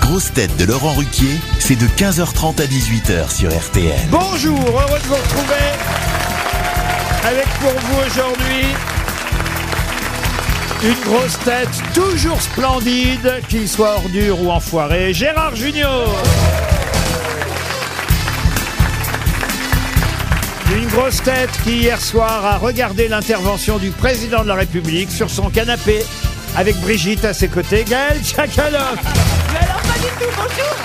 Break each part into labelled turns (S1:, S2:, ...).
S1: grosses têtes de Laurent Ruquier, c'est de 15h30 à 18h sur RTL.
S2: Bonjour, heureux de vous retrouver avec pour vous aujourd'hui une grosse tête toujours splendide, qu'il soit ordure ou enfoiré, Gérard Junior. Une grosse tête qui hier soir a regardé l'intervention du président de la République sur son canapé avec Brigitte à ses côtés, Gaël Tchakaloff.
S3: Mais alors pas du tout, bonjour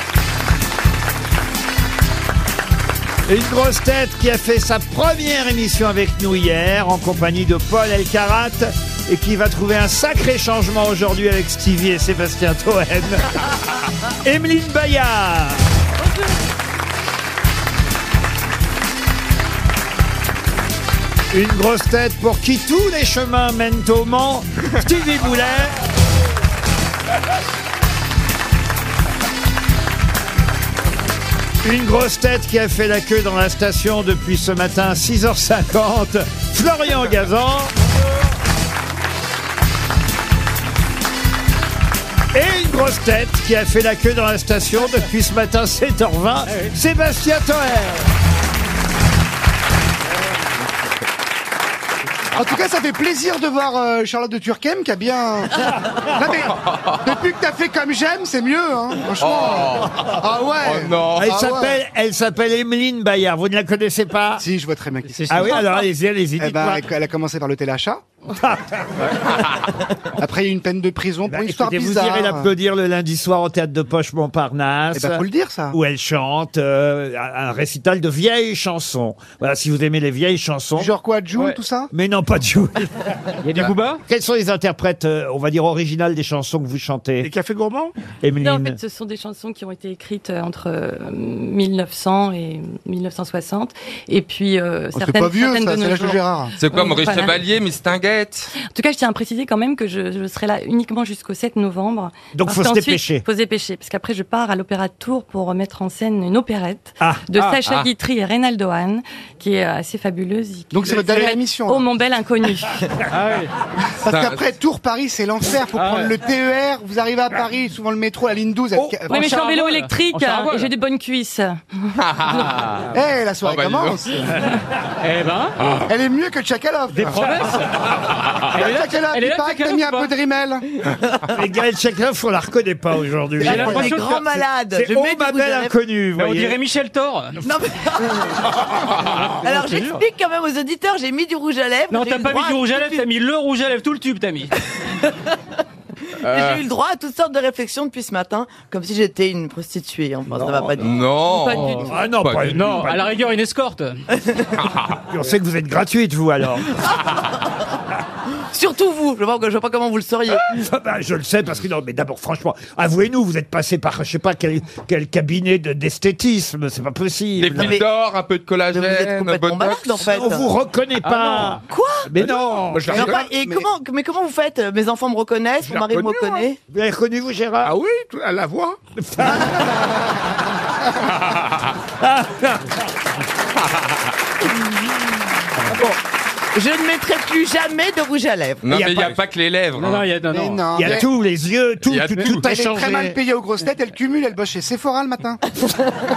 S2: Une grosse tête qui a fait sa première émission avec nous hier en compagnie de Paul Elkarat et qui va trouver un sacré changement aujourd'hui avec Stevie et Sébastien Toen. Emeline Bayard. Une grosse tête pour qui tous les chemins mènent au Mans, Stevie Boulet. Une grosse tête qui a fait la queue dans la station depuis ce matin 6h50, Florian Gazan. Et une grosse tête qui a fait la queue dans la station depuis ce matin 7h20, Sébastien Toer.
S4: En tout cas, ça fait plaisir de voir euh, Charlotte de Turquem qui a bien. Non, mais depuis que t'as fait comme j'aime, c'est mieux, hein, franchement. Ah ouais.
S5: non.
S2: Oh. Elle
S4: Ah
S2: s'appelle,
S4: ouais.
S2: elle s'appelle Emeline Bayard. Vous ne la connaissez pas
S4: Si, je vois très bien qui c'est.
S2: Ah oui, alors allez-y, allez-y.
S4: Eh ben,
S2: dites-moi.
S4: elle- elle a commencé par le téléachat. Après, il y a eu une peine de prison pour
S2: Bah,
S4: une histoire
S2: écoutez, vous
S4: bizarre.
S2: irez l'applaudir le lundi soir au théâtre de Poche Montparnasse.
S4: Eh ben, faut le dire, ça.
S2: Où elle chante euh, un un récital de vieilles chansons. Voilà, si vous aimez les vieilles chansons.
S4: Genre quoi, June, tout ça
S2: Mais non, pas du
S5: Il y a du Booba
S2: Quels sont les interprètes, euh, on va dire, originales des chansons que vous chantez,
S5: cafés gourmands
S2: Emeline
S3: Non, en fait, ce sont des chansons qui ont été écrites euh, entre euh, 1900 et 1960. Et puis, euh,
S4: Oh, C'est
S3: certaines,
S4: pas vieux,
S3: certaines
S4: ça,
S3: de
S4: c'est
S3: nos
S4: l'âge de
S3: jours.
S4: Gérard.
S6: C'est quoi,
S3: Oui,
S6: Maurice
S3: voilà.
S6: Chevalier, Miss Tinguette
S3: En tout cas, je tiens à préciser quand même que je, je serai là uniquement jusqu'au 7 novembre.
S2: Donc,
S3: Parce
S2: faut se
S3: qu'ensuite,
S2: dépêcher.
S3: Faut se dépêcher, parce qu'après, je pars à l'Opéra de Tours pour mettre en scène une opérette
S2: Ah,
S3: de
S5: ah,
S3: Sacha
S6: ah.
S3: Guitry et Reynaldo Hahn, qui est assez fabuleuse. et qui
S4: Donc, c'est votre dernière
S3: s'appelle
S4: émission,
S3: Oh
S4: là.
S3: mon bel inconnu.
S5: Ah oui.
S4: Parce
S6: Ça-
S4: qu'après, Tour Paris, c'est l'enfer. Faut
S5: Ah
S4: prendre
S5: ouais.
S4: le TER. Vous arrivez à Paris, souvent le métro, la ligne 12. elle-
S5: Oh,
S3: oui, mais je suis en vélo
S5: Charabol. En
S3: électrique hein,
S5: Charabol.
S3: et j'ai de bonnes cuisses.
S6: Ah,
S4: Eh, la soirée
S6: Oh, bah, dis donc.
S4: commence.
S5: Eh ben,
S4: Elle est mieux que Tchakalov.
S5: des promesses Elle est là,
S4: Tchakalov,
S5: elle est
S4: il
S5: là,
S4: paraît que t'as
S5: Tchakalov,
S4: mis
S5: ou
S4: un
S5: pas
S4: peu de rimel.
S2: Mais Gaël Tchekloff, on la reconnaît pas aujourd'hui.
S5: J'ai l'impression de
S7: grand
S5: faire-
S7: malade.
S2: C'est Oh ma belle inconnue, vous
S5: Mais Bah, On
S2: voyez.
S5: dirait Michel Thor.
S7: Non, mais- Alors j'explique quand même aux auditeurs, j'ai mis du rouge à lèvres.
S5: Non,
S7: j'ai eu
S5: t'as
S7: le
S5: pas mis
S7: droit
S5: du
S7: à
S5: rouge à
S7: tout-
S5: lèvres, t'as mis le rouge à lèvres, tout le tube, t'as mis. Ah.
S7: J'ai eu le droit à toutes sortes de réflexions depuis ce matin, comme si j'étais une prostituée. hein, Enfin, ça va pas dire.
S6: Non
S3: Pas du tout.
S2: Ah non,
S6: Pas
S2: pas
S6: du-
S5: Non, à la rigueur, une escorte.
S7: Ah,
S2: Ah, On sait que vous êtes gratuite, vous, alors.
S7: Surtout vous. Je vois, je vois pas comment vous le sauriez.
S2: Ah bah, je le sais, parce que non, mais d'abord, franchement, avouez-nous, vous êtes passé par, je sais pas, quel, quel cabinet de- d'esthétisme, c'est pas
S6: Des
S2: possible.
S7: Mais-
S6: piles d'or, un peu de
S7: Mais vous êtes
S6: collagène,
S7: complètement malade
S6: botox.
S7: en fait. Ah
S2: On vous reconnaît pas.
S7: Quoi
S2: Ah, Mais non.
S6: Moi, je la
S7: mais,
S6: reconnais.
S7: enfin, et comment, mais comment vous faites euh, Mes enfants me reconnaissent, mon mari me reconnaît.
S2: Vous l'avez reconnu, vous, Gérard
S6: Ah oui, tu- à la voix.
S7: Je ne mettrai plus jamais de rouge à lèvres.
S6: Non,
S2: Il y a
S6: mais il n'y
S2: pas-
S6: a pas que les lèvres.
S5: Non, non,
S6: hein.
S5: il y a. Non,
S4: Mais
S5: non.
S4: non.
S2: Il y a
S4: mais-
S2: tout, les yeux, tout,
S6: Il y a
S2: tout,
S6: tout.
S2: tout a
S4: Elle est très mal
S2: changé.
S4: payée aux grosses têtes, elle cumule, elle bosse chez Sephora le matin.
S5: Non,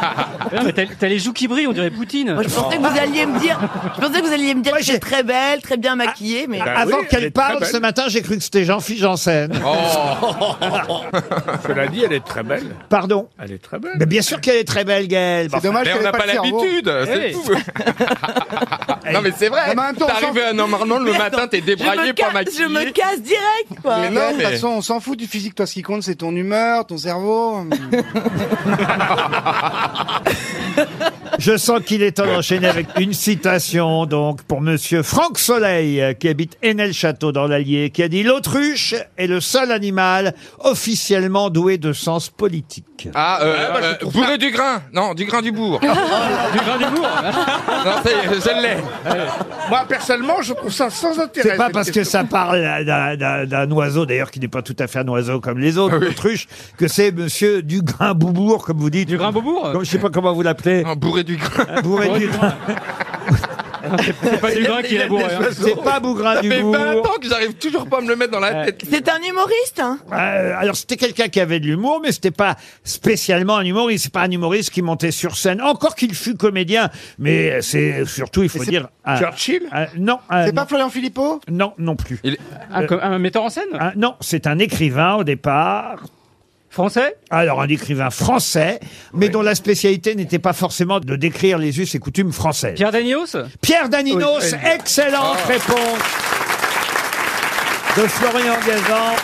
S5: Ah, mais t'as t'as les joues qui brillent, on dirait Poutine.
S7: Moi, je pensais que vous alliez me dire, je pensais que vous alliez me dire
S2: Moi,
S7: que j'étais
S2: j'ai-
S7: très belle, très bien maquillée, mais
S6: Ah,
S2: Avant
S6: oui, elle
S2: qu'elle
S6: est très
S2: parle
S6: belle.
S2: ce matin, j'ai cru que c'était Jean-Philippe Janssen.
S8: Oh. Cela dit, elle est très belle.
S2: Pardon.
S8: Elle est très belle.
S2: Mais bien sûr qu'elle est très belle, Gaëlle. Bon,
S4: C'est dommage
S6: Mais on
S4: qu'elle ait
S6: n'a
S4: pas,
S6: pas
S4: le cerveau.
S6: l'habitude, c'est
S5: Eh.
S6: tout. non, mais c'est vrai.
S4: Non, mais en même temps, on
S6: T'es arrivé à normalement le matin, t'es
S7: je me,
S6: débraillé, pas
S7: casse, je me
S6: maquillé.
S7: casse direct, quoi.
S4: Mais
S6: non,
S4: non, de toute
S6: mais-
S4: façon, on s'en fout du physique. Toi, ce qui compte, c'est ton humeur, ton cerveau.
S2: Je sens qu'il est temps d'enchaîner avec une citation, donc, pour monsieur Franck Soleil, euh, qui habite Enel-Château dans l'Allier, qui a dit L'autruche est le seul animal officiellement doué de sens politique.
S6: Ah, euh,
S7: bah,
S6: euh, bourré du grain. Non, du grain du bourg.
S5: Du grain du bourg.
S6: non, ça y est, je l'ai.
S8: Moi, personnellement, je trouve ça sans intérêt.
S2: C'est pas
S8: cette
S2: parce que
S8: question.
S2: ça parle d'un- d'un d'un oiseau, d'ailleurs, qui n'est pas tout à fait un oiseau comme les autres, l'autruche, que c'est monsieur Dugrin Boubourg, comme vous dites.
S5: Du grain bourg.
S2: Comme je sais pas comment vous l'appelez.
S6: Non, bourré du grain.
S2: Bourré du grain.
S5: C'est pas du grain qui est bourré. hein.
S2: C'est pas Bougrain
S6: Ça
S2: du
S6: fait 20
S2: Bourg.
S6: ans que j'arrive toujours pas à me le mettre dans la tête.
S7: C'est un humoriste, hein
S2: Euh, alors c'était quelqu'un qui avait de l'humour, mais c'était pas spécialement un humoriste. C'est pas un humoriste qui montait sur scène. Encore qu'il fût comédien, mais c'est surtout, il faut
S4: c'est
S2: dire, un-
S8: Churchill
S2: un- non, un-
S4: C'est pas Florian Philippot
S2: non, non plus. Euh,
S5: Un, co- un metteur en scène
S2: Un- non, c'est un écrivain au départ.
S5: Français
S2: Alors un écrivain français, mais dont la spécialité n'était pas forcément de décrire les us et coutumes françaises.
S5: Pierre Danios
S2: Pierre Daninos,
S5: Oui, oui.
S2: excellente réponse de Florian Gazan.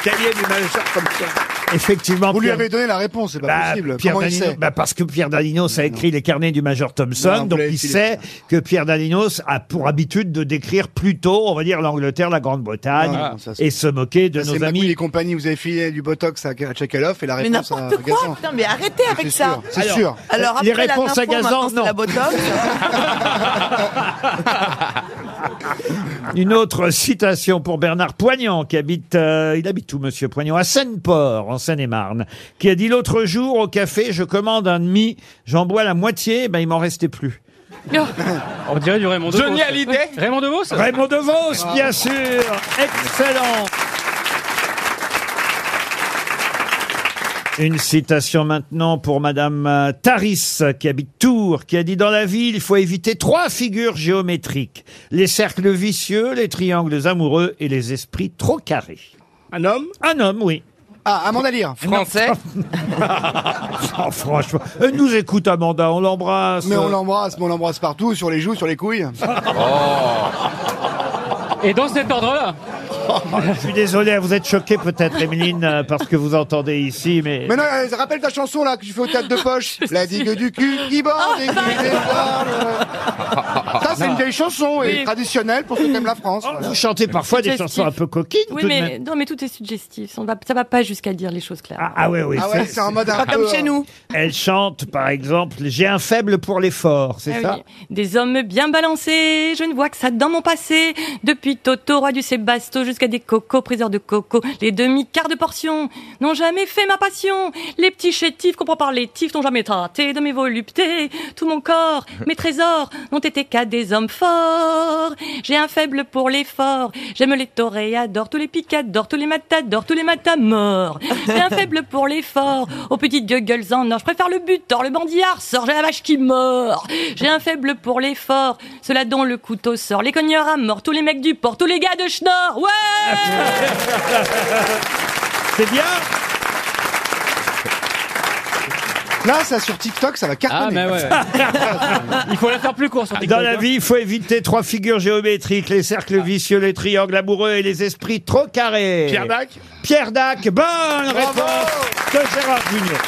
S8: Italien du majeur comme ça.
S2: Effectivement,
S4: Vous lui
S2: Pierre-
S4: avez donné la réponse, c'est pas
S2: Bah,
S4: possible.
S2: Pierre
S4: Comment il
S2: Daninos-
S4: sait
S2: bah, parce que Pierre Daninos a écrit les carnets du Major Thompson,
S4: Non, vous
S2: donc
S4: l'avez
S2: il
S4: filé.
S2: sait que Pierre Daninos a pour habitude de décrire plutôt, on va dire, l'Angleterre, la Grande-Bretagne,
S4: Ah, ça, c'est-
S2: et se moquer de
S4: Ça, C'est
S2: nos
S4: Magouille
S2: amis.
S4: et compagnie, vous avez filé du Botox à à Tchekalov et la
S7: Mais
S4: réponse à
S7: n'importe quoi,
S4: Gazan.
S7: putain, mais arrêtez avec
S4: C'est
S7: ça
S4: sûr, c'est sûr.
S7: Alors après
S2: Les réponses
S7: la
S2: à
S7: nympho,
S2: Gazan,
S7: maintenant, c'est
S2: non.
S7: la botox.
S2: Une autre citation pour Bernard Poignant, qui habite, euh, il habite où, monsieur Poignant À Seine-Port, en Seine-et-Marne, qui a dit l'autre jour au café, je commande un demi, j'en bois la moitié, ben il m'en restait plus.
S5: On dirait du Raymond Devos.
S6: Johnny Hallyday
S5: Raymond Devos
S2: Raymond DeVos, bien sûr Excellent Une citation maintenant pour Madame euh, Taris, qui habite Tours, qui a dit Dans la vie, il faut éviter trois figures géométriques les cercles vicieux, les triangles amoureux et les esprits trop carrés.
S8: Un homme
S2: Un homme, oui.
S4: Ah, Amanda Lear.
S6: Français
S2: Oh, franchement, elle nous écoute, Amanda, on l'embrasse.
S4: Mais on l'embrasse, mais on l'embrasse partout, sur les joues, sur les couilles. Oh.
S5: Et dans cet ordre-là
S2: Oh, Je suis désolé, vous êtes choquée peut-être, Emeline, euh, parce que vous entendez ici, mais.
S4: Mais non, euh, rappelle ta chanson là que tu fais au théâtre de poche. La digue du cul qui borde et qui déborde. Ça,
S2: Ah,
S4: c'est une vieille chanson et
S3: Oui.
S4: traditionnelle pour ceux qui aiment la France. voilà.
S2: Vous chantez parfois des
S3: Suggestif.
S2: chansons un peu coquines.
S3: Oui,
S2: tout de
S3: mais
S2: même.
S3: non, mais tout est suggestif. Ça va, ça va pas jusqu'à dire les choses claires.
S2: Ah, ah ouais, oui.
S4: Ah ouais, c'est en mode un
S7: Pas comme
S4: peu,
S7: chez
S4: euh,
S7: nous.
S2: Elle chante, par exemple, J'ai un faible pour l'effort, c'est
S3: Ah
S2: ça
S3: oui. Des hommes bien balancés, je ne vois que ça dans mon passé. Depuis Toto, roi du Sébasto, jusqu'à des cocos, priseurs de coco, les demi-quarts de portion n'ont jamais fait ma passion. Les petits chétifs qu'on prend par les tifs n'ont jamais traité de mes voluptés. Tout mon corps, mes trésors, n'ont été qu'à des hommes forts. J'ai un faible pour l'effort, j'aime les toréadors, tous les picadors, tous les matadors, tous les matamors. J'ai un faible pour l'effort, aux petites gueules en or, je préfère le butor, le bandillard sort, j'ai la vache qui mord. J'ai un faible pour l'effort, cela dont le couteau sort, les cogneurs à mort, tous les mecs du port, tous les gars de Schnorr, ouais
S2: C'est bien
S4: Là, ça sur TikTok, ça va
S5: Ah,
S4: cartonner.
S5: mais ouais. Il faut la faire plus courte sur TikTok.
S2: Ah, Dans la
S5: hein.
S2: vie, il faut éviter trois figures géométriques, les
S8: Ah.
S2: cercles vicieux, les triangles amoureux et les esprits trop carrés.
S8: Pierre Dac
S2: Pierre Dac, bonne réponse de Gérard Junior.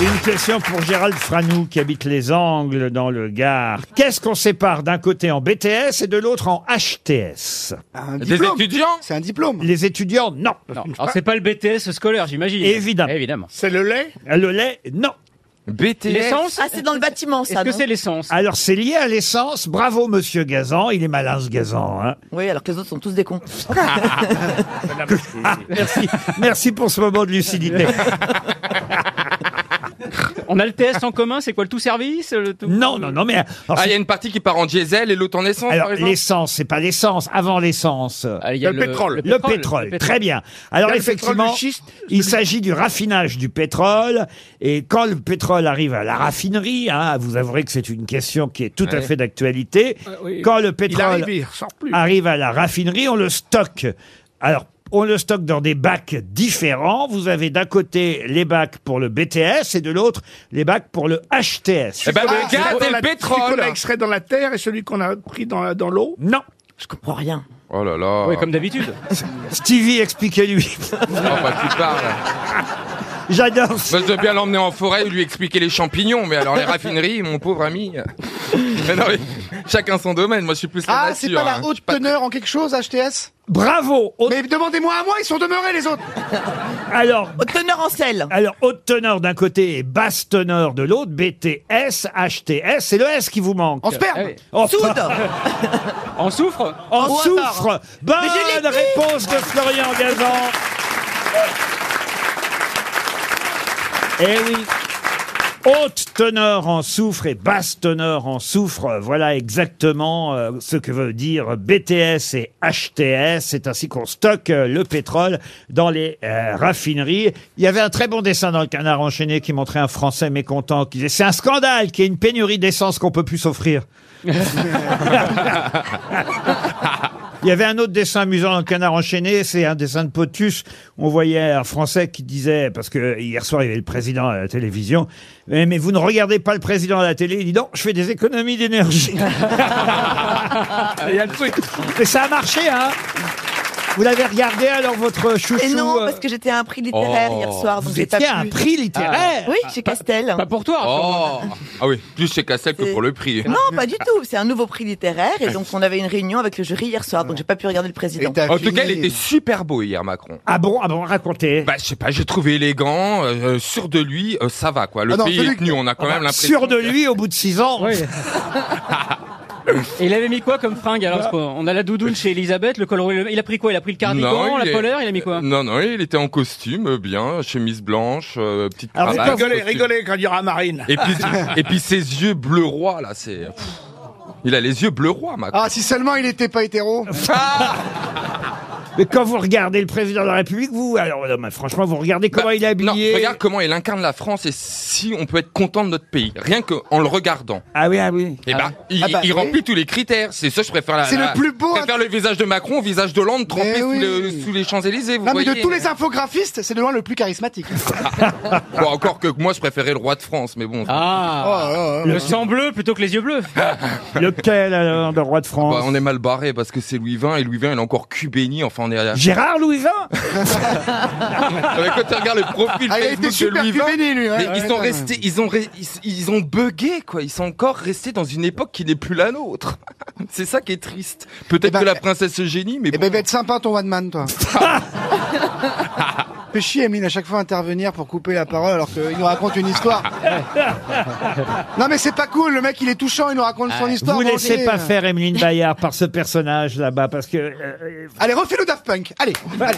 S2: Une question pour Gérald Franou qui habite les Angles dans le Gard. Qu'est-ce qu'on sépare d'un côté en BTS et de l'autre en HTS
S4: Un
S6: Des
S4: diplôme.
S6: étudiants
S4: C'est un diplôme.
S2: Les étudiants, non.
S5: Non. Alors, c'est pas le BTS scolaire, j'imagine.
S2: Évidemment.
S5: Évidemment.
S8: C'est le lait
S2: Le lait, non.
S6: BTS
S5: L'essence
S7: Ah, c'est dans le bâtiment,
S5: Est-ce
S7: ça.
S5: que
S7: non
S5: c'est l'essence
S2: Alors c'est lié à l'essence. Bravo Monsieur Gazan, il est malin ce Gazan. hein.
S7: Oui, alors que les autres sont tous des cons.
S2: Merci, merci pour ce moment de lucidité.
S5: On a le TS en commun, c'est quoi le tout service le tout...
S2: Non, non, non, mais alors,
S6: Ah, il y a une partie qui part en diesel et l'autre en essence,
S2: alors,
S6: par exemple
S2: l'essence, c'est pas l'essence, avant l'essence.
S5: Ah, il y a
S8: Le pétrole.
S2: Le pétrole, très bien. Alors
S8: Il y a le pétrole,
S2: effectivement,
S8: le schiste,
S2: il s'agit du raffinage du pétrole et quand le pétrole arrive à la raffinerie, hein, vous avouerez que c'est une question qui est tout à
S6: Ouais.
S2: fait d'actualité.
S8: Euh, oui.
S2: Quand le
S8: Il
S2: pétrole
S8: arrive, il ressort plus.
S2: arrive à la raffinerie, on le stocke. Alors, on le stocke dans des bacs différents. Vous avez d'un côté les bacs pour le BTS et de l'autre les bacs pour le HTS.
S6: Eh ben,
S8: Ah,
S6: le gaz
S8: dans
S6: et
S8: la-
S6: le
S8: Celui qu'on
S6: pétrole
S8: a extrait dans la terre et celui qu'on a pris dans la- dans l'eau.
S2: Non,
S7: Je comprends rien.
S6: Oh là là
S5: Oui, comme d'habitude.
S2: Stevie, expliquez-lui.
S6: Oh, bah, tu parles
S2: J'adore.
S6: Bah, Je veux bien l'emmener en forêt et lui expliquer les champignons, mais alors les raffineries, mon pauvre ami Mais non, mais chacun son domaine, moi je suis plus la
S4: Ah, c'est
S6: nature
S4: pas la
S6: hein.
S4: haute teneur en quelque chose, HTS
S2: Bravo. Haute-
S4: Mais demandez-moi à moi, ils sont demeurés les autres.
S2: Alors,
S7: Au teneur en sel.
S2: alors haute teneur d'un côté et basse teneur de l'autre. BTS, HTS, c'est le S qui vous manque.
S4: En sperme.
S5: Ah oui.
S2: En,
S7: Soude.
S5: En soufre
S2: en
S7: Au
S2: soufre. Bonne
S7: Mais je l'ai dit.
S2: réponse de Florian Gazan. Eh oui. Haute teneur en soufre et basse teneur en soufre, voilà exactement euh, ce que veut dire BTS et HTS. C'est ainsi qu'on stocke euh, le pétrole dans les euh, raffineries. Il y avait un très bon dessin dans le canard enchaîné qui montrait un Français mécontent qui disait c'est un scandale qu'il y ait une pénurie d'essence qu'on peut plus s'offrir. Il y avait un autre dessin amusant dans le canard enchaîné, c'est un dessin de Potus. On voyait un Français qui disait, parce que hier soir il y avait le président à la télévision, mais, mais vous ne regardez pas le président à la télé, il dit non, je fais des économies d'énergie.
S8: Il y a le truc.
S2: Mais ça a marché, hein Vous l'avez regardé alors votre chouchou
S7: Et non,
S2: euh,
S7: parce que j'étais à un prix littéraire
S6: Oh.
S7: hier soir, donc
S2: Vous
S7: j'ai pas
S2: étiez à un
S7: pu. Ah.
S2: prix littéraire
S7: Oui, chez Castel.
S5: Pas pour toi.
S6: Oh Ah oui, plus chez Castel que pour le prix.
S7: Non, pas du tout. C'est un nouveau prix littéraire et donc on avait une réunion avec le jury hier soir, donc j'ai pas pu regarder le président.
S6: En tout cas, il était super beau hier, Macron.
S2: Ah bon, ah bon, racontez.
S6: Bah, je sais pas, j'ai trouvé élégant, euh, sûr de lui, euh, ça va quoi. Le
S4: Ah non,
S6: pays
S4: celui
S6: est tenu, on a quand même l'impression.
S2: Sûr bah, de lui au bout de six ans.
S5: Oui. Et il avait mis quoi comme fringue
S2: Bah.
S5: alors parce qu'on- On a la doudoune chez Elisabeth, le col roulé- Il a pris quoi Il a pris le cardigan,
S6: Non, il
S5: la
S6: est-
S5: polaire, il a mis quoi
S6: Non, non, il était en costume, euh, bien, chemise blanche, euh, petite
S2: Alors,
S6: cravate.
S8: Rigolez,
S6: costume.
S8: rigolez quand il y aura Marine.
S6: Et puis, et puis ses yeux bleu roi, là, c'est. pff, Il a les yeux bleu roi, Macron.
S4: Ah, si seulement il était pas hétéro.
S2: Mais quand vous regardez le président de la République, vous, alors non, mais franchement, vous regardez comment
S6: Bah,
S2: il est habillé.
S6: Non, regarde comment il incarne la France et si on peut être content de notre pays, rien qu'en le regardant.
S2: Ah oui, ah oui.
S6: Eh ben, il,
S4: Ah bah,
S6: il
S4: oui.
S6: remplit tous les critères. C'est ça, je préfère la.
S4: C'est
S6: la-
S4: le plus beau
S6: Je préfère le visage de Macron au visage de Hollande trempé
S4: Mais
S6: sous,
S4: oui.
S6: le- sous les Champs-Élysées. Vous
S4: Non, mais
S6: voyez
S4: de tous les infographistes, c'est de loin le plus charismatique.
S6: Bon, encore que moi, je préférais le roi de France, mais bon.
S5: Ah
S4: Oh, oh, oh.
S5: Le sang bleu plutôt que les yeux bleus.
S2: Lequel, alors, le roi de
S6: Bah,
S2: France
S6: on est mal barré parce que c'est Louis XX et Louis XX, il est encore cul béni. Enfin, on est à...
S2: Gérard Louis XX
S6: Ouais, Quand tu regardes le profil
S4: Ah, il a été
S6: Facebook de
S4: super
S6: Louis XX,
S4: cubéné, lui. hein.
S6: mais ils sont
S4: Ouais,
S6: restés, ils ont, ré- ils, ils ont bugué quoi. Ils sont encore restés dans une époque qui n'est plus la nôtre. C'est ça qui est triste. Peut-être
S4: Eh ben,
S6: que la princesse Eugénie, mais
S4: Eh
S6: bon.
S4: ben, va être sympa ton one man, toi. Fais chier, Emile, à chaque fois intervenir pour couper la parole alors qu'il nous raconte une histoire. non, mais c'est pas cool, le mec il est touchant, il nous raconte son histoire. hein.
S2: Vous
S4: bon,
S2: laissez
S4: allez.
S2: pas faire Emeline Bayard par ce personnage là-bas, parce que... euh,
S4: Allez, refais le Daft Punk, allez. allez.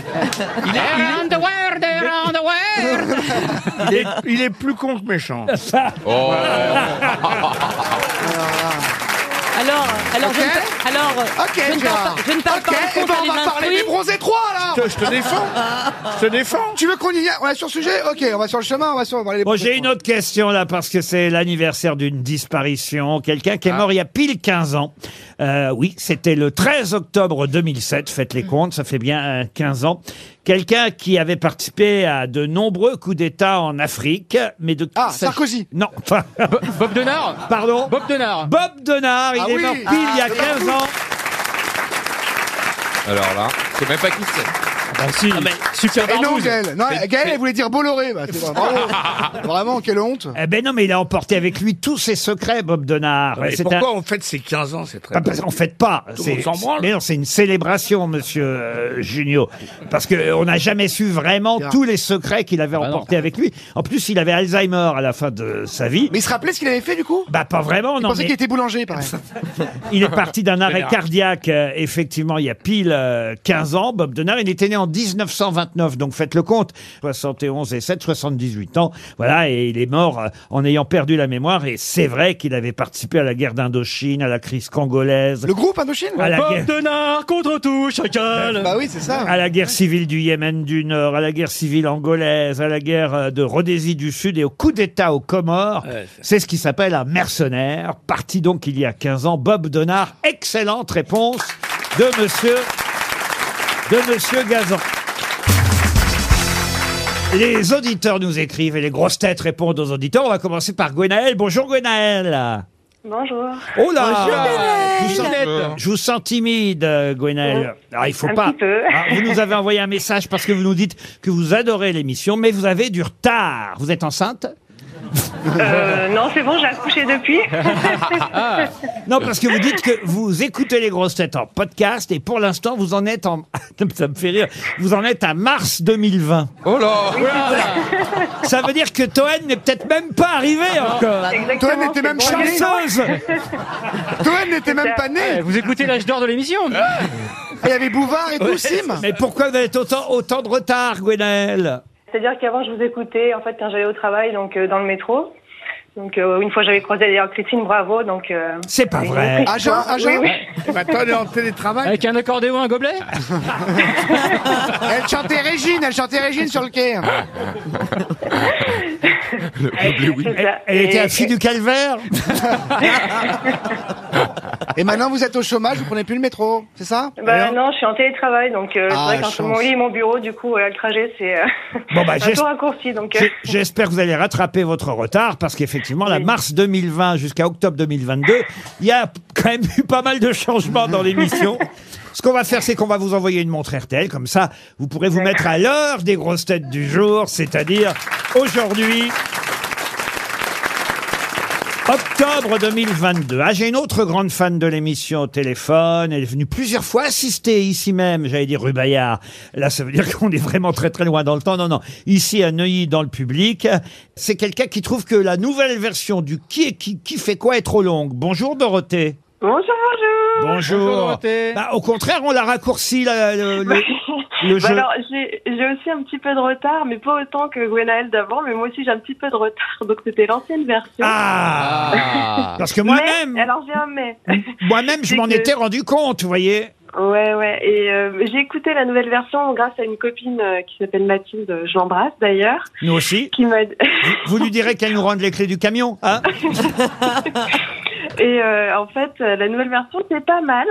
S8: Il est, il est plus con que méchant.
S6: Oh.
S2: Ah,
S3: Alors, alors, je
S4: Ok.
S3: ne par- alors,
S4: Ok,
S3: je ne parle
S4: Gérard.
S3: pas, je ne parle
S4: ok,
S3: pas en
S4: eh
S3: contre
S4: ben,
S3: les
S4: on va parler
S3: instruits.
S4: des bronzés 3
S8: Je
S4: là.
S8: te- je te défends. Je te défends.
S4: Tu veux qu'on y aille On est sur le sujet Ok, on va sur le chemin, on va sur. on va aller les
S2: Bon,
S4: bronzés
S2: j'ai une
S4: trois.
S2: autre question là, parce que c'est l'anniversaire d'une disparition. Quelqu'un
S4: Ah.
S2: qui est mort il y a pile 15 ans. Euh, oui, c'était le 13 octobre 2007, faites les comptes, ça fait bien euh, 15 ans. Quelqu'un qui avait participé à de nombreux coups d'État en Afrique, mais de...
S4: Ah, Sarkozy.
S2: Non,
S5: Bo- Bob Denard
S2: pardon.
S5: Bob Denard
S2: Bob Denard, il
S4: Ah
S2: est
S4: oui.
S2: mort pile il y a 15 ans.
S6: Alors là, je sais même pas qui c'est.
S5: Bah si,
S4: Ah,
S5: super
S4: Et non,
S5: barbouze.
S4: Gaël. Non, Gaël, elle voulait dire Bolloré. Bah, c'est pas- bravo. Vraiment, quelle honte.
S2: Eh ben non, mais il a emporté avec lui tous ses secrets, Bob Denard.
S8: Ah, Mais
S2: C'est un-
S8: pourquoi on fête ses 15 ans C'est très
S2: Pas parce qu'on fête pas.
S8: Tout
S2: C'est-
S8: le monde s'en branle.
S2: Mais non, c'est une célébration, monsieur euh, Junio. Parce que on n'a jamais su vraiment
S4: Bien.
S2: tous les secrets qu'il
S8: Ah
S2: avait
S8: bah
S5: non.
S2: emportés avec lui. En plus, il avait Alzheimer à la fin de sa vie.
S4: Mais il se rappelait ce qu'il avait fait du coup
S2: Bah pas vraiment,
S4: Je
S2: non.
S4: pensais
S2: mais
S4: qu'il était boulanger, pareil.
S2: il est parti d'un arrêt cardiaque, euh, effectivement, il y a pile euh, 15 ans. Bob Denard, il était né en 1929, donc faites le compte. 71 et 7, 78 ans. Voilà, et il est mort euh, en ayant perdu la mémoire. Et c'est vrai qu'il avait participé à la guerre d'Indochine, à la crise congolaise,
S4: Le groupe Indochine
S2: à la guerre...
S5: Bob Denard contre tout, chacal
S4: Bah oui, c'est ça.
S2: à la guerre civile du Yémen du Nord, à la guerre civile angolaise, à la guerre euh, de Rhodésie du Sud et au coup d'État aux Comores. c'est ce qui s'appelle un mercenaire, parti donc il y a 15 ans. Bob Donard, excellente réponse de monsieur, de monsieur Gazan. Les auditeurs nous écrivent et les grosses têtes répondent aux auditeurs. On va commencer par Gwenaël. Bonjour Gwenaël.
S9: Bonjour.
S2: Oh là Je
S6: Tout
S2: vous sens-
S6: simplement.
S2: je vous sens timide, euh, Gwenaël. Ah, il faut
S9: Oh, Un
S2: pas.
S9: petit peu.
S2: Ah, vous nous avez envoyé un message parce que vous nous dites que vous adorez l'émission, mais vous avez du retard. Vous êtes enceinte
S9: Euh, non, c'est bon, j'ai accouché depuis.
S2: Ah. Non, parce que vous dites que vous écoutez les grosses têtes en podcast et pour l'instant, vous en êtes en. Ça me fait rire. Vous en êtes à mars 2020.
S6: Oh là
S2: Ça veut dire que Toen n'est peut-être même pas arrivé encore.
S9: Ah, Exactement.
S4: Toen n'était
S9: c'est
S4: même
S9: bon.
S4: pas né.
S2: Chanceuse
S4: Toen n'était même pas né. Ah.
S5: Eh, Vous écoutez l'âge d'or de l'émission
S4: Il y avait Bouvard et tout, Sim.
S2: Mais pourquoi vous êtes autant, autant de retard, Gwenaël
S9: C'est-à-dire qu'avant, je vous écoutais, en fait, quand j'allais au travail, donc euh, dans le métro. Donc, euh, une fois, j'avais croisé d'ailleurs Christine Bravo. Donc, euh,
S2: C'est pas
S9: une
S2: vrai. Ah,
S9: autre
S4: Agent,
S9: histoire.
S4: agent. Bah,
S9: Oui, Euh,
S8: Maintenant, elle est en télétravail.
S5: Avec un accordéon, un gobelet
S4: Elle chantait Régine, elle chantait Régine sur le quai.
S9: oui. c'est ça.
S2: Elle était
S9: Et-
S2: la fille du calvaire
S4: Et maintenant, vous êtes au chômage, vous prenez plus le métro, c'est ça
S9: Bah non, je suis en télétravail, donc euh,
S4: Ah,
S9: c'est vrai qu'entre
S4: chance.
S9: mon lit et mon bureau, du coup, euh, le trajet, c'est euh,
S2: Bon, bah,
S9: un
S2: j'es-
S9: peu raccourci. Donc, euh,
S2: j'ai- j'espère que vous allez rattraper votre retard parce qu'effectivement, la
S9: Oui.
S2: mars 2020 jusqu'à octobre 2022, il y a quand même eu pas mal de changements dans l'émission. Ce qu'on va faire, c'est qu'on va vous envoyer une montre RTL, comme ça, vous pourrez vous mettre à l'heure des grosses têtes du jour, c'est-à-dire aujourd'hui. Octobre 2022. Ah, j'ai une autre grande fan de l'émission au téléphone. Elle est venue plusieurs fois assister ici même. J'allais dire rue Bayard. Là, ça veut dire qu'on est vraiment très très loin dans le temps. Non, non. Ici à Neuilly, dans le public. C'est quelqu'un qui trouve que la nouvelle version du qui est qui, qui fait quoi est trop longue. Bonjour Dorothée.
S9: bonjour, bonjour.
S2: Bonjour.
S5: Dorothée.
S2: Bah, au contraire, on l'a raccourci la- le, le- le
S9: Bah
S2: jeu.
S9: alors, j'ai j'ai aussi un petit peu de retard, mais pas autant que Gwenaël d'avant, mais moi aussi j'ai un petit peu de retard, donc c'était l'ancienne version.
S2: Ah,
S6: Ah.
S2: Parce que
S9: Mais-
S2: moi-même,
S9: Alors j'ai un mais.
S2: moi-même, je
S9: c'est
S2: m'en
S9: que-
S2: étais rendu compte, vous voyez.
S9: Ouais, ouais. Et euh, j'ai écouté la nouvelle version grâce à une copine euh, qui s'appelle Mathilde, euh, je l'embrasse d'ailleurs,
S2: Nous aussi.
S9: qui m'a.
S2: Vous lui direz qu'elle nous rende les clés du camion, hein
S9: Et euh, en fait, euh, la nouvelle version c'est pas mal.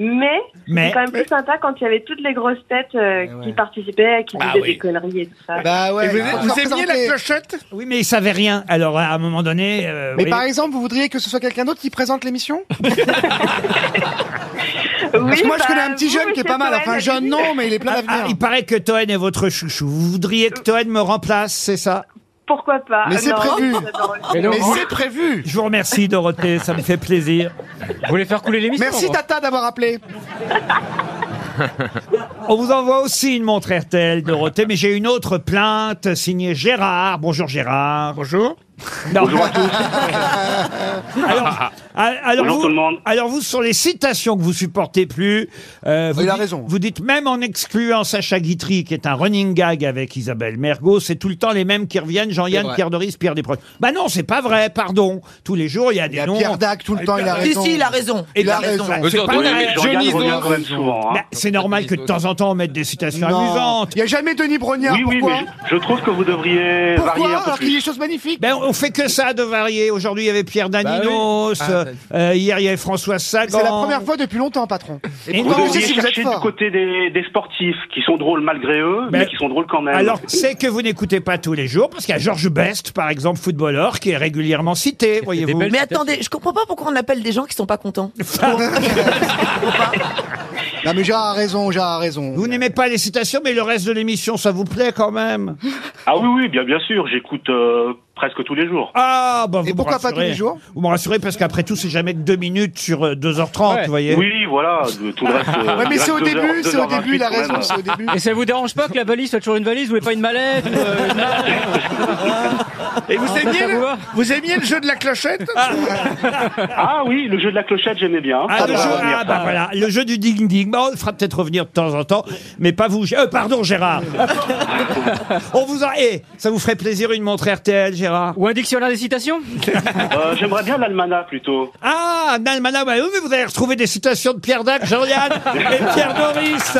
S9: Mais c'est
S2: Mais
S9: quand même plus sympa quand il y avait toutes les grosses têtes euh, qui participaient, qui
S6: Ah
S9: disaient
S6: oui.
S9: des conneries et tout ça.
S4: Bah ouais.
S8: Et vous,
S4: faut se
S8: vous aimiez la
S4: représenter.
S8: clochette
S2: oui, mais il savait rien. Alors à un moment donné, euh,
S4: Mais
S2: oui.
S4: par exemple, vous voudriez que ce soit quelqu'un d'autre qui présente l'émission Parce
S9: Oui,
S4: que moi, je
S9: bah,
S4: connais un petit
S9: vous,
S4: jeune qui est
S9: monsieur
S4: pas mal.
S9: Cohen,
S4: Enfin, jeune,
S9: allez-y.
S4: non, mais il est plein
S2: Ah, ah,
S4: d'avenir.
S2: il paraît que Toen est votre chouchou. Vous voudriez que Toen me remplace, c'est ça
S9: Pourquoi pas
S4: Mais c'est
S9: Non,
S4: prévu.
S9: j'adore aussi.
S5: Mais non,
S4: Mais
S5: vous,
S4: c'est prévu.
S2: Je vous remercie Dorothée, ça me fait plaisir.
S5: vous voulez faire couler l'émission
S4: Merci
S2: hein.
S5: moi.
S4: Tata d'avoir appelé.
S2: On vous envoie aussi une montre RTL Dorothée, mais j'ai une autre plainte signée Gérard. Bonjour Gérard.
S8: Bonjour.
S2: Bonjour à tous. alors, a- alors
S10: Ah, Bonjour
S2: vous,
S10: tout le monde.
S2: alors vous, sur les citations que vous supportez plus, euh, vous,
S4: Il a
S2: dites-
S4: raison.
S2: vous dites même en excluant Sacha Guitry, qui est un running gag avec Isabelle Mergot, c'est tout le temps les mêmes qui reviennent, Jean-Yann,
S6: vrai.
S2: Pierre Doris, Pierre Desproges. Bah non, c'est pas vrai, pardon. Tous les jours, il y a
S4: Il
S2: des
S4: y a
S2: noms. Ah, bah,
S4: Pierre Dac tout le temps, il a
S7: Si,
S4: raison.
S7: si, il a raison.
S2: Et
S4: Il a
S2: la-
S4: raison.
S2: la-
S6: Monsieur
S2: ben, c'est pas
S6: Antoine,
S2: vrai.
S6: mais
S10: Jean-Yann
S6: Johnny
S10: revient
S6: Zone.
S10: quand même souvent. hein.
S2: Bah, c'est normal que de temps en temps on mette des citations
S4: Non.
S2: amusantes.
S4: Il n'y a jamais Denis Brognard.
S10: Oui, oui,
S4: Pourquoi
S10: mais je, je trouve que vous devriez varier
S4: Pourquoi
S10: un peu
S4: Alors qu'il y a
S10: plus.
S4: des choses magnifiques.
S2: Ben, on fait que ça de varier. Aujourd'hui, il y avait Pierre Daninos. euh, euh, hier, il y avait François Sagan.
S4: C'est la première fois depuis longtemps, patron.
S2: Et
S10: Vous
S4: pourquoi
S2: non,
S4: je sais
S10: devriez
S4: si vous êtes
S10: chercher du
S4: fort.
S10: côté des, des sportifs qui sont drôles malgré eux, mais,
S2: Mais-
S10: qui sont drôles quand même.
S2: alors, c'est que vous n'écoutez pas tous les jours, parce qu'il y a Georges Best, par exemple, footballeur, qui est régulièrement cité, voyez-vous.
S5: belles-
S7: Mais attendez, je comprends pas pourquoi on appelle des gens qui sont pas contents.
S4: Non, mais Gérard a raison, Gérard a raison.
S2: Vous n'aimez pas les citations, mais le reste de l'émission, ça vous plaît quand même
S10: Ah oui, oui, bien, bien sûr, j'écoute euh, presque tous les jours.
S2: Ah, bah, vous
S4: Et
S2: me
S4: pourquoi pas tous
S2: rassurez.
S4: les jours
S2: Vous me rassurez, parce qu'après tout, c'est jamais que deux minutes sur euh, 2h30,
S5: Ouais.
S2: vous voyez
S10: Oui, voilà, de- tout le reste. euh,
S4: Ouais,
S10: il
S4: mais
S10: reste
S4: c'est au
S10: deux heures-
S4: début,
S10: deux
S4: c'est au
S10: heures
S4: début, il a
S10: vingt-huit, quand
S4: raison,
S10: même.
S4: c'est au début.
S5: Et ça vous dérange pas que la valise soit toujours une valise, vous voulez pas une mallette ou, euh, une euh, malle
S8: Et vous aimiez,
S5: ça
S8: le,
S5: vous va
S8: vous aimiez le jeu de la clochette
S10: Ah oui, le jeu de la clochette, j'aimais bien.
S2: Ah,
S10: Ça
S2: le
S10: va
S2: jeu,
S10: revenir,
S2: ah,
S10: ça.
S2: bah, voilà, le jeu du ding-ding. Bah, on le fera peut-être revenir de temps en temps, mais pas vous. Gé- Euh, pardon, Gérard. on vous en... Eh, ça vous ferait plaisir une montre RTL, Gérard
S5: Ou un dictionnaire des citations
S10: Euh, J'aimerais bien l'almanach plutôt.
S2: Ah, Nalmana, bah, oui, mais vous allez retrouver des citations de Pierre Dac, Jean-Yann et Pierre Doris.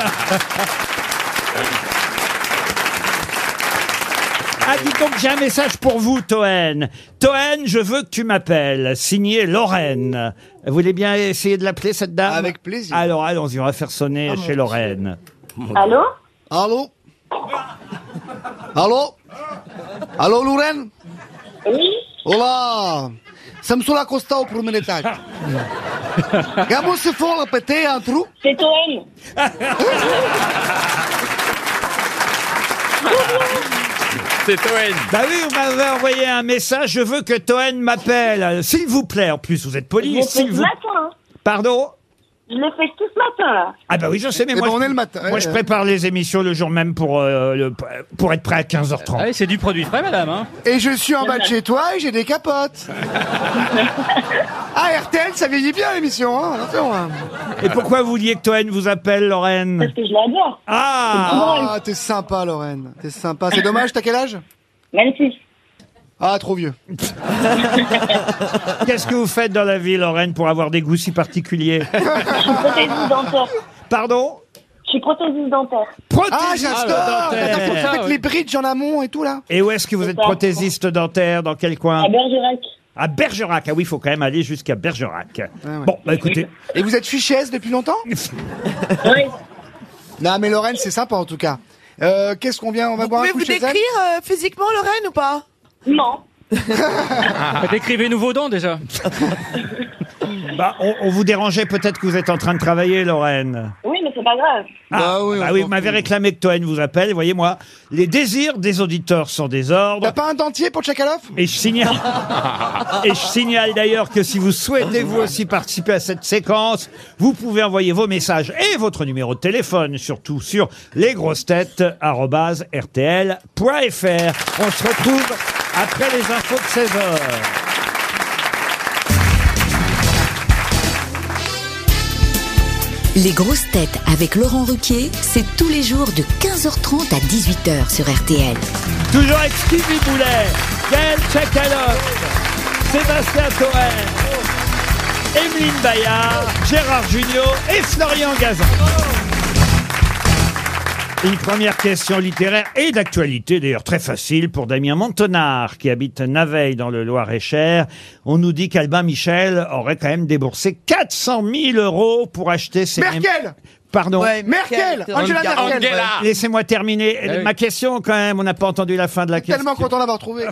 S2: Ah, dis donc, j'ai un message pour vous, Toen. Toen, je veux que tu m'appelles. Signé Lorraine. Vous voulez bien essayer de l'appeler, cette dame
S4: Avec plaisir. Ah,
S2: Alors, allons-y, on va faire sonner chez Lorraine.
S9: Allô
S4: Allô Allô Allô, Lorraine
S9: Oui
S4: Hola Sommes sur la costa au premier étage. Gamo se font péter un trou.
S9: C'est Toen.
S6: C'est Toen.
S2: Bah oui, vous m'avez envoyé un message. Je veux que Toen m'appelle. S'il vous plaît, en plus, vous êtes hein poli. S'il vous...
S9: matin.
S2: Pardon
S9: Je l'ai fait tout ce matin, là.
S2: Ah bah oui, je sais, mais
S4: Eh
S2: moi,
S4: ben, on
S2: je,
S4: est le matin.
S2: moi, je prépare les émissions le jour même pour, euh, le- pour être prêt à 15h30.
S5: Ah oui, c'est du produit frais, madame. Hein.
S4: Et je suis en bas de chez toi et j'ai des capotes. ah, RTL, ça vieillit bien l'émission. Hein Attention, hein.
S2: Et pourquoi vous vouliez que Toen vous appelle, Lorraine
S9: que je l'adore.
S2: Ah
S4: Ah, t'es sympa, Lorraine. T'es sympa. C'est dommage, t'as quel âge
S9: Magnifique.
S4: Ah, trop vieux.
S2: Qu'est-ce que vous faites dans la vie, Lorraine, pour avoir des goûts si particuliers
S11: Je suis prothésiste dentaire.
S2: Pardon
S11: Je suis prothésiste dentaire.
S4: ah, j'adore Attends, faut faire avec les bridges en amont et tout, là.
S2: Et où est-ce que vous êtes prothésiste dentaire Dans quel coin
S4: À Bergerac.
S2: À Bergerac. Ah oui, il faut quand même aller jusqu'à Bergerac. Bon, bah écoutez.
S4: Et vous êtes fichiesse depuis longtemps Oui. Non, mais Lorraine, c'est sympa, en tout cas. Euh, Qu'est-ce qu'on vient On va boire un
S7: Pouvez-vous
S4: coup chez
S7: décrire euh, physiquement Lorraine ou pas
S11: Non.
S5: Décrivez-nous vos dents déjà.
S2: Bah, on, on vous dérangeait peut-être que vous êtes en train de travailler, Lorraine.
S11: Oui, mais c'est pas grave.
S2: Ah, bah oui, vous m'avez réclamé que Toen vous appelle, voyez-moi. Les désirs des auditeurs sont des ordres. T'as
S4: pas un dentier pour Tchakalov
S2: Et je signale, et je signale d'ailleurs que si vous souhaitez vous aussi participer à cette séquence, vous pouvez envoyer vos messages et votre numéro de téléphone, surtout sur lesgrossetêtes.rtl.fr. On se retrouve après les infos de 16h.
S12: Les grosses têtes avec Laurent Ruquier, c'est tous les jours de 15h30 à 18h sur RTL.
S2: Toujours avec Stevie Boulet, Gaël Tchakalov, Sébastien Toer, Emeline Bayard, Gérard Junior et Florian Gazan. Une première question littéraire et d'actualité, d'ailleurs très facile, pour Damien Montonard, qui habite Naveil dans le Loir-et-Cher. On nous dit qu'Albin Michel aurait quand même déboursé 400 000 euros pour acheter ses...
S4: Merkel
S2: Pardon.
S4: Ouais, Merkel, Merkel, Angela Merkel, Merkel. Angela.
S2: Laissez-moi terminer
S4: Ah oui.
S2: ma question quand même. On n'a pas entendu la fin de la question.
S4: Tellement content d'avoir trouvé.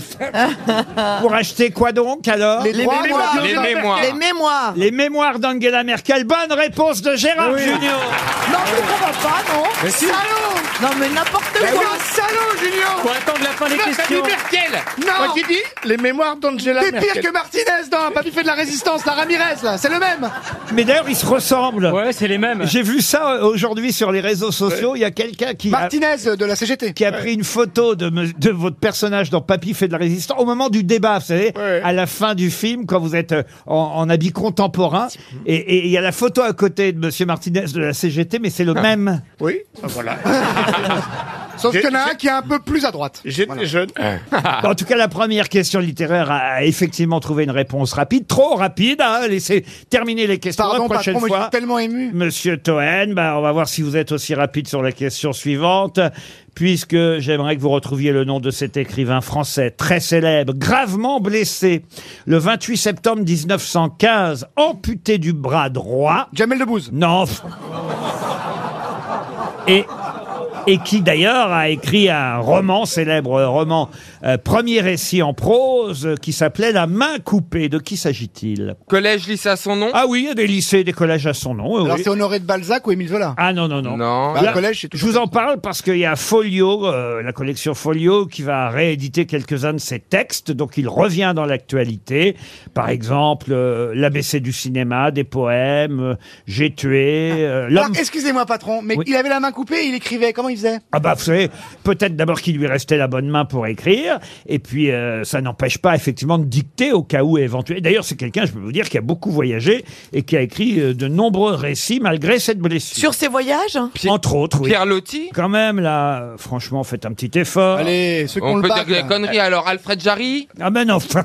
S2: Pour acheter quoi donc alors
S4: Les Les droits mémoires. d'Angela Les Merkel. mémoires. Les
S2: mémoires. Les mémoires d'Angela Merkel. Bonne réponse de Gérard Junior.
S4: Non, mais on va pas, non
S2: Mais si.
S4: Salaud Non, mais n'importe
S2: quoi.
S4: salaud, Julien
S5: Faut attendre la fin des questions.
S4: Non
S8: Quoi qu'il dit Les mémoires d'Angela
S4: T'es
S8: Merkel.
S4: pire que Martinez, non Pas du fait de la résistance, la Ramirez, là, c'est le même
S2: Mais d'ailleurs, ils se ressemblent.
S5: Ouais, c'est les mêmes.
S2: J'ai vu ça euh, aujourd'hui sur les réseaux sociaux. Il y a quelqu'un qui.
S4: Martinez euh, de la CGT.
S2: Qui a pris une photo de, me- de votre personnage dans Papy fait de la résistance au moment du débat, vous savez, à la fin du film, quand vous êtes euh, en, en habit contemporain. Et et il y a la photo à côté de Monsieur Martinez de la CGT, mais c'est le même.
S8: Oui, ah, voilà.
S4: Sauf
S8: J'ai-
S4: qu'il y en a un
S8: j'ai-
S4: qui est un peu plus à droite.
S8: J'étais jeune.
S2: en tout cas, la première question littéraire a effectivement trouvé une réponse rapide, trop rapide. hein. Laissez terminer les questions
S4: Pardon,
S2: la prochaine
S4: patron, mais je
S2: fois.
S4: suis tellement ému.
S2: Monsieur Toen, bah, on va voir si vous êtes aussi rapide sur la question suivante, puisque j'aimerais que vous retrouviez le nom de cet écrivain français très célèbre, gravement blessé le 28 septembre 1915, amputé du bras droit.
S4: Jamel Debbouze.
S2: Non. Et, et qui d'ailleurs a écrit un roman, célèbre roman, euh, premier récit en prose, euh, qui s'appelait La main coupée. De qui s'agit-il
S6: Collège, lycée à son nom
S2: Ah oui, il y a des lycées, des collèges à son nom. euh,
S4: Alors
S2: oui.
S4: c'est Honoré de Balzac ou Émile Zola
S2: Ah non, non, non.
S4: Bah,
S2: Là,
S4: le collège, c'est
S2: je vous en parle parce qu'il y a Folio, euh, la collection Folio, qui va rééditer quelques-uns de ses textes. Donc il revient dans l'actualité. Par exemple, euh, l'ABC du cinéma, des poèmes, euh, J'ai tué, euh,
S4: Alors,
S2: l'homme
S4: excusez-moi, patron, mais il avait la main coupée et il écrivait. Comment il faisait
S2: Ah bah vous savez, peut-être d'abord qu'il lui restait la bonne main pour écrire, et puis euh, ça n'empêche pas effectivement de dicter au cas où éventuel. D'ailleurs c'est quelqu'un, je peux vous dire, qui a beaucoup voyagé et qui a écrit euh, de nombreux récits malgré cette blessure.
S7: Sur ses voyages
S2: Entre autres, oui.
S6: Pierre Lotti
S2: Quand même là, euh, franchement, faites un petit effort.
S4: Allez, ceux
S6: On peut dire des conneries alors. Alfred Jarry
S2: Ah ben non.
S7: C'est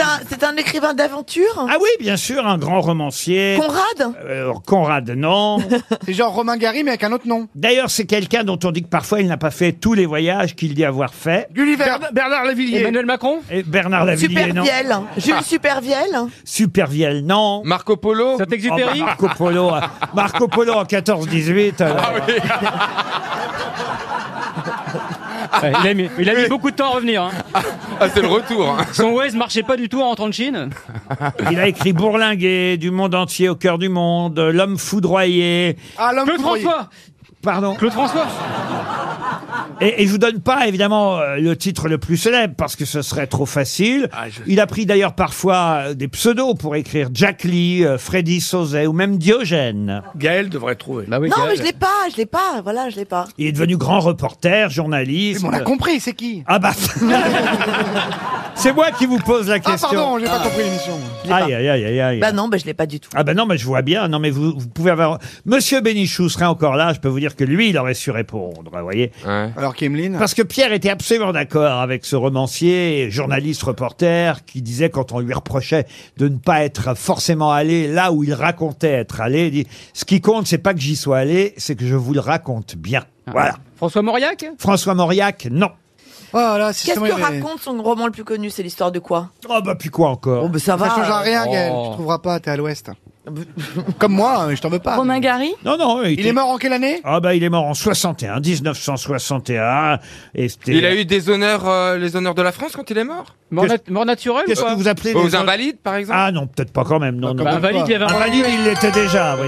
S7: un, c'est un écrivain d'aventure
S2: Ah oui, bien sûr, un grand romancier.
S7: Conrad
S2: Euh, Conrad, non.
S4: C'est genre Romain Gary, mais avec un autre nom.
S2: D'ailleurs, c'est quelqu'un dont on dit que parfois il n'a pas fait tous les voyages qu'il dit avoir fait.
S4: Gulliver.
S8: Bernard Lavillier.
S5: Emmanuel Macron
S2: Et Bernard Lavillier, non. Ah.
S7: Supervielle. Jules Supervielle.
S2: Supervielle, non.
S6: Marco Polo
S2: Oh, bah, Marco Polo. euh, Marco Polo en 14-18. alors.
S5: Ouais, il a mis, il a mis beaucoup de temps à revenir. hein.
S6: Ah, c'est le retour. hein.
S5: Son Waze marchait pas du tout en rentrant de Chine.
S2: Il a écrit Bourlinguer, Du monde entier au cœur du monde, L'homme foudroyé.
S4: Ah, l'homme
S5: Claude
S4: foudroyé.
S5: François
S2: Pardon.
S5: Claude François
S2: Et, et je vous donne pas évidemment euh, le titre le plus célèbre parce que ce serait trop facile.
S4: Ah,
S2: Il a pris d'ailleurs parfois euh, des pseudos pour écrire Jack Lee, euh, Freddy Sauzet ou même Diogène.
S8: Gaël devrait trouver.
S5: Bah oui,
S7: Non, mais je l'ai pas, je l'ai pas, voilà, je l'ai pas.
S2: Il est devenu grand reporter, journaliste.
S4: Mais on a compris, c'est qui
S2: Ah bah. C'est moi qui vous pose la
S4: Ah,
S2: question.
S4: pardon, j'ai pas compris l'émission.
S2: Aïe, aïe, aïe, aïe, aïe.
S7: Bah non, bah je l'ai pas du tout.
S2: Ah ben non, mais je vois bien. Non, mais vous, vous pouvez avoir... Monsieur Bénichou serait encore là, je peux vous dire que lui, il aurait su répondre, vous voyez. Alors qu'Emeline Parce que Pierre était absolument d'accord avec ce romancier, journaliste, reporter, qui disait quand on lui reprochait de ne pas être forcément allé là où il racontait être allé, il dit ce qui compte, c'est pas que j'y sois allé, c'est que je vous le raconte bien.
S4: Ah.
S2: Voilà.
S5: François Mauriac
S2: François Mauriac, non.
S4: Oh,
S7: Qu'est-ce
S2: seulement
S7: que
S2: il avait-
S7: raconte son roman le plus connu C'est l'histoire de quoi
S2: Oh bah puis quoi encore
S7: Oh bah ça va.
S4: Ça changera rien,
S7: Oh.
S4: Gaël. Tu trouveras pas, t'es à l'ouest. Comme moi, hein, je t'en veux pas.
S3: Romain Gary
S2: Non, non.
S4: Il,
S2: était-
S4: est mort en quelle année
S2: Ah bah il est mort en 61, 1961. Et c'était-
S6: Il a eu des honneurs, euh, les honneurs de la France quand il est mort
S2: Mort nat-
S5: naturel
S2: Qu'est-ce que vous appelez
S6: Bah, Aux
S2: les-
S6: invalides, par exemple
S2: Ah non, peut-être pas quand même. Non, non.
S6: quand même Bah, Invalide, pas. il y avait un-
S2: Invalide, il l'était déjà, vous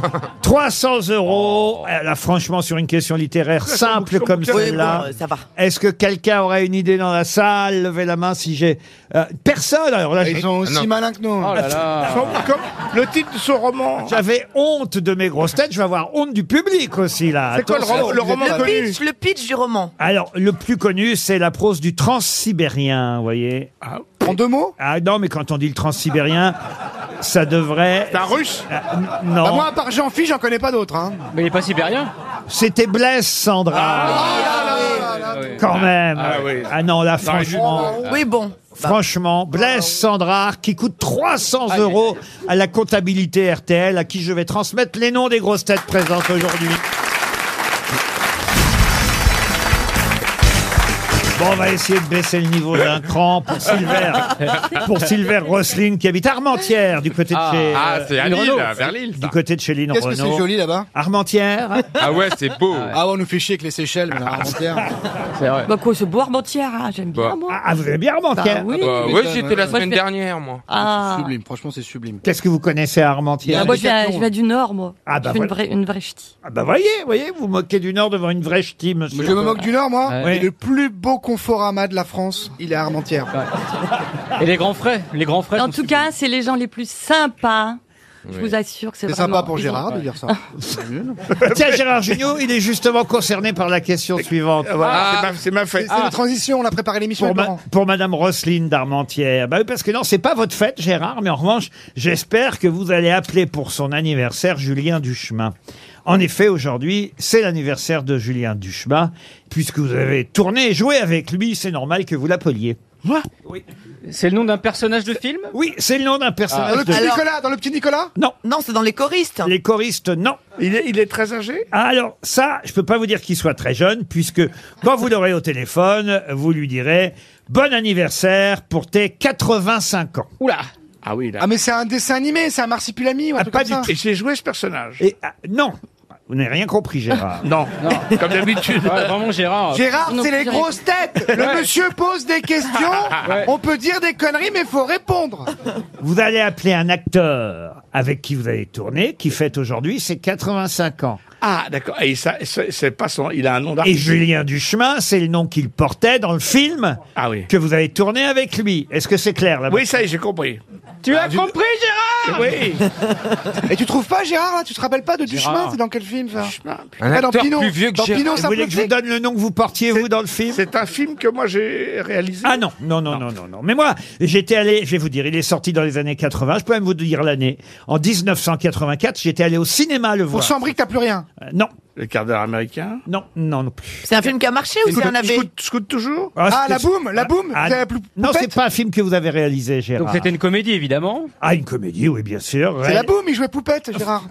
S2: voyez. 300
S6: Oh.
S2: euros. euh, Là, franchement, sur une question littéraire simple comme
S7: Oui,
S2: celle-là.
S7: bon, euh, ça va.
S2: Est-ce que quelqu'un aurait une idée dans la salle Levez la main si j'ai. euh, personne Alors là,
S4: Ils sont aussi malins que
S6: Oh
S4: nous.
S2: le titre de son roman. J'avais honte de mes grosses têtes. Je vais avoir honte du public aussi là. Attention.
S7: le pitch, le pitch du roman.
S2: Alors, le plus connu, c'est la prose du transsibérien, vous voyez.
S4: en deux mots
S2: Ah non, mais quand on dit le transsibérien, ça devrait...
S4: C'est un russe
S2: Ah, n- Non.
S4: Bah, moi, à part Jean-Phi, j'en connais pas d'autres. Hein.
S5: Mais il est pas sibérien
S2: C'était Blaise, Sandra.
S4: Ah.
S2: Quand même.
S5: Ah,
S2: Ah,
S5: oui.
S2: non, là,
S5: Ça aurait dû-
S2: franchement... euh,
S7: Oui, bon. Bah,
S2: Franchement, Blaise Sandrard, qui coûte 300
S6: Ah,
S2: euros à la comptabilité RTL, à qui je vais transmettre les noms des grosses têtes présentes aujourd'hui. Bon, on va essayer de baisser le niveau d'un cran pour Silver, pour Silver Roselyne, qui habite Armentières, du côté de
S6: Ah,
S2: chez.
S6: ah,
S2: euh,
S6: c'est à
S2: Lynn
S6: Lille,
S2: Renault.
S6: vers Lille, ça.
S2: Du côté de chez Lynn
S4: Qu'est-ce que c'est
S2: Renault.
S4: joli là-bas
S2: Armentières
S6: Ah ouais, c'est beau.
S4: Ah ouais, on nous fait chier avec les Seychelles, mais Armentières.
S6: C'est vrai.
S3: Bah quoi, se boire Armentières, hein, j'aime bien
S6: Bah.
S3: moi.
S2: Ah, vous aimez bien Armentières
S3: Bah oui.
S6: Bah oui, j'étais la
S3: Moi, je
S6: semaine
S3: fais-
S6: dernière, moi.
S3: Ah.
S4: C'est Sublime, franchement, c'est sublime.
S2: Qu'est-ce que vous connaissez à Armentières
S3: Bah, moi, je viens, je viens du Nord, moi.
S2: Ah, bah,
S3: je suis une
S2: voilà.
S3: vraie, une vraie ch'ti.
S2: Ah bah voyez, voyez, vous moquez du Nord devant une vraie ch'ti, monsieur.
S4: Je me moque du Nord, moi.
S2: Ouais.
S4: Et le plus beau Conforama de la France, il est à Armentières.
S5: Et les grands frais Les grands frais
S3: En tout cas, c'est les gens les plus sympas. Je
S5: Oui.
S3: vous assure que c'est
S4: C'est
S3: vraiment...
S4: sympa pour
S3: ils ont-
S4: Gérard de dire ça. C'est nul.
S2: Tiens, Gérard Junior, il est justement concerné par la question suivante.
S8: Voilà, c'est ma,
S4: Euh, C'est
S8: fête.
S4: Ah. c'est la transition, on a préparé l'émission.
S2: Pour,
S4: avec
S2: ma-
S4: Laurent.
S2: pour Madame Roselyne d'Armentière. Bah oui, parce que non, c'est pas votre fête, Gérard, mais en revanche, j'espère que vous allez appeler pour son anniversaire Julien Duchemin. En effet, aujourd'hui, c'est l'anniversaire de Julien Duchemin. Puisque vous avez tourné et joué avec lui, c'est normal que vous l'appeliez. Moi Oui.
S5: C'est le nom d'un personnage de film
S2: Oui, c'est le nom d'un personnage
S4: Dans Ah, le
S2: de
S4: petit Nicolas, dans le petit Nicolas
S2: Non.
S7: Non, c'est dans les choristes.
S2: Les choristes, non.
S8: Il est, il est très âgé
S2: Ah, Alors ça, je peux pas vous dire qu'il soit très jeune, puisque quand vous l'aurez au téléphone, vous lui direz bon anniversaire pour tes 85 ans.
S5: Oula
S8: Ah oui, là.
S4: Ah mais c'est un dessin animé, c'est un marsipulami ou un truc
S2: pas
S4: comme
S2: du
S4: ça.
S8: Et j'ai joué ce personnage.
S2: Et ah, non, vous n'avez rien compris, Gérard.
S8: Non, comme d'habitude.
S5: Ouais, Vraiment Gérard.
S4: Gérard,
S3: Non,
S4: c'est les
S3: Gérard.
S4: grosses têtes. Le
S5: Ouais.
S4: monsieur pose des questions.
S5: Ouais.
S4: On peut dire des conneries, mais faut répondre.
S2: Vous allez appeler un acteur avec qui vous avez tourné, qui fête aujourd'hui ses 85 ans.
S8: Ah, d'accord. Et ça, c'est c'est pas son. Il a un nom
S2: Et
S8: d'artiste.
S2: Julien Duchemin, c'est le nom qu'il portait dans le film
S8: Ah oui.
S2: que vous avez tourné avec lui. Est-ce que c'est clair là
S8: Oui, ça y est, j'ai compris. Ah,
S5: Tu as compris Gérard
S8: Oui.
S4: Et tu trouves pas Gérard là Tu te rappelles pas de
S5: Gérard.
S4: Duchemin C'est dans quel film ça
S6: Un
S4: Ah, dans
S6: acteur
S4: Pinot.
S6: plus vieux que
S4: Dans
S6: Gérard.
S4: Pinot,
S2: Vous voulez que je vous
S4: Sympathique.
S2: donne le nom que vous portiez vous dans le film
S8: C'est un film que moi j'ai réalisé.
S2: Ah non, non, non, non, non, non. Mais moi, j'étais allé, je vais vous dire, il est sorti dans les années 80, je peux même vous dire l'année. En 1984, j'étais allé au cinéma le
S4: Pour
S2: voir.
S4: 100 briques, t'as plus rien.
S2: Euh, non,
S8: Le quart d'heure américain.
S2: non, non, non plus.
S7: C'est un film qui a marché ou c'est un
S8: Je
S7: AV
S8: scoute- scoute toujours
S4: Ah,
S2: c'était-
S4: la boum, la boum.
S2: Ah,
S4: c'est la plus-
S2: non,
S4: poupette.
S2: c'est pas un film que vous avez réalisé, Gérard.
S5: Donc c'était une comédie évidemment.
S2: Ah, une comédie, oui, bien sûr.
S4: C'est la boum, il jouait poupette, Gérard.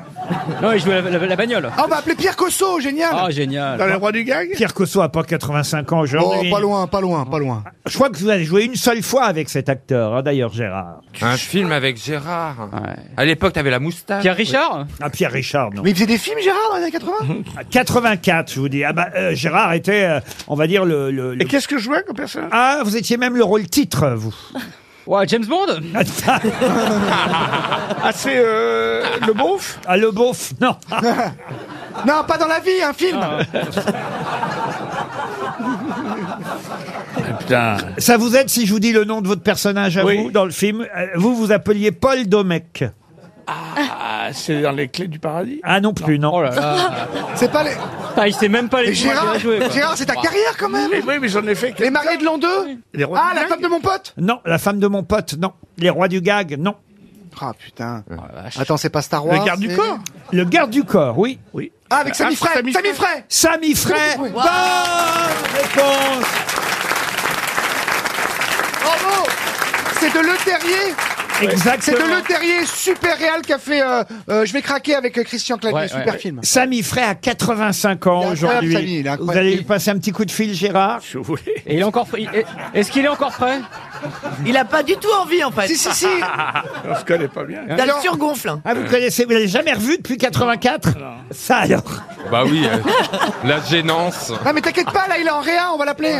S5: Non, il joue la, la- la bagnole.
S4: Ah, on va appeler Pierre Cosso, génial.
S5: Ah
S8: Dans
S5: génial.
S8: les rois du gag
S2: Pierre Cosso a pas 85 ans
S4: Oh,
S2: aujourd'hui.
S4: pas loin, pas loin, pas loin.
S2: Je crois que vous avez joué une seule fois avec cet acteur, hein, d'ailleurs, Gérard.
S6: Un film avec Gérard.
S5: Ouais.
S6: À l'époque, t'avais la moustache.
S5: Pierre Richard
S2: Ah, Pierre Richard, non.
S4: Mais il faisait des films, Gérard, dans les années 80
S2: Ah, 84, je vous dis. Ah bah, euh, Gérard était, euh, on va dire, le... le- le-
S8: Et qu'est-ce que je jouais comme personnage
S2: Ah, vous étiez même le rôle-titre, vous.
S5: Ouais, James Bond
S8: Ah, c'est euh, le beauf
S2: Ah, le beauf, non.
S4: Non, pas dans la vie, un film.
S8: Putain.
S2: Ah. Ça vous aide si je vous dis le nom de votre personnage à
S8: Oui.
S2: vous dans le film Euh, Vous vous appeliez Paul Domecq.
S8: Ah, c'est dans les clés du paradis
S2: Ah non plus, non.
S5: Oh là là.
S4: C'est pas les.
S5: Ah, il sait même pas
S4: Mais
S5: les films qu'il
S4: Gérard,
S5: a joué. quoi.
S4: Gérard, c'est ta carrière quand même.
S8: Mais oui, mais j'en ai fait.
S4: Les mariés de l'an 2
S8: Les rois
S4: Ah,
S8: du
S4: la
S8: gag
S4: femme de mon pote
S2: Non, la femme de mon pote, non. Les rois du gag, non.
S4: Ah putain.
S5: Oh,
S4: Attends, c'est pas Star Wars
S2: Le garde du
S4: c'est-
S2: corps Le garde du corps, oui. oui.
S4: Ah, avec Sami Frey Sami Frey
S2: Sami Frey
S4: Oui.
S2: Bonne réponse
S4: Bravo C'est de Le Terrier
S2: Exactement.
S4: C'est de Le Terrier, super réel qui a fait euh, euh, Je vais craquer avec euh, Christian Clavier, super film.
S2: Sami Frey a 85
S4: Il
S2: ans
S4: est incroyable, Samy,
S2: aujourd'hui.
S4: il est
S2: Vous
S4: incroyable.
S2: allez lui passer un petit coup de fil, Gérard
S5: Et il est encore pr- il- est- Est-ce qu'il est encore prêt
S7: Il a pas du tout envie en fait.
S4: Si, si, si.
S8: On se connaît pas bien.
S7: T'as le surgonfle. hein.
S2: Ah, vous connaissez, vous l'avez jamais revu depuis 84 Ça alors
S6: Bah oui, euh, la gênance.
S4: Ah mais t'inquiète pas, là il est en réa, on va l'appeler.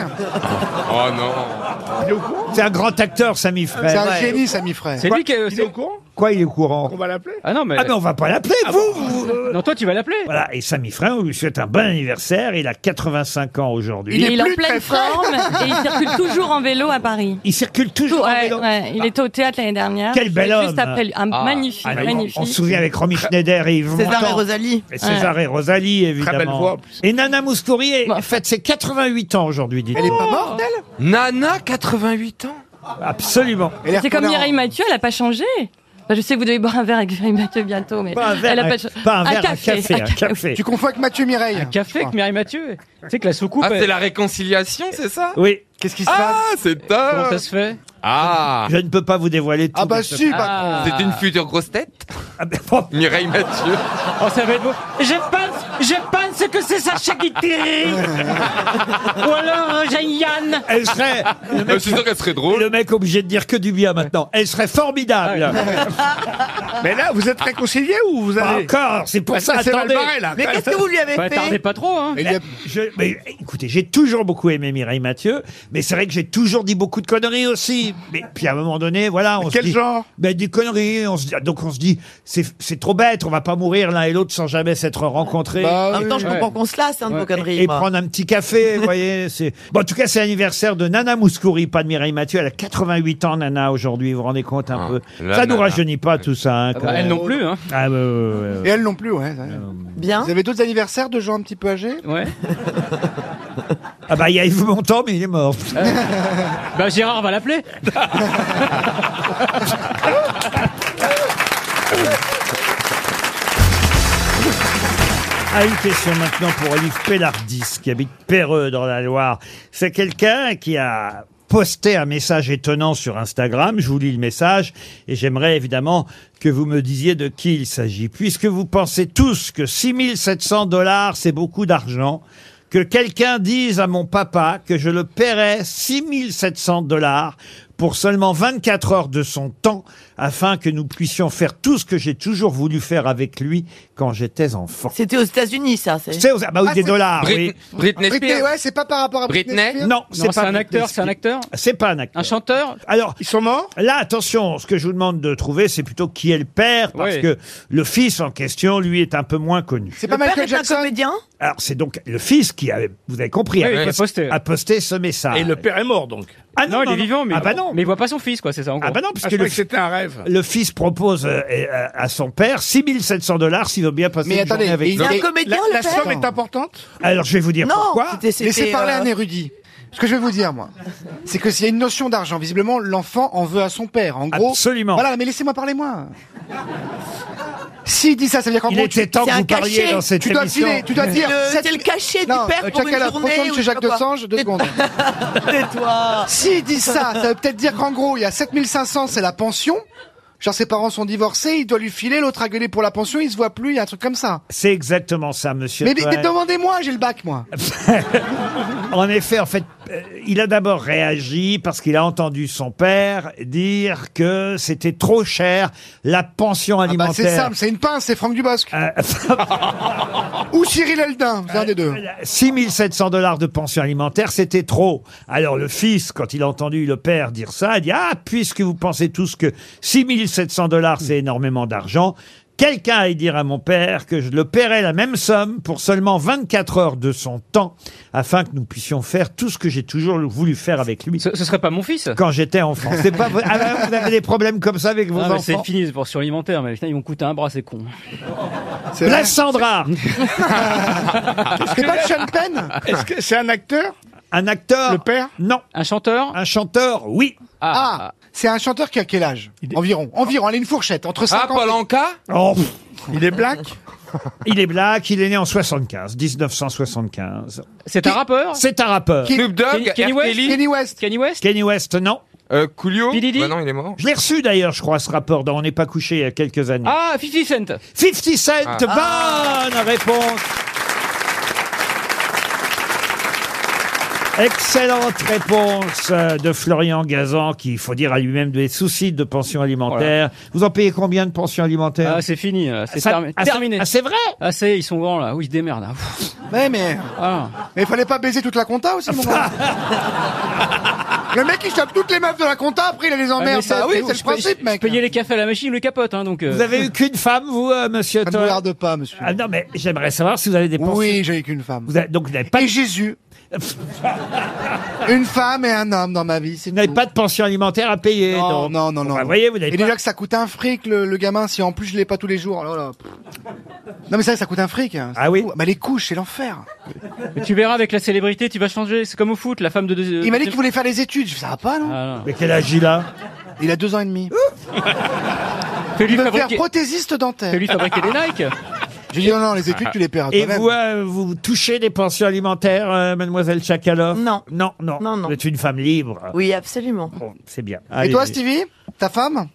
S6: Oh non.
S2: C'est un grand acteur, Sami Frey.
S4: C'est un génie, Sami Frey.
S5: C'est lui qui est- c'est-
S2: Quoi, il est au courant
S8: On va l'appeler
S5: Ah non mais
S2: Ah, mais on va pas l'appeler,
S5: Ah
S2: vous,
S5: bon
S2: vous-
S5: Non, toi tu vas l'appeler.
S2: Voilà, et Sami Frey, on lui souhaite un bon anniversaire. Il a 85 ans aujourd'hui.
S3: Il, est en
S4: plus très
S3: pleine
S4: frais.
S3: forme et il circule toujours en vélo à Paris.
S2: Il circule toujours en
S3: Ouais,
S2: vélo. Ah.
S3: ouais, il était au théâtre l'année dernière.
S2: Quel bel
S3: Juste
S2: homme.
S3: après lui. Un
S6: Ah.
S3: magnifique,
S2: Ah, mais on-
S3: magnifique.
S2: On se souvient avec Romy Schneider et Yves
S7: César et
S2: Montand.
S7: Rosalie.
S2: Et César et Rosalie, évidemment.
S8: belle voix, en plus.
S2: Et Nana Mouskouri est- fête ses 88 ans aujourd'hui, dites
S4: Elle est pas morte, elle
S6: Nana, 88 ans
S2: Absolument.
S4: Elle est
S3: C'est comme
S4: reconnaissante.
S3: Mireille Mathieu, elle a pas changé. Enfin, je sais que vous devez boire un verre avec Mireille Mathieu bientôt, mais
S2: Pas un verre,
S3: elle a
S2: un-
S3: pas, cha-
S2: pas un verre, un café, hein. un
S3: ca-
S2: café.
S4: Tu confonds avec Mathieu Mireille.
S5: Café avec Mireille Mathieu. Tu sais que la soucoupe.
S6: Ah, c'est
S5: elle-
S6: la réconciliation, c'est ça
S2: Oui,
S4: Qu'est-ce qui se passe
S6: Ah, c'est
S5: Comment
S6: top
S5: ça se fait
S6: Ah
S2: je ne peux pas vous dévoiler tout.
S4: Ah bah
S2: mais-
S4: si, bah,
S6: C'est une future grosse tête
S2: Ah, mais bon.
S6: Mireille Mathieu.
S5: Oh, ça va être beau. Je pense, je pense que c'est Sacha Guitry. Ou alors euh, Jean-Yann.
S2: Elle serait, le
S6: Je
S2: mec,
S6: suis Euh, sûr qu'elle serait drôle. Ah
S2: le mec obligé de dire que du bien maintenant. Elle serait formidable.
S8: Mais là, vous êtes réconciliés ou vous
S2: Pas
S8: allez
S2: encore, c'est pour ça.
S8: Ça c'est mal
S2: attendez.
S8: barré là.
S7: Mais qu'est-ce que vous lui avez
S5: Bah, tardez
S7: fait
S5: pas trop, hein.
S4: il y a-
S2: Je- mais, écoutez, j'ai toujours beaucoup aimé Mireille Mathieu, mais c'est vrai que j'ai toujours dit beaucoup de conneries aussi. Mais puis à un moment donné, voilà, on se
S8: Quel
S2: dit,
S8: genre
S2: ben, des conneries. On se dit- donc on se dit, c'est c'est trop bête, on va pas mourir l'un et l'autre sans jamais s'être rencontrés.
S8: Bah
S7: En même temps, je
S5: Ouais.
S7: comprends qu'on se lasse hein, de vos
S2: Et,
S7: conneries.
S2: et
S7: moi.
S2: prendre un petit café, vous voyez. c'est- Bon, en tout cas, c'est l'anniversaire de Nana Mouskouri, pas de Mireille Mathieu. Elle a 88 ans, Nana, aujourd'hui. Vous vous rendez compte un
S6: Ah,
S2: peu
S6: la
S2: Ça nous
S6: nana.
S2: rajeunit pas tout ça. hein, quand
S5: Bah,
S2: même.
S5: elle non plus, hein.
S2: Ah, ouais, ouais, ouais,
S4: Et
S2: ouais.
S4: elle non plus, ouais. ça-
S5: Euh,
S7: Bien.
S4: Vous avez d'autres anniversaires de gens un petit peu âgés
S5: Ouais.
S2: Ah bah il y a Yves Montand, mais il est mort.
S5: Bah Gérard va l'appeler.
S2: Ah, une question maintenant pour Olive Pellardis, qui habite Perreux dans la Loire. C'est quelqu'un qui a posté un message étonnant sur Instagram. Je vous lis le message et j'aimerais évidemment que vous me disiez de qui il s'agit. Puisque vous pensez tous que 6700 dollars, c'est beaucoup d'argent, que quelqu'un dise à mon papa que je le paierais 6700 dollars pour seulement 24 heures de son temps afin que nous puissions faire tout ce que j'ai toujours voulu faire avec lui quand j'étais enfant.
S7: C'était aux États-Unis, ça. c'est-
S2: C'est aux... ah bah oui,
S4: Ah,
S2: des
S4: c'est-
S2: dollars,
S6: Brit- Britney
S4: Britney,
S6: Spears
S4: ouais, c'est pas par rapport à Britney.
S6: Britney
S2: oui.
S4: Spears
S2: Non,
S5: Non, c'est
S2: pas
S5: un acteur, c'est un acteur,
S2: C'est pas un acteur.
S5: un chanteur.
S2: Alors,
S8: Ils sont morts
S2: là, attention, ce que je vous demande de trouver, c'est plutôt qui est le père, parce
S5: Oui.
S2: que le fils en question, lui, est un peu moins connu.
S4: C'est
S7: Le
S4: pas
S7: père
S4: Michael
S7: est un
S4: Jackson
S7: comédien.
S2: Alors, c'est donc le fils qui, a, vous avez compris,
S5: Oui,
S2: a,
S5: qui a posté.
S2: a posté ce message.
S8: Et le père est mort donc.
S2: Ah
S5: Non, il est vivant, mais
S2: Ah bah non,
S5: mais il voit pas son fils, quoi. C'est ça en gros.
S2: ah bah non
S8: Ah,
S2: puisque
S8: je
S2: le,
S8: croyais que c'était un rêve.
S2: le fils propose euh, euh, à son père 6700 dollars s'il veut bien passer
S4: Mais
S2: une
S4: attendez,
S2: journée avec
S4: il-
S2: lui.
S7: C'est un
S4: Et
S8: La,
S7: comédien,
S8: la
S7: le père
S8: somme est importante
S2: Alors, je vais vous dire
S7: Non,
S2: pourquoi.
S7: c'était- c'était,
S4: Laissez parler
S7: euh,
S4: un érudit. Ce que je vais vous dire, moi, c'est que s'il y a une notion d'argent, visiblement, l'enfant en veut à son père. En gros.
S2: Absolument.
S4: Voilà, mais laissez-moi parler, moi. S'il dit ça, ça veut dire qu'en
S2: Il
S4: gros,
S2: était
S4: tu,
S2: temps
S7: c'est
S2: que
S7: un
S2: vous parliez
S7: cachet.
S2: dans cette
S4: tu dois
S2: émission.
S4: filer, tu dois dire.
S7: le-
S4: sept-
S7: c'est le cachet du
S4: Non,
S7: père
S4: euh,
S7: pour une
S4: Chacun la
S7: journée
S4: prochaine
S7: ou
S4: chez
S7: je
S4: Jacques
S7: sais pas quoi.
S4: Dessange, deux secondes.
S7: Tais-toi.
S4: S'il dit ça, ça veut peut-être dire qu'en gros, il y a 7500, c'est la pension. Genre, ses parents sont divorcés, il doit lui filer, l'autre a gueulé pour la pension, il se voit plus, il y a un truc comme ça.
S2: C'est exactement ça, monsieur.
S4: Mais,
S2: Toen.
S4: mais demandez-moi, j'ai le bac, moi.
S2: En effet, en fait, euh, il a d'abord réagi parce qu'il a entendu son père dire que c'était trop cher la pension
S4: Ah bah,
S2: alimentaire.
S4: c'est simple, c'est une pince, c'est Franck Dubosc.
S2: Euh,
S4: Ou Cyril Eldin, c'est un des deux.
S2: Euh, 6700 dollars de pension alimentaire, c'était trop. Alors le fils, quand il a entendu le père dire ça, a dit Ah, puisque vous pensez tous que 6700 dollars, c'est énormément d'argent, quelqu'un aille dire à mon père que je le paierai la même somme pour seulement 24 heures de son temps, afin que nous puissions faire tout ce que j'ai toujours voulu faire avec lui
S5: Ce, ce serait pas mon fils.
S2: quand j'étais enfant. C'est pas vrai. Ah, bah, vous avez des problèmes comme ça avec vos
S5: Ah, mais c'est
S2: enfants
S5: fini pour surlimentaire, mais putain, ils vont coûter un bras, c'est con.
S4: C'est vrai.
S2: La Sandra,
S4: C'est pas Sean Penn
S8: Est-ce que c'est un acteur
S2: un acteur
S8: Le père
S2: Non.
S5: Un chanteur
S2: Un chanteur Oui.
S4: Ah, C'est un chanteur qui a quel âge Environ. Environ, allez, une fourchette. Entre 50 et-
S2: Oh, pff. Il est black Il est black, il est né en 75, 1975.
S5: C'est un rappeur
S2: C'est un rappeur.
S5: Qui- Snoop Dogg, Kenny- Kenny R. West Kelly Kenny
S4: West
S5: Kenny West
S2: Kenny West, non.
S6: Coolio Bah non, il est mort.
S2: Je l'ai reçu d'ailleurs, je crois, ce rapport dans On n'est pas couché il y a quelques années.
S5: Ah, 50 Cent
S2: 50 Cent,
S5: Ah.
S2: bonne réponse Excellente réponse euh, de Florian Gazan, qui, il faut dire, a lui-même des soucis de pension alimentaire. Vous en payez combien de pension alimentaire
S5: Ah, c'est fini, là, c'est
S2: Ça-
S5: termi-
S2: ah, c'est-
S5: terminé.
S2: ah, c'est vrai
S5: Ah, c'est, ils sont grands, là. Oui, ils se démerdent. là. Pff.
S4: Mais, mais. Mais il fallait pas baiser toute la compta aussi, mon gars. Le mec, il chope toutes les meufs de la compta, après, il les
S5: Ah, mais
S4: emmerde.
S5: ça,
S4: Ah oui,
S5: où
S4: c'est
S5: je
S4: le
S5: paye-
S4: principe,
S5: je
S4: mec.
S5: payais les cafés à la machine, le capote, hein, donc. euh.
S2: Vous avez eu qu'une femme, vous, euh, monsieur
S4: Ça me
S2: Toen
S4: regarde pas, monsieur.
S2: Ah non, mais j'aimerais savoir si vous avez des pensions.
S4: Oui, j'ai eu qu'une femme.
S2: Vous avez- donc vous n'avez pas.
S4: Et Jésus. Ah. Une femme et un homme dans ma vie, c'est
S2: Vous n'avez pas de pension alimentaire à payer.
S4: Non,
S2: donc.
S4: non, non, non.
S2: Enfin, vous voyez, vous n'avez
S4: Et
S2: pas-
S4: déjà que ça coûte un fric, le, le gamin, si en plus je l'ai pas tous les jours. alors là, pff. Non, mais ça, ça coûte un fric. Ah oui Bah, les couches, c'est l'enfer.
S5: Mais tu verras avec la célébrité, tu vas changer. C'est comme au foot, la femme de. deux-
S4: Il m'a dit qu'il voulait faire les études. Je fais, ça va pas, non
S5: Ah, non.
S2: Mais quel âge il a
S4: Il a deux ans et
S2: Euh,
S4: demi.
S5: Fais-lui
S4: Il veut faire
S5: fabriquer-
S4: prothésiste dentaire.
S5: Fais-lui fabriquer des Nike.
S4: J'ai dit, non, non, les études, tu les perds.
S2: Et
S4: toi-même.
S2: vous, euh, vous touchez des pensions alimentaires, euh, mademoiselle Chakalov Non. Non, non. Vous êtes une femme libre.
S7: Oui, absolument.
S2: Bon, c'est bien.
S4: Et
S2: Allez,
S4: toi,
S2: allez.
S4: Stevie Ta femme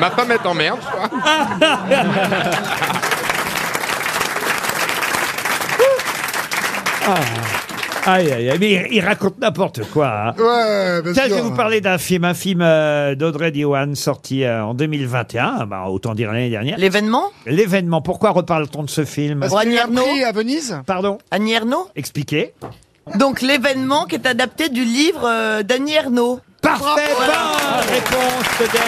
S6: Ma femme est en merde.
S2: Ah. Aïe, aïe, aïe. Mais il, il raconte n'importe quoi. hein.
S4: Ouais, bien
S2: Tiens, je
S4: sûr.
S2: vais vous parler d'un film, un film euh, d'Audrey Diwan sorti euh, en 2021, bah, autant dire l'année dernière.
S7: L'événement
S2: L'événement. Pourquoi reparle-t-on de ce film
S7: Parce qu'il a Bragnerno pris
S4: à Venise
S2: Pardon
S7: Annie Ernaux
S2: Expliquez.
S7: Donc l'événement qui est adapté du livre euh, d'Annie Ernaux.
S2: Parfait,
S7: Voilà.
S2: bonne réponse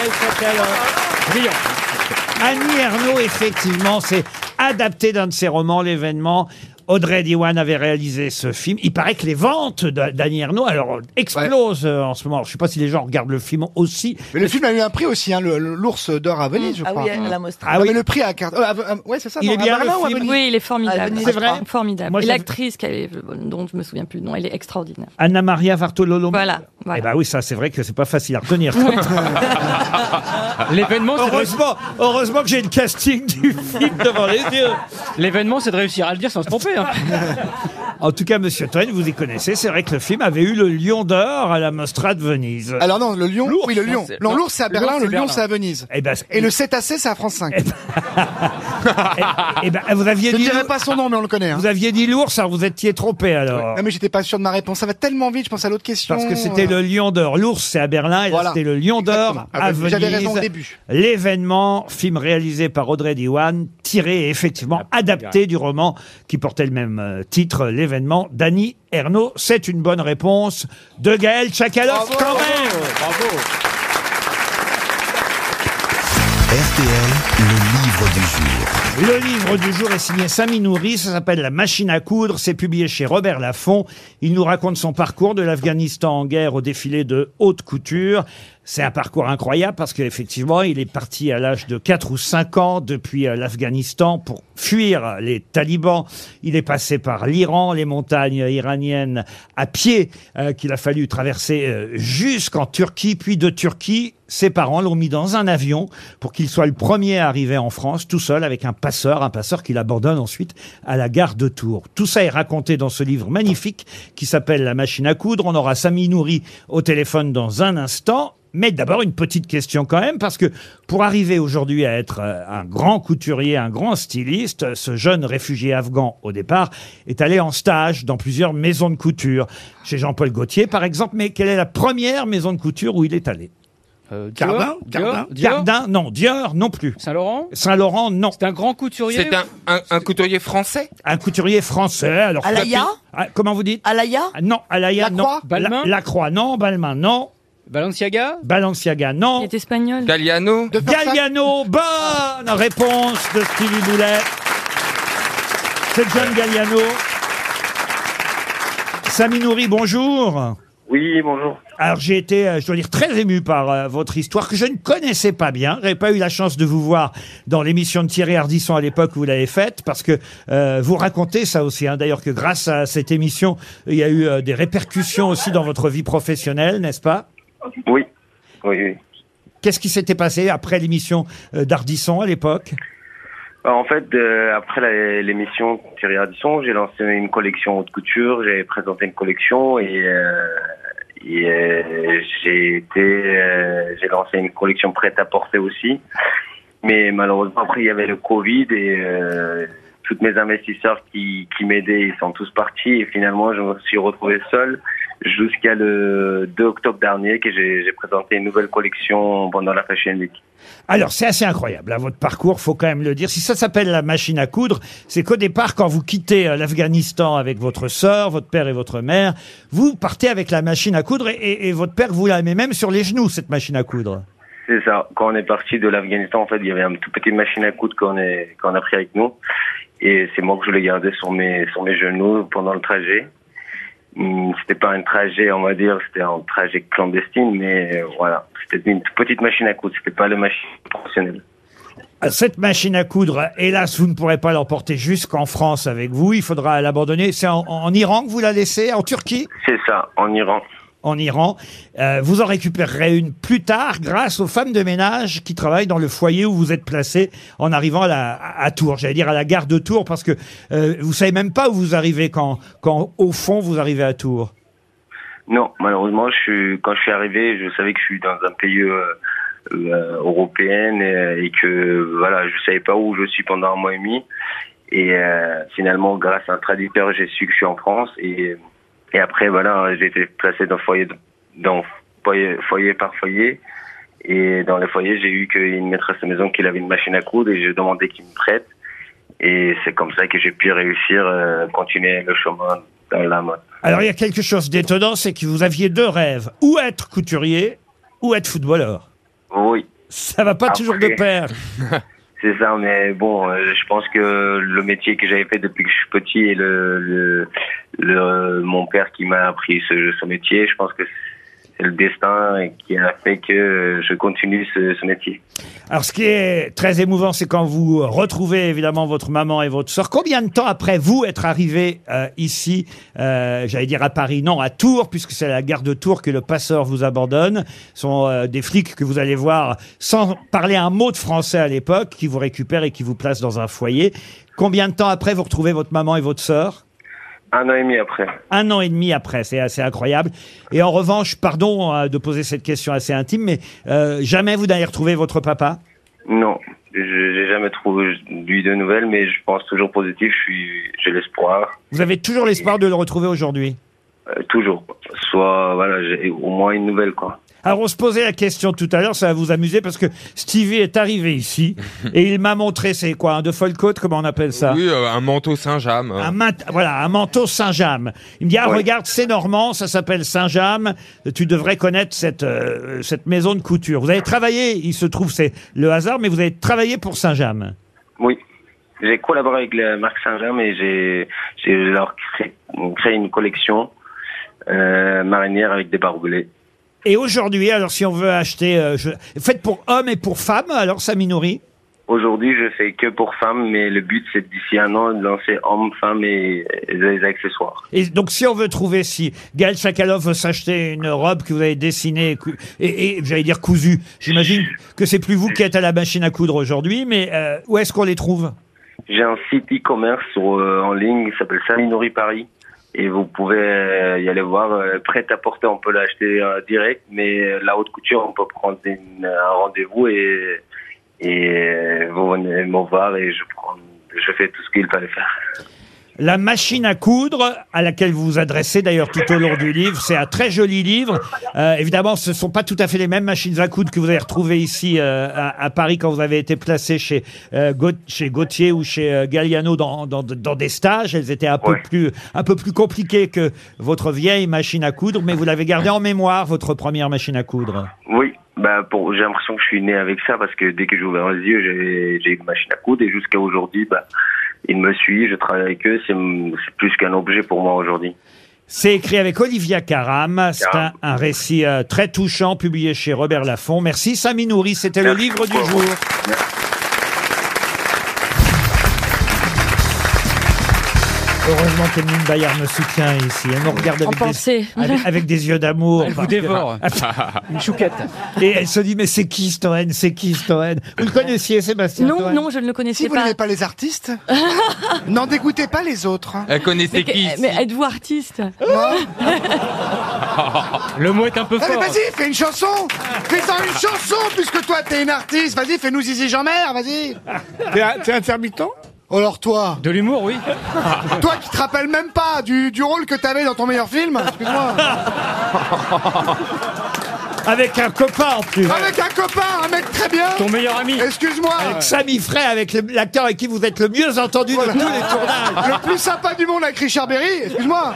S2: d'El Brillant. Annie Ernaux, effectivement, c'est adapté d'un de ses romans, l'événement. Audrey Diwan avait réalisé ce film. Il paraît que les ventes d'a- d'Annie Ernaux alors, explosent euh, en ce moment. Je ne sais pas si les gens regardent le film aussi.
S4: Mais le film a eu un prix aussi, hein, le- le- l'ours d'or à Venise, je
S7: Ah
S4: crois.
S7: oui, à la Mostra.
S2: Ah
S4: Non,
S2: oui.
S4: mais le prix à Car- euh, à- euh, ouais, c'est ça.
S2: Il
S4: non,
S2: est bien,
S4: à Berlin
S2: le
S4: ou à
S2: film.
S4: Venise
S3: Oui, il est
S4: Ah,
S3: formidable.
S7: Venise,
S2: C'est vrai
S7: je crois. Formidable.
S2: Moi,
S7: Et
S2: je-
S7: l'actrice qu'elle est- dont je me souviens plus du nom, elle est extraordinaire.
S2: Anna Maria Vartololo.
S7: Voilà,
S2: Eh ben oui, ça, c'est vrai que c'est pas facile à retenir.
S5: L'événement, c'est de réussir-
S2: heureusement, heureusement que j'ai le casting du film devant les yeux.
S5: L'événement, c'est de réussir à le dire sans se tromper. hein.
S2: En tout cas, Monsieur Toen, vous y connaissez. C'est vrai que le film avait eu le Lion d'or à la Mostra de Venise.
S4: Alors non, le lion, oui, le lion.
S2: c'est-
S4: Non,
S2: non,
S4: l'ours, c'est à Berlin,
S2: l'ours,
S4: le
S2: c'est
S4: lion,
S2: Berlin.
S4: c'est à Venise.
S2: Eh ben,
S4: Et le cétacé, c'est à France 5.
S2: eh ben, vous aviez
S4: Je ne
S2: dit
S4: dirais pas son nom, mais on le connaît. hein.
S2: vous aviez dit l'ours, alors vous étiez trompé alors.
S4: Non, mais j'étais pas sûr de ma réponse. Ça va tellement vite, je pense à l'autre question. euh.
S2: Parce que c'était le Lion d'Or. L'ours, c'est à Berlin, et là,
S4: Voilà.
S2: c'était le Lion d'Or
S4: Exactement. Ah
S2: à
S4: oui,
S2: Venise.
S4: j'avais raison au début.
S2: L'événement, film réalisé par Audrey Diwan, tiré et
S4: Ah,
S2: effectivement adapté du roman qui portait le même euh, titre, l'événement d'Annie Ernaux. C'est une bonne réponse de Gaël Tchakaloff quand même.
S1: RTL, le livre du jour.
S2: Le livre du jour est signé Samy Nourri, ça s'appelle La machine à coudre, c'est publié chez Robert Laffont. Il nous raconte son parcours de l'Afghanistan en guerre au défilé de haute couture. C'est un parcours incroyable parce qu'effectivement, il est parti à l'âge de 4 ou 5 ans depuis euh, l'Afghanistan pour fuir les talibans. Il est passé par l'Iran, les montagnes iraniennes à pied euh, qu'il a fallu traverser euh, jusqu'en Turquie, puis de Turquie ses parents l'ont mis dans un avion pour qu'il soit le premier à arriver en France tout seul avec un passeur, un passeur qu'il abandonne ensuite à la gare de Tours. Tout ça est raconté dans ce livre magnifique qui s'appelle La machine à coudre. On aura Samy Nourri au téléphone dans un instant. Mais d'abord une petite question quand même, parce que pour arriver aujourd'hui à être euh, un grand couturier, un grand styliste, euh, ce jeune réfugié afghan au départ est allé en stage dans plusieurs maisons de couture, chez Jean-Paul Gaultier par exemple, mais quelle est la première maison de couture où il est allé
S5: Euh, Dior,
S2: Cardin
S5: Dior, Dior,
S2: Cardin, non. Dior, non plus.
S5: Saint-Laurent
S2: Saint-Laurent, non.
S5: C'est un grand couturier.
S6: C'est un, un- un couturier français.
S2: Un couturier français. Alors,
S7: Alaya
S2: Ah, Comment vous dites
S7: Alaya
S2: Ah, Non, Alaya, non.
S7: Lacroix
S5: Balmain
S2: La, Croix, non. Balmain, non.
S5: Balenciaga
S2: Balenciaga, non.
S3: Il est espagnol.
S6: Galliano.
S2: Galliano, bonne réponse de Stevie Boulet. C'est John Galliano. Sami Nouri, bonjour.
S10: Oui, bonjour.
S2: Alors j'ai été, euh, je dois dire, très ému par euh, votre histoire que je ne connaissais pas bien. J'avais pas eu la chance de vous voir dans l'émission de Thierry Ardisson à l'époque où vous l'avez faite, parce que euh, vous racontez ça aussi. hein. D'ailleurs que grâce à cette émission, il y a eu euh, des répercussions aussi dans votre vie professionnelle, n'est-ce pas
S10: Oui. oui, oui.
S2: Qu'est-ce qui s'était passé après l'émission euh, d'Ardisson à l'époque
S10: Alors, en fait, euh, après la- l'émission Thierry Radisson, j'ai lancé une collection haute couture, j'ai présenté une collection et, euh, et, euh, j'ai été, euh, j'ai lancé une collection prête à porter aussi. Mais malheureusement, après, il y avait le Covid et euh, toutes mes investisseurs qui, qui m'aidaient, ils sont tous partis et finalement, je me suis retrouvé seul jusqu'à le 2 octobre dernier que j'ai j'ai présenté une nouvelle collection pendant la Fashion Week.
S2: Alors, c'est assez incroyable, à votre parcours, faut quand même le dire. Si ça s'appelle la machine à coudre, c'est qu'au départ, quand vous quittez euh, l'Afghanistan avec votre sœur, votre père et votre mère, vous partez avec la machine à coudre et, et- et votre père vous la met même sur les genoux, cette machine à coudre.
S10: C'est ça. Quand on est parti de l'Afghanistan, en fait, il y avait une toute petite machine à coudre qu'on est- qu'on a pris avec nous. Et c'est moi que je l'ai gardé sur mes, sur mes genoux pendant le trajet. Hum, C'était pas un trajet, on va dire, c'était un trajet clandestin, mais euh, voilà. C'était une toute petite machine à coudre, c'était pas le machine professionnelle.
S2: Ah, Cette machine à coudre, hélas, vous ne pourrez pas l'emporter jusqu'en France avec vous. Il faudra l'abandonner. C'est en, en Iran que vous la laissez, en Turquie
S10: C'est ça, en Iran.
S2: En Iran. Euh, vous en récupérerez une plus tard grâce aux femmes de ménage qui travaillent dans le foyer où vous êtes placé en arrivant à, la- à Tours. J'allais dire à la gare de Tours parce que euh, vous savez même pas où vous arrivez quand, quand au fond vous arrivez à Tours.
S10: Non, malheureusement, je suis, quand je suis arrivé, je savais que je suis dans un pays euh, euh, européen euh, et, que voilà, je savais pas où je suis pendant un mois et demi. Et euh, finalement, grâce à un traducteur, j'ai su que je suis en France. Et, et après, voilà, hein, j'ai été placé dans foyer, dans foyer, foyer par foyer. Et dans les foyers, j'ai eu qu'une maîtresse de maison qui avait une machine à coudre et j'ai demandé qu'il me prête. Et c'est comme ça que j'ai pu réussir, euh, continuer le chemin dans la mode.
S2: Alors il y a quelque chose d'étonnant, c'est que vous aviez deux rêves ou être couturier ou être footballeur.
S10: Oui.
S2: Ça va pas
S10: Après.
S2: toujours de pair.
S10: C'est ça, mais bon, euh, je pense que le métier que j'avais fait depuis que je suis petit et le, le, le- euh, mon père qui m'a appris ce, ce métier, je pense que c'est le destin qui a fait que euh, je continue ce, ce métier.
S2: Alors, ce qui est très émouvant, c'est quand vous retrouvez évidemment votre maman et votre sœur. Combien de temps après vous être arrivé euh, ici, euh, j'allais dire à Paris, non, à Tours, puisque c'est à la gare de Tours que le passeur vous abandonne. Ce sont euh, des flics que vous allez voir sans parler un mot de français à l'époque, qui vous récupèrent et qui vous placent dans un foyer. Combien de temps après vous retrouvez votre maman et votre sœur
S10: Un an et demi après.
S2: un an et demi après, c'est assez incroyable. Et en revanche, pardon euh, de poser cette question assez intime, mais euh, jamais vous n'allez retrouver votre papa
S10: Non, je n'ai jamais trouvé de lui de nouvelles, mais je pense toujours positif, je suis, j'ai l'espoir,
S2: Vous avez toujours l'espoir de le retrouver aujourd'hui.
S10: euh, toujours. Soit, voilà, j'ai au moins une nouvelle, quoi.
S2: Alors on se posait la question tout à l'heure, ça va vous amuser parce que Stevie est arrivé ici et il m'a montré c'est quoi un de Folcote comment on appelle ça
S6: Oui, euh, un manteau Saint-James.
S2: un mat- voilà un manteau Saint-James. Il me dit ah
S6: Ouais.
S2: regarde c'est normand ça s'appelle Saint-James tu devrais connaître cette euh, cette maison de couture. Vous avez travaillé il se trouve c'est le hasard mais vous avez travaillé pour Saint-James.
S10: Oui. J'ai collaboré avec la marque Saint-Germain et j'ai, j'ai leur cré- créé, une collection euh, marinière avec des barbelés.
S2: Et aujourd'hui alors si on veut acheter euh, je- faites pour hommes et pour femmes alors ça minorie
S10: Aujourd'hui, je fais que pour femmes, mais le but, c'est d'ici un an de lancer hommes, femmes et, et les accessoires.
S2: Et donc, si on veut trouver, si Gaël Chakalov veut s'acheter une robe que vous avez dessinée et, cou- et, et, j'allais dire cousue, j'imagine que c'est plus vous qui êtes à la machine à coudre aujourd'hui, mais euh, où est-ce qu'on les trouve
S10: J'ai un site e-commerce sur, euh, en ligne qui s'appelle Saminori Paris. Et vous pouvez euh, y aller voir. euh, prêt à porter, on peut l'acheter euh, direct, mais euh, la haute couture, on peut prendre une- un rendez-vous et, et euh, vous venez me voir et je, prends, je fais tout ce qu'il fallait faire.
S2: La machine à coudre, à laquelle vous vous adressez d'ailleurs tout au long du livre, c'est un très joli livre. Euh, évidemment, ce ne sont pas tout à fait les mêmes machines à coudre que vous avez retrouvées ici euh, à, à Paris quand vous avez été placé chez, euh, Gaut- chez Gauthier ou chez euh, Galliano dans, dans, dans des stages. Elles étaient un, peu plus, un peu plus compliquées que votre vieille machine à coudre, mais vous l'avez gardée en mémoire, votre première machine à coudre.
S10: Oui, bah pour, j'ai l'impression que je suis né avec ça parce que dès que j'ai ouvert les yeux, j'ai, j'ai une machine à coudre et jusqu'à aujourd'hui, bah, ils me suivent, je travaille avec eux, c'est, c'est plus qu'un objet pour moi aujourd'hui.
S2: C'est écrit avec Olivia Caram. C'est un, un récit euh, très touchant publié chez Robert Laffont. Merci Samy Nourri, c'était le livre du jour. Heureusement qu'Emeline Bayard me soutient ici. Elle me regarde avec, des,
S3: pensée.
S2: avec, avec des yeux d'amour.
S5: Elle vous dévore.
S2: Une chouquette. bah. Et elle se dit, mais c'est qui Stoen C'est qui Stoen Vous le connaissiez, Sébastien
S3: Non,
S2: Toen
S3: non, je ne le connaissais
S4: Si vous
S3: pas.
S4: n'aimez pas les artistes, n'en dégoûtez pas les autres.
S6: Elle connaissait
S3: mais, que-
S6: qui
S3: Mais êtes-vous artiste
S5: Le mot est un peu
S4: Ah, mais
S5: fort.
S4: vas-y, fais une chanson Fais-en une chanson, puisque toi, t'es une artiste Vas-y, fais-nous Zizi Jean-Mère, vas-y
S8: T'es intermittent
S4: Alors toi Ah.
S5: De l'humour, oui.
S4: Toi qui te rappelles même pas du, du rôle que t'avais dans ton meilleur film Excuse-moi
S2: Avec un copain en plus.
S4: Avec un copain, un mec très bien
S5: Ton meilleur ami.
S4: Excuse-moi
S2: Avec Samy Frey, avec le- l'acteur avec qui vous êtes le mieux entendu
S4: Voilà.
S2: de tous les tournages.
S4: Le plus sympa du monde avec Richard Berry, excuse-moi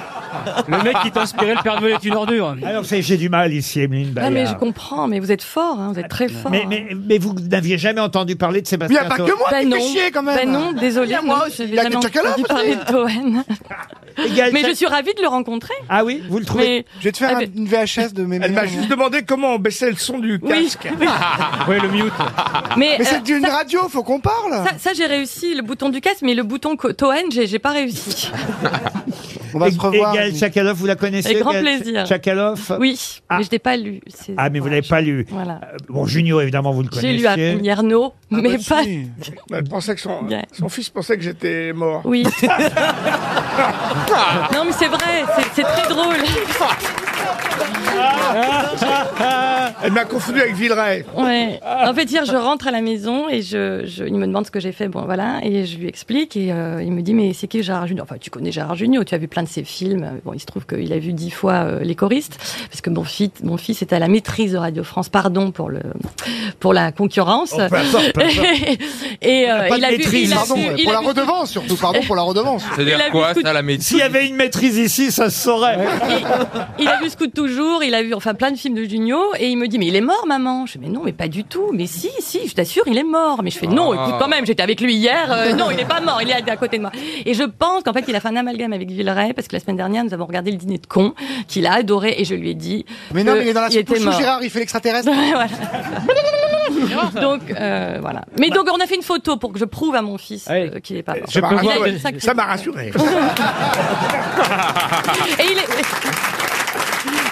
S5: Le mec qui t'inspirait, le père Noël est une ordure.
S2: Alors, c'est- j'ai du mal ici, Emeline
S3: Ah,
S2: Bayard.
S3: mais je comprends, mais vous êtes fort, hein, vous
S2: Ah,
S3: êtes très fort.
S2: mais, mais- mais vous n'aviez jamais entendu parler de
S4: Mais y
S2: Sébastien
S4: a pas que
S2: Toen.
S4: moi
S3: Bah
S4: qui
S3: non,
S4: fais chier quand même
S3: bah non, désolé,
S4: Y a moi
S3: non,
S4: aussi,
S3: j'avais
S4: y a des
S3: jamais
S4: chacalins,
S3: entendu
S4: peut-être.
S3: parler de Toen.
S2: Et Gaël
S3: Mais je
S2: Chac-
S3: suis ravie de le rencontrer.
S2: Ah oui, vous le
S3: Mais
S2: trouvez
S4: Je vais te faire
S3: Ah,
S4: un-
S3: mais-
S4: une VHS de mes
S8: Elle m'a
S4: meilleurs
S8: juste demandé comment on baissait le son du
S3: oui,
S8: casque.
S3: oui.
S5: Oui, le mute.
S3: mais,
S4: Ah. Mais
S3: euh,
S4: c'est une radio, faut qu'on parle
S3: ça, ça, j'ai réussi le bouton du casque, mais le bouton co- Toen, j'ai j'ai pas réussi.
S4: On va
S2: Et,
S4: se
S2: et
S4: revoir.
S2: Gaël Chakalov, vous la connaissez
S3: Avec grand
S2: Gaël
S3: plaisir.
S2: Chakalov
S3: Oui,
S2: Ah.
S3: mais je l'ai pas lu. c'est-
S2: Ah, mais vous l'avez pas lu.
S3: Voilà.
S2: Euh, Bon, Junio, évidemment, vous le
S3: J'ai
S2: connaissez.
S3: lu à Pierno, mais
S8: Ah,
S3: pas.
S8: bah, si. Elle pensait que son,
S3: Bien.
S8: son fils pensait que j'étais mort.
S3: Oui. non, mais c'est vrai, c'est- c'est très drôle.
S8: Elle m'a confondu avec Villeray.
S3: Ouais. En fait, hier, je rentre à la maison et je, je- il me demande ce que j'ai fait. Bon, voilà. Et je lui explique et euh, il me dit Mais c'est qui Gérard Junior Enfin, tu connais Gérard Junior, tu as vu plein de ses films. Euh, Bon, il se trouve qu'il a vu dix fois euh, Les choristes, parce que mon fils, mon fils est à la maîtrise de Radio France. Pardon pour, le, pour la concurrence.
S2: Oh, peu importe, peu importe.
S3: et euh,
S2: Pas de
S3: il a vu.
S2: maîtrise.
S3: Il a
S4: Pardon,
S3: vu- il
S4: pour
S3: a
S4: la
S3: vu-
S4: redevance surtout, pardon pour la redevance.
S3: Il a
S6: C'est-à-dire
S3: vu
S6: quoi,
S3: tout-
S6: ça, la
S2: S'il
S6: médecine
S2: y avait une maîtrise ici, ça se saurait.
S3: il a vu Scoot toujours, il a vu enfin plein de films de Junio et il me dit mais il est mort maman. Je dis mais non mais pas du tout. Mais si si, je t'assure il est mort. Mais je fais non
S6: Ah.
S3: écoute quand même j'étais avec lui hier. euh, non il n'est pas mort, il est à côté de moi. Et je pense qu'en fait il a fait un amalgame avec Villeray parce que la semaine dernière nous avons regardé le dîner de cons qu'il a adoré et je lui ai dit
S4: Mais non,
S3: que
S4: mais il est dans la
S3: Euh, il
S4: soupe
S3: était
S4: sous
S3: mort.
S4: Gérard, il fait l'extraterrestre.
S3: Voilà. donc euh, voilà. Mais donc on a fait une photo pour que je prouve à mon fils
S5: Ouais.
S3: euh, qu'il est pas mort.
S5: Je
S8: Ça m'a
S5: peux
S3: Il a
S5: voir-
S8: rassuré.
S3: dit ça que-
S8: Ça m'a rassuré.
S3: Et il est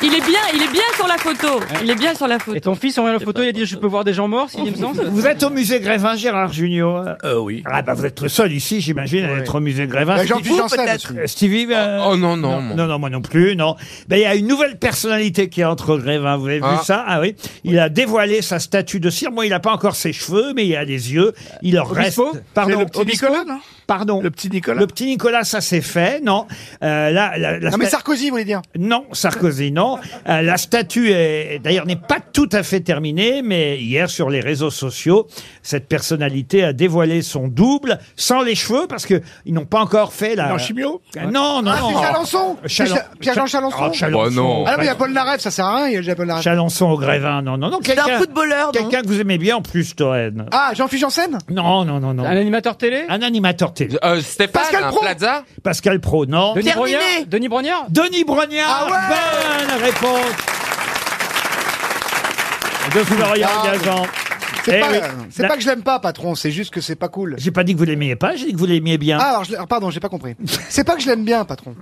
S3: il est bien, il est bien sur la photo. Il est bien sur la photo.
S5: Et ton fils envoie la photo, il a dit Je peux voir des gens morts, s'il me semble.
S2: Vous êtes au musée Grévin, Gérard Junior
S8: Euh, oui.
S2: Ah, bah, vous êtes le seul ici, j'imagine, à être au musée Grévin.
S4: Bah, Jean-Pierre
S2: Stevie-
S4: Janssen,
S7: peut-être.
S4: monsieur.
S2: Euh, Stevie euh,
S6: Oh non, non,
S2: non,
S6: moi.
S2: non, moi non plus, non. Ben, Il y a une nouvelle personnalité qui entre au Grévin, vous avez
S6: Ah.
S2: vu ça Ah oui, il a dévoilé sa statue de cire. Bon, il n'a pas encore ses cheveux, mais il a des yeux, il en reste...
S5: Obispo
S2: Pardon,
S8: C'est le petit
S2: Obispo
S8: Nicolas, non
S2: Pardon.
S8: Le petit Nicolas.
S2: Le petit Nicolas, ça c'est fait, non. Euh, là, la- la
S4: Non, mais
S2: sta-
S4: Sarkozy, vous voulez dire
S2: non, Sarkozy, non. Euh, la statue, est- d'ailleurs, n'est pas tout à fait terminée, mais hier, sur les réseaux sociaux, cette personnalité a dévoilé son double, sans les cheveux, parce que ils n'ont pas encore fait la...
S8: En chimio
S2: Euh, Non, non.
S4: Ah, c'est Chalençon C'est
S2: Chalon-
S4: Cha- Pierre-Jean
S2: Cha-
S4: Chalençon
S2: Oh, Chalençon.
S6: Oh, non.
S4: Ah non, mais il y a Paul Naref, ça sert à rien, il y a déjà Paul Naref.
S2: Chalençon au Grévin, non, non, non.
S7: Ah. C'est un
S2: Quelqu'un
S7: footballeur, non
S2: quelqu'un que vous aimez bien en plus, Toen.
S4: Ah, Jean-Philippe Janssen
S2: Non, non, non, non.
S5: Un animateur télé
S2: Un animateur télé.
S6: Euh, Stéphane
S4: Pascal
S6: hein,
S4: Pro.
S6: Plaza
S2: Pascal Pro, non.
S5: Denis
S7: Terminé. Ah
S5: Brognard Denis Brognard
S2: Denis Brognard, bonne réponse de Florian
S4: Ah, oui.
S2: Gazan.
S4: C'est
S2: Eh
S4: pas,
S2: oui.
S4: c'est
S2: La-
S4: pas que je l'aime pas, patron, c'est juste que c'est pas cool.
S2: J'ai pas dit que vous l'aimiez pas, j'ai dit que vous l'aimiez bien.
S4: Ah, alors, je l'ai- ah, pardon, j'ai pas compris. C'est pas que je l'aime bien, patron.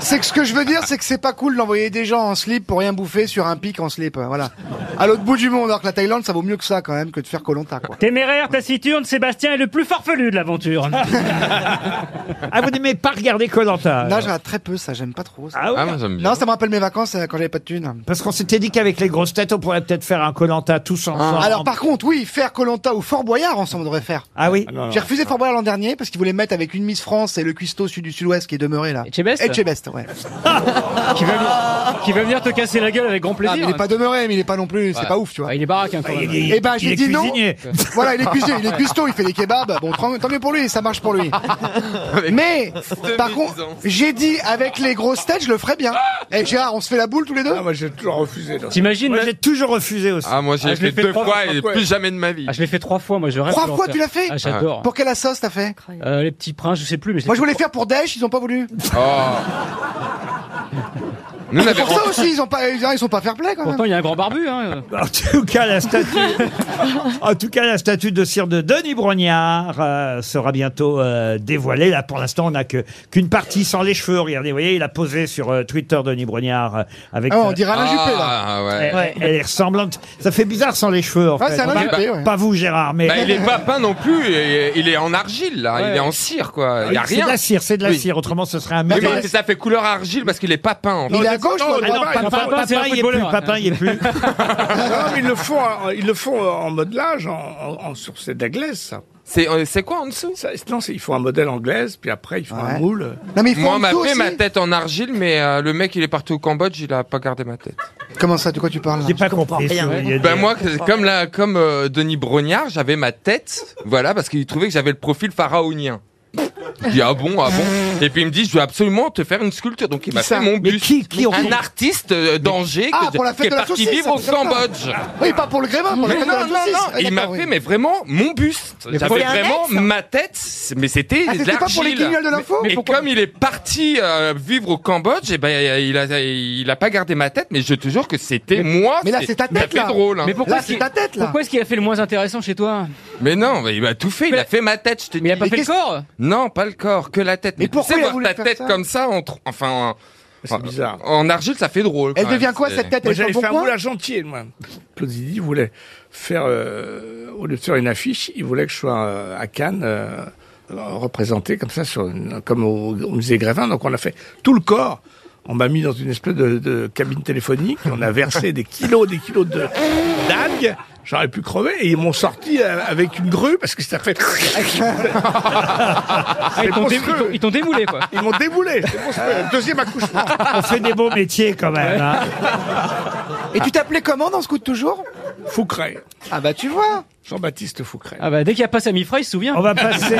S4: c'est que ce que je veux dire, c'est que c'est pas cool d'envoyer des gens en slip pour rien bouffer sur un pic en slip, euh, voilà. À l'autre bout du monde, alors que la Thaïlande, ça vaut mieux que ça, quand même, que de faire Colanta, quoi.
S5: Téméraire, taciturne, Sébastien est le plus farfelu de l'aventure.
S2: Ah, vous n'aimez pas regarder Colanta
S4: Là, je regarde très peu ça, j'aime pas trop ça.
S2: Ah ouais
S6: Ah, moi, j'aime bien.
S4: Non, ça me rappelle mes vacances euh, quand j'avais pas de thunes.
S2: Parce qu'on s'était dit qu'avec les grosses têtes, on pourrait peut-être faire un Colanta tous ensemble.
S4: Ah. Alors par contre, oui, faire Colanta ou Fort Boyard ensemble on devrait faire.
S2: Ah oui
S4: J'ai refusé Fort Boyard l'an dernier parce qu'ils voulaient mettre avec une Miss France et le cuistot sud du sud-ouest qui est demeuré là.
S5: Etchebest
S4: Etchebest, ouais.
S5: qui, va, venir- qui va venir te casser la gueule avec grand
S4: Ah, mais
S5: plaisir.
S4: il est pas demeuré, mais il est pas non plus, c'est
S6: Ouais.
S4: pas ouf, tu vois.
S5: Ah, il est baraque hein, quand
S2: Il-
S5: même.
S2: il-
S4: Eh ben,
S2: il
S4: j'ai
S2: est
S4: dit non.
S2: cuisinier.
S4: Voilà, il est cuistot, il est cuistot, il fait des kebabs. Bon, tant tant mieux pour lui, ça marche pour lui. Mais par contre, j'ai dit avec les grosses têtes, je le ferais bien. Eh Gérard, on se fait la boule tous les deux
S8: Ah, moi, j'ai toujours refusé. donc.
S5: T'imagines
S2: Moi,
S5: même-
S2: j'ai toujours refusé aussi.
S6: Ah, moi, j'ai
S5: Ah, je l'ai
S6: fait,
S5: fait
S6: deux
S5: trois
S6: fois
S5: fois,
S6: et
S5: ouais.
S6: plus jamais de ma vie.
S5: Ah, je l'ai fait trois fois, moi je rêve.
S4: Trois
S5: de le
S4: fois,
S5: refaire.
S4: tu l'as fait
S5: Ah, j'adore.
S4: Pour quelle la sauce t'as fait
S5: Euh, les petits princes, je sais plus, mais je l'ai
S4: Moi je
S5: fait
S4: voulais faire pour Daesh, ils ont pas voulu.
S6: Oh. Nous, on
S4: C'est
S6: avait-
S4: pour ça aussi, ils ont pas, ils sont pas fair play quand même.
S5: Pourtant, il y a un grand barbu. Hein.
S2: En tout cas, la statue, en tout cas, la statue de cire de Denis Brognard euh, sera bientôt euh, dévoilée. Là, pour l'instant, on n'a que qu'une partie sans les cheveux. Regardez, vous voyez, il a posé sur euh, Twitter Denis Brognard euh, avec.
S4: Ah, on
S2: euh,
S4: dirait Alain Juppé, là.
S6: Ah,
S2: elle,
S6: ouais.
S2: elle est ressemblante. Ça fait bizarre sans les cheveux. En
S4: Ouais,
S2: fait.
S4: Ah, c'est Alain
S2: Pas-
S4: Juppé, ouais.
S2: Pas vous, Gérard, mais.
S6: Bah, il est pas peint non plus, et- il est en argile là, il est en cire quoi, il y a
S2: C'est
S6: rien.
S2: de la cire, c'est de la
S6: Oui.
S2: cire. Autrement, ce serait un
S6: Oui,
S2: mec.
S6: mais ça fait couleur argile parce qu'il est pas peint en fait.
S4: Il est à gauche, ou à droite
S2: Papin, Papin, il y est plus, Papin, il y est plus.
S8: Non, mais ils le font, en- ils le font euh, en modelage, en, en, en- sur cette anglaise, ça.
S6: C'est euh, c'est quoi en dessous
S8: Ça, Non, c'est- ils font un modèle anglaise, puis après ils font un moule.
S6: Moi, on m'a fait ma tête en argile, mais euh, le mec, il est parti au Cambodge, il a pas gardé ma tête.
S4: Comment ça, de quoi tu parles là
S2: J'ai pas compris.
S4: rien.
S2: ce que vous vouliez
S6: Ben
S2: dire.
S6: moi, que- comme la, comme euh, Denis Brognard, j'avais ma tête, voilà, parce qu'il trouvait que j'avais le profil pharaonien. Il dit ah bon, ah bon. Et puis il me dit, je dois absolument te faire une sculpture. Donc il m'a
S4: ça
S6: fait mon
S2: Mais
S6: buste.
S2: qui- qui on-
S6: un artiste euh, d'Angers
S4: Ah,
S6: que-
S4: pour la
S6: qui
S4: fête
S6: est
S4: de la
S6: parti
S4: saucisse.
S6: vivre au
S4: c'est pour ça.
S6: Cambodge.
S4: Oui, pas pour le grévin, pour la
S6: Mais
S4: fête
S6: non,
S4: de la
S6: non,
S4: saucisse.
S6: non,
S4: Ah,
S6: il m'a
S4: d'accord,
S6: fait
S4: oui.
S6: mais vraiment mon buste.
S5: Mais
S6: J'avais
S5: faut-
S6: vraiment
S4: hein.
S5: hein.
S6: ma tête, c'est- mais c'était
S4: Ah,
S6: de
S4: c'était pas pour les
S6: l'argile.
S4: guignols de l'info
S6: Et comme il est parti euh, vivre au Cambodge, et ben euh, il a il a pas gardé ma tête, mais je te jure que c'était moi.
S4: mais là, c'est ta
S6: ça
S4: tête,
S6: fait
S4: là.
S6: drôle. hein.
S5: Mais pourquoi
S4: Là,
S5: est-ce qu'il-
S4: c'est ta tête, là.
S5: Pourquoi est-ce qu'il a fait le moins intéressant chez toi
S6: Mais non, mais il a tout fait, il a fait ma tête, je te
S5: Mais il a
S6: dis.
S5: pas fait le
S4: qu'est-ce-
S5: corps
S6: Non, pas le corps, que la tête.
S4: Mais
S6: tu
S4: pourquoi
S6: sais,
S4: il a
S6: voir
S4: voulu
S6: ta
S4: faire
S6: tête
S4: ça
S6: comme ça, en tr- enfin, en,
S8: C'est bizarre.
S6: en argile, ça fait drôle.
S4: Elle
S6: quand même,
S4: devient quoi
S6: c'est-
S4: cette tête Elle
S8: Moi,
S4: est
S8: j'avais
S4: sur le
S8: fait un
S4: bon coin
S8: moulage gentil, moi. Claude Zidi voulait faire, euh, au lieu de faire une affiche, il voulait que je sois euh, à Cannes, euh, représenté comme ça, sur une- comme au, au musée Grévin. Donc on a fait tout le corps. On m'a mis dans une espèce de, de cabine téléphonique. On a versé des kilos, des kilos de d'algues. J'aurais pu crever. Et ils m'ont sorti euh, avec une grue parce que ça fait.
S5: Ah, Ils t'ont dé- ils t'ont- ils t'ont démoulé, quoi.
S8: Ils m'ont déboulé. C'est monstrueux. Deuxième accouchement.
S2: On fait des beaux métiers quand même. hein.
S4: Et tu t'appelais comment dans ce coup de toujours
S8: Foucray.
S4: Ah bah tu vois.
S8: Jean-Baptiste Foucray.
S5: Ah bah, dès qu'il y a pas Sami Fry, il se souvient.
S2: On va passer,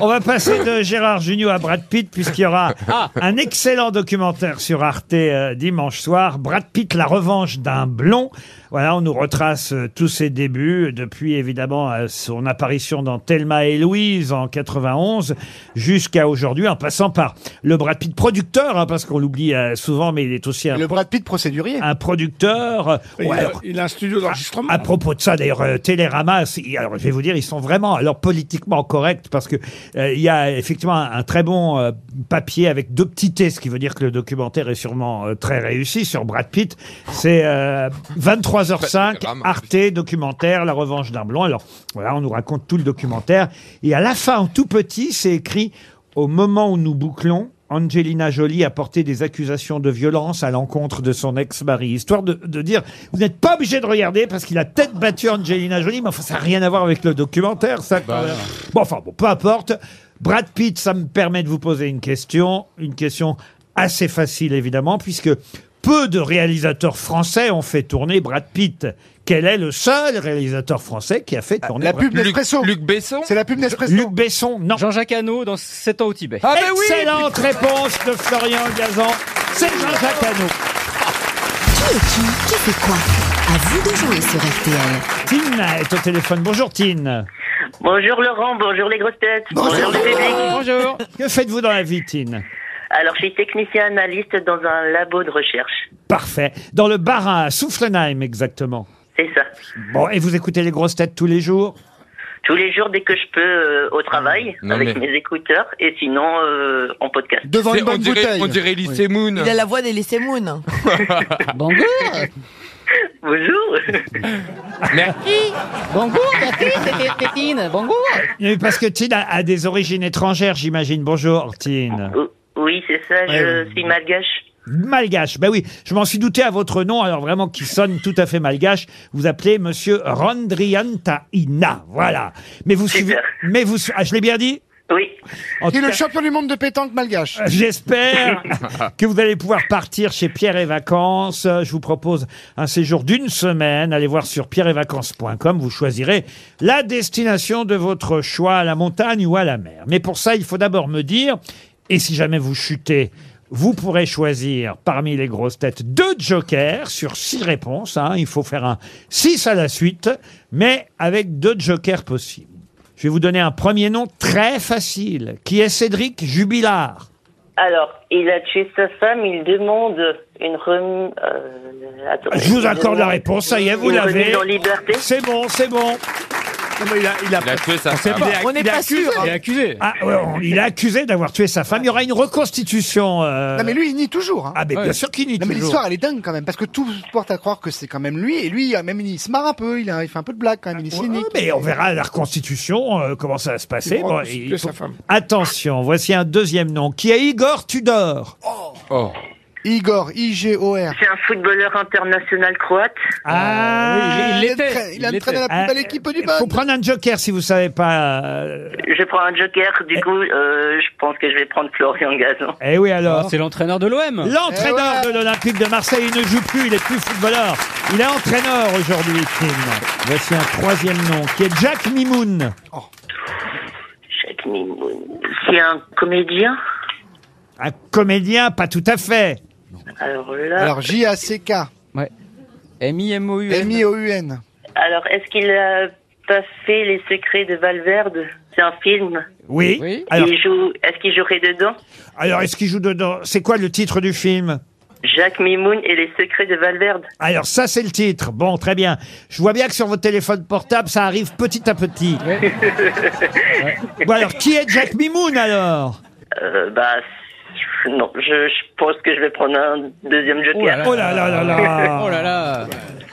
S2: on va passer de Gérard Junior à Brad Pitt puisqu'il y aura
S5: Ah.
S2: un excellent documentaire sur Arte euh, dimanche soir. Brad Pitt, la revanche d'un blond. Voilà, on nous retrace euh, tous ses débuts euh, depuis évidemment euh, son apparition dans Thelma et Louise en 91 jusqu'à aujourd'hui, en passant par le Brad Pitt producteur, hein, parce qu'on l'oublie euh, souvent, mais il est aussi un,
S4: Le Brad Pitt procédurier. euh,
S2: un producteur.
S8: Il,
S2: Ouais,
S8: a,
S2: alors,
S8: il a un studio d'enregistrement.
S2: à propos de ça, d'ailleurs, euh, Télérama, c'est- alors je vais vous dire, ils sont vraiment alors politiquement corrects parce que euh, il y a effectivement un, un très bon euh, papier avec deux petits T, ce qui veut dire que le documentaire est sûrement euh, très réussi sur Brad Pitt. C'est euh, 23h05,
S6: Télérama.
S2: Arte documentaire, La Revanche d'un blond. Alors voilà, on nous raconte tout le documentaire et à la fin, en tout petit, c'est écrit au moment où nous bouclons. Angelina Jolie a porté des accusations de violence à l'encontre de son ex-mari, histoire de, de dire vous n'êtes pas obligé de regarder parce qu'il a tête battue Angelina Jolie, mais enfin ça n'a rien à voir avec le documentaire, ça. quand même. bon enfin bon, peu importe. Brad Pitt, ça me permet de vous poser une question, une question assez facile évidemment, puisque peu de réalisateurs français ont fait tourner Brad Pitt. Quel est le seul réalisateur français qui a fait tourner
S4: Ah, La
S2: Brad
S4: pub Nespresso.
S6: Luc Besson
S4: C'est la pub Nespresso.
S2: Luc Besson Non.
S5: Jean-Jacques Hano dans 7 ans au Tibet.
S6: Ah ben oui
S2: Excellente réponse de Florian Gazan. C'est Jean-Jacques Hano.
S12: Qui est qui Qui fait quoi À vous de jouer sur RTL.
S2: Tine est au téléphone. Bonjour Tine.
S11: Bonjour Laurent, bonjour les grosses têtes. Bonjour, le public.
S5: Bonjour.
S2: Que faites-vous dans la vie, Tine
S11: Alors, je suis technicien analyste dans un labo de recherche.
S2: Parfait. Dans le bar à Soufflenheim, exactement.
S11: C'est ça.
S2: Bon, et vous écoutez les grosses têtes tous les jours
S11: Tous les jours, dès que je peux, euh, au travail,
S6: Non,
S11: avec
S6: mais-
S11: mes écouteurs, et sinon, euh, en podcast.
S4: Devant
S6: C'est-
S4: une
S6: On
S4: bonne
S6: dirait,
S4: bouteille.
S6: on dirait Elise Moon.
S7: Il a la voix des Lycée Moon.
S5: Bonjour.
S11: Bonjour
S6: Mais
S5: Bonjour, merci, c'était Tétine. Bonjour.
S2: Mais Parce que Tine a, a des origines étrangères, j'imagine. Bonjour Tine.
S11: O- Oui, c'est ça, je suis malgache.
S2: Malgache. Ben oui, je m'en suis douté à votre nom, alors vraiment qui sonne tout à fait malgache. Vous appelez Monsieur Rondriantaina. Voilà. Mais vous suivez.
S11: Super.
S2: Mais vous. su- Ah, je l'ai bien dit
S11: Oui,
S2: En
S4: Qui est
S2: tout
S4: le
S2: cas- euh,
S4: champion du monde de pétanque malgache.
S2: J'espère que vous allez pouvoir partir chez Pierre et Vacances. Euh, Je vous propose un séjour d'une semaine. Allez voir sur pierreetvacances.com. Vous choisirez la destination de votre choix, à la montagne ou à la mer. Mais pour ça, il faut d'abord me dire, et si jamais vous chutez, vous pourrez choisir parmi les grosses têtes deux jokers sur six réponses. hein. Il faut faire un six à la suite, mais avec deux jokers possibles. Je vais vous donner un premier nom très facile, qui est Cédric Jubilard.
S11: Alors, il a tué sa femme, il demande une remise. euh, attends,
S2: Je vous
S11: il
S2: accorde la
S11: demande-
S2: réponse, ça y est, vous
S11: Une
S2: l'avez.
S11: remise en liberté.
S2: C'est bon, c'est bon. Non, mais il a, il a,
S6: on
S2: sait
S6: femme.
S2: pas.
S6: Il est-
S2: Il est accusé.
S5: Il est accusé.
S2: Ah, ouais, on- il est accusé d'avoir tué sa femme. Il y aura une reconstitution. euh,
S4: Non mais lui il nie toujours. hein.
S2: Ah, mais bien sûr qu'il nie
S4: Non mais
S2: toujours.
S4: l'histoire elle est dingue quand même parce que tout porte à croire que c'est quand même lui et lui même il se marre un peu, il, a- il fait un peu de blague quand même, il est cynique.
S2: Mais on verra la reconstitution, euh, comment ça va se passer.
S4: Il
S2: Bon,
S4: reconstitue
S2: il
S4: sa femme.
S2: Attention, voici un deuxième nom qui est Igor Tudor.
S4: Oh. Igor I G O R.
S11: C'est un footballeur international croate.
S2: Ah,
S11: oui, il- il l'était, il l'était. Ah,
S2: Faut prendre un joker si vous savez pas. euh,
S11: Je prends un joker, du coup, euh, je pense que je vais prendre Florian Gazan.
S2: Eh oui alors.
S5: Ah, C'est l'entraîneur de l'OM.
S2: L'entraîneur
S4: Eh
S2: de l'Olympique de Marseille, il ne joue plus, il est plus footballeur. Il est entraîneur aujourd'hui, Tim. Voici un troisième nom qui est Jack Mimoun.
S4: Oh.
S11: Jacques Mimoun. C'est un comédien
S2: Un comédien, pas tout à fait.
S11: Alors là.
S4: Alors J A C K.
S5: Ouais. M I M O U
S4: M I O U N.
S11: Alors, est-ce qu'il a pas fait Les Secrets de Valverde C'est un film
S2: Oui. Oui. Alors-
S11: Il joue. Est-ce qu'il jouerait dedans
S2: Alors, est-ce qu'il joue dedans C'est quoi le titre du film
S11: Jacques Mimoun et Les Secrets de Valverde.
S2: Alors, ça, c'est le titre. Bon, très bien. Je vois bien que sur votre téléphone portable, ça arrive petit à petit. Bon, alors, qui est Jack Mimoun, alors
S11: Euh, bah, non, je, je pense que je vais prendre un deuxième joker.
S2: Oh là là là là. Oh là Ah.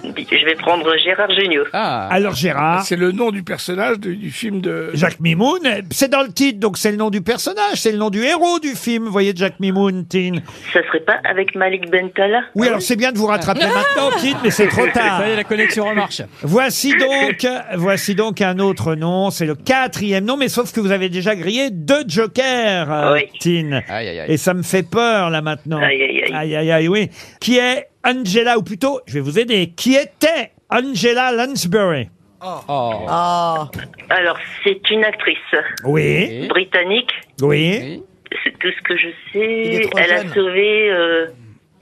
S11: Je vais prendre Gérard Jugnot.
S2: Alors,
S5: Ah.
S2: Gérard
S8: C'est le nom du personnage du, du film de.
S2: Jacques Mimoun, c'est dans le titre, donc c'est le nom du personnage, c'est le nom du héros du film, vous voyez, Jack Mimoun, Tin.
S11: Ça serait pas avec Malik Ah. Bentala
S2: Oui, alors c'est bien de vous rattraper maintenant, Tin, mais c'est trop tard.
S5: Ça y est, la connexion remarche.
S2: Voici donc, voici donc un autre nom. C'est le quatrième nom, mais sauf que vous avez déjà grillé deux jokers, euh, Tine. Et ça me fait peur, là, maintenant.
S11: Aïe, aïe, aïe.
S2: aïe, aïe, oui. Qui est Angela, ou plutôt, je vais vous aider, qui était Angela Lansbury?
S11: Oh.
S2: Oh.
S4: Ah.
S11: Alors, c'est une actrice.
S2: Oui.
S11: Britannique.
S2: Oui.
S11: C'est tout ce que je
S4: Il est
S11: sais.
S4: trop
S11: Elle
S4: jeune.
S11: a sauvé. euh,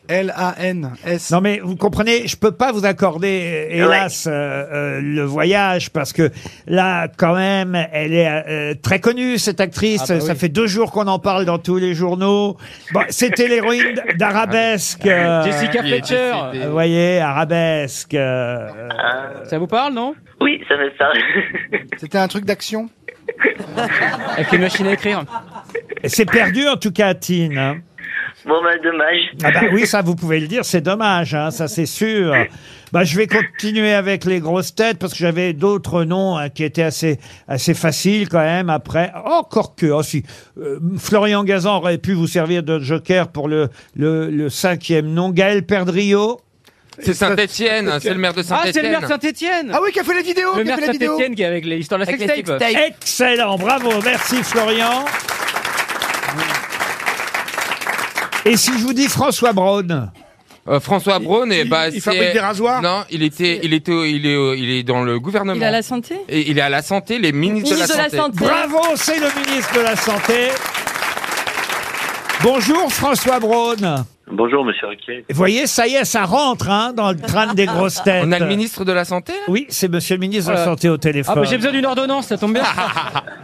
S4: L A N S.
S2: Non mais vous comprenez, je peux pas vous accorder, euh, hélas, euh, euh, le voyage parce que là, quand même, elle est euh, très connue cette actrice.
S13: Ah bah oui.
S2: Ça fait deux jours qu'on en parle dans tous les journaux. Bon, c'était l'héroïne d'Arabesque.
S4: Ah,
S2: euh,
S5: Jessica Qui est Fletcher. décédée.
S2: Vous voyez, Arabesque. euh,
S5: Ça vous parle, non
S11: Oui, ça me parle.
S4: C'était un truc d'action.
S5: Avec une machine à écrire.
S2: C'est perdu en tout cas, Tine. hein.
S11: Bon, bah, dommage.
S2: Ah bah oui, ça vous pouvez le dire, c'est dommage, hein, ça c'est sûr. Bah, je vais continuer avec les grosses têtes parce que j'avais d'autres noms hein, qui étaient assez assez faciles quand même. Après, encore que oh, si, euh, Florian Gazan aurait pu vous servir de joker pour le le, le cinquième nom. Gaël Perdrio.
S6: C'est Saint-Étienne, hein, c'est le maire de
S5: Ah,
S6: Saint-Étienne.
S5: c'est le maire de Saint-Etienne
S4: Ah oui, qui a fait la vidéo qui
S5: Le
S4: a
S5: maire
S4: fait la vidéo.
S5: Saint-Etienne qui est avec les- l'histoire de la
S4: Avec les
S5: sextape.
S4: sextapes.
S2: Excellent, bravo, merci Florian. Et si je vous dis François Braun
S6: Euh, François Braun, et bah,
S2: il
S6: c'est-
S2: fabrique des rasoirs
S6: Non, il était, il était, au- il est, au- il est dans le gouvernement.
S3: Il est à la santé
S6: Et il est à la santé, les ministres
S3: Ministre de la Santé.
S2: Bravo, c'est le ministre de la Santé. Bonjour François Braun.
S14: Bonjour, monsieur Riquet.
S2: Vous voyez, ça y est, ça rentre hein, dans le crâne des grosses têtes.
S6: On a le ministre de la Santé
S2: Oui, c'est monsieur le ministre de la
S5: Voilà.
S2: Santé au téléphone.
S5: Ah, bah, j'ai besoin d'une ordonnance, ça tombe bien.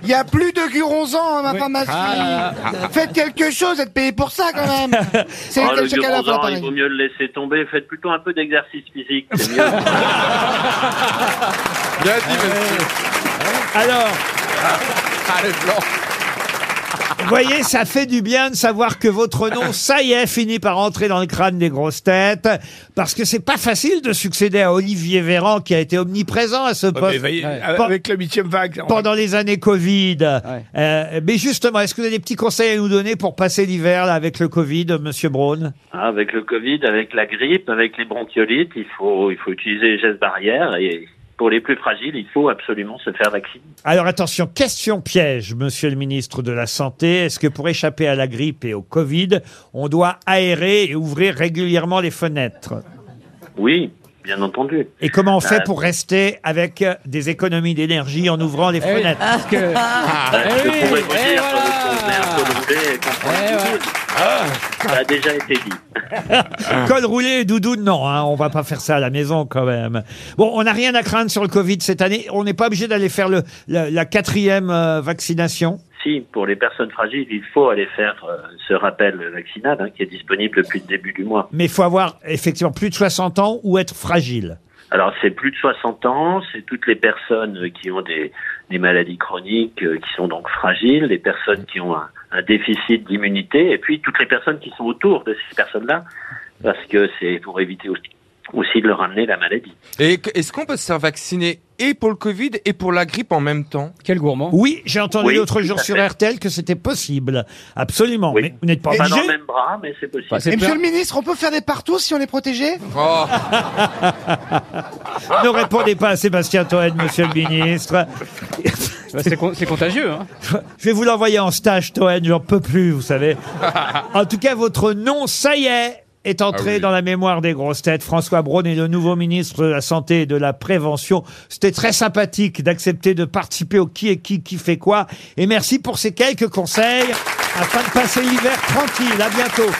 S4: Il y a plus de guronzan, ma
S5: Oui.
S4: femme, ma fille.
S5: Ah là là.
S4: Faites quelque chose, êtes payé pour ça quand même. C'est
S14: Oh, le
S4: quelqu'un qui a la
S14: Duranzan,
S4: fin,
S14: il
S4: pareil.
S14: vaut mieux le laisser tomber. Faites plutôt un peu d'exercice physique, c'est mieux.
S6: Bien dit, monsieur.
S2: Alors.
S6: Ah, le blanc.
S2: Vous voyez, ça fait du bien de savoir que votre nom, ça y est, finit par entrer dans le crâne des grosses têtes, parce que c'est pas facile de succéder à Olivier Véran qui a été omniprésent à ce
S8: Ouais,
S2: poste.
S8: mais voyez,
S6: euh,
S2: Pe-
S8: Avec le huitième vague. on-
S2: pendant les années Covid. Euh, mais justement, est-ce que vous avez des petits conseils à nous donner pour passer l'hiver là, avec le Covid, euh, Monsieur Braun
S14: Ah, avec le Covid, avec la grippe, avec les bronchiolites, il faut, il faut utiliser les gestes barrières et pour les plus fragiles, il faut absolument se faire vacciner.
S2: Alors attention, question piège, Monsieur le ministre de la Santé. Est-ce que pour échapper à la grippe et au Covid, on doit aérer et ouvrir régulièrement les fenêtres
S14: Oui, bien entendu.
S2: Et comment on fait
S14: Ah.
S2: pour rester avec euh, des économies d'énergie en ouvrant les
S14: Eh oui,
S2: fenêtres
S14: parce que- Ah, parce que pour réfléchir,
S2: eh
S14: faut le tourner, faut le rouler et comprendre
S2: Eh
S14: tout.
S2: ouais.
S14: Ah. Ça a déjà été dit.
S2: Col roulé et doudoune, non, hein, on va pas faire ça à la maison quand même. Bon, on n'a rien à craindre sur le Covid cette année. On n'est pas obligé d'aller faire le, la, la quatrième euh, vaccination.
S14: aussi, pour les personnes fragiles, il faut aller faire euh, ce rappel vaccinal hein, qui est disponible depuis le début du mois.
S2: Mais il faut avoir effectivement plus de 60 ans ou être fragile.
S14: Alors, c'est plus de 60 ans, c'est toutes les personnes euh, qui ont des, des maladies chroniques, euh, qui sont donc fragiles, les personnes qui ont un, un déficit d'immunité, et puis toutes les personnes qui sont autour de ces personnes-là, parce que c'est pour éviter aussi, aussi de leur amener la maladie.
S6: Et que- est-ce qu'on peut se faire vacciner et pour le Covid et pour la grippe en même temps
S5: Quel gourmand
S2: Oui, j'ai entendu
S6: Oui,
S2: l'autre
S6: tout
S2: jour
S6: à
S2: sur
S6: fait.
S2: RTL que c'était possible. Absolument. Mais vous n'êtes pas
S14: Pas dans
S2: obligé.
S14: le même bras, mais c'est possible.
S4: Et monsieur le ministre, on peut faire des partout si on est protégé
S2: Oh. ne répondez pas à Sébastien Toen, monsieur le ministre.
S5: Bah, c'est con- c'est contagieux. Hein.
S2: Je vais vous l'envoyer en stage, Toen, j'en peux plus, vous savez. En tout cas, votre nom, ça y est, est entré
S13: Ah oui.
S2: dans la mémoire des grosses têtes. François Braun est le nouveau ministre de la Santé et de la Prévention. C'était très sympathique d'accepter de participer au qui est qui, qui fait quoi. Et merci pour ces quelques conseils afin de passer l'hiver tranquille. À bientôt.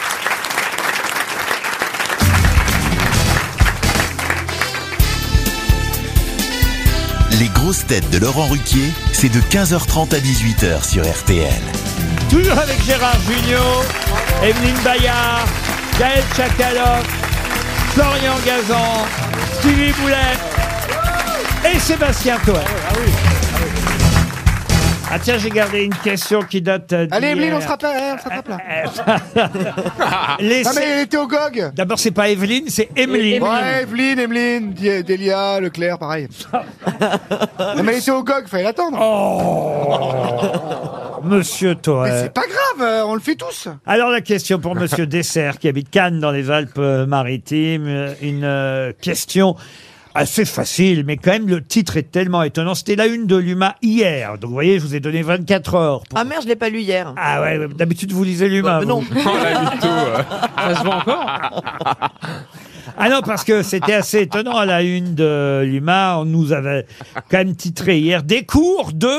S1: Les grosses têtes de Laurent Ruquier, c'est de 15h30 à 18h sur RTL.
S2: Toujours avec Gérard Junior, Evelyne Bayard, Gaël Chakalov, Florian Gazan, Stevie Boulet et Sébastien Toer. Ah tiens, j'ai gardé une question qui date euh,
S4: Allez, Emeline, on se
S2: d'hier.
S4: rattrape, euh, on se rattrape là.
S2: Laissez-
S4: Non, mais elle était au GOG.
S2: D'abord, c'est pas Evelyne, c'est Emeline.
S4: Ouais, Evelyne, Evelyne, Die- Delia, Leclerc, pareil. non, mais elle était au GOG, fallait l'attendre.
S2: Oh. Monsieur Toer.
S4: Mais c'est pas grave, euh, on le fait tous.
S2: Alors la question pour Monsieur Dessert qui habite Cannes dans les Alpes-Maritimes, euh, une euh, question assez facile, mais quand même le titre est tellement étonnant. C'était la une de l'UMA hier, donc vous voyez, je vous ai donné 24 heures. pour-
S7: Ah merde, je l'ai pas lu hier.
S2: Ah ouais, ouais, d'habitude vous lisez l'UMA. non.
S5: Ça se voit encore
S2: Ah non, parce que c'était assez étonnant à la une de l'UMA. On nous avait quand même titré hier des cours de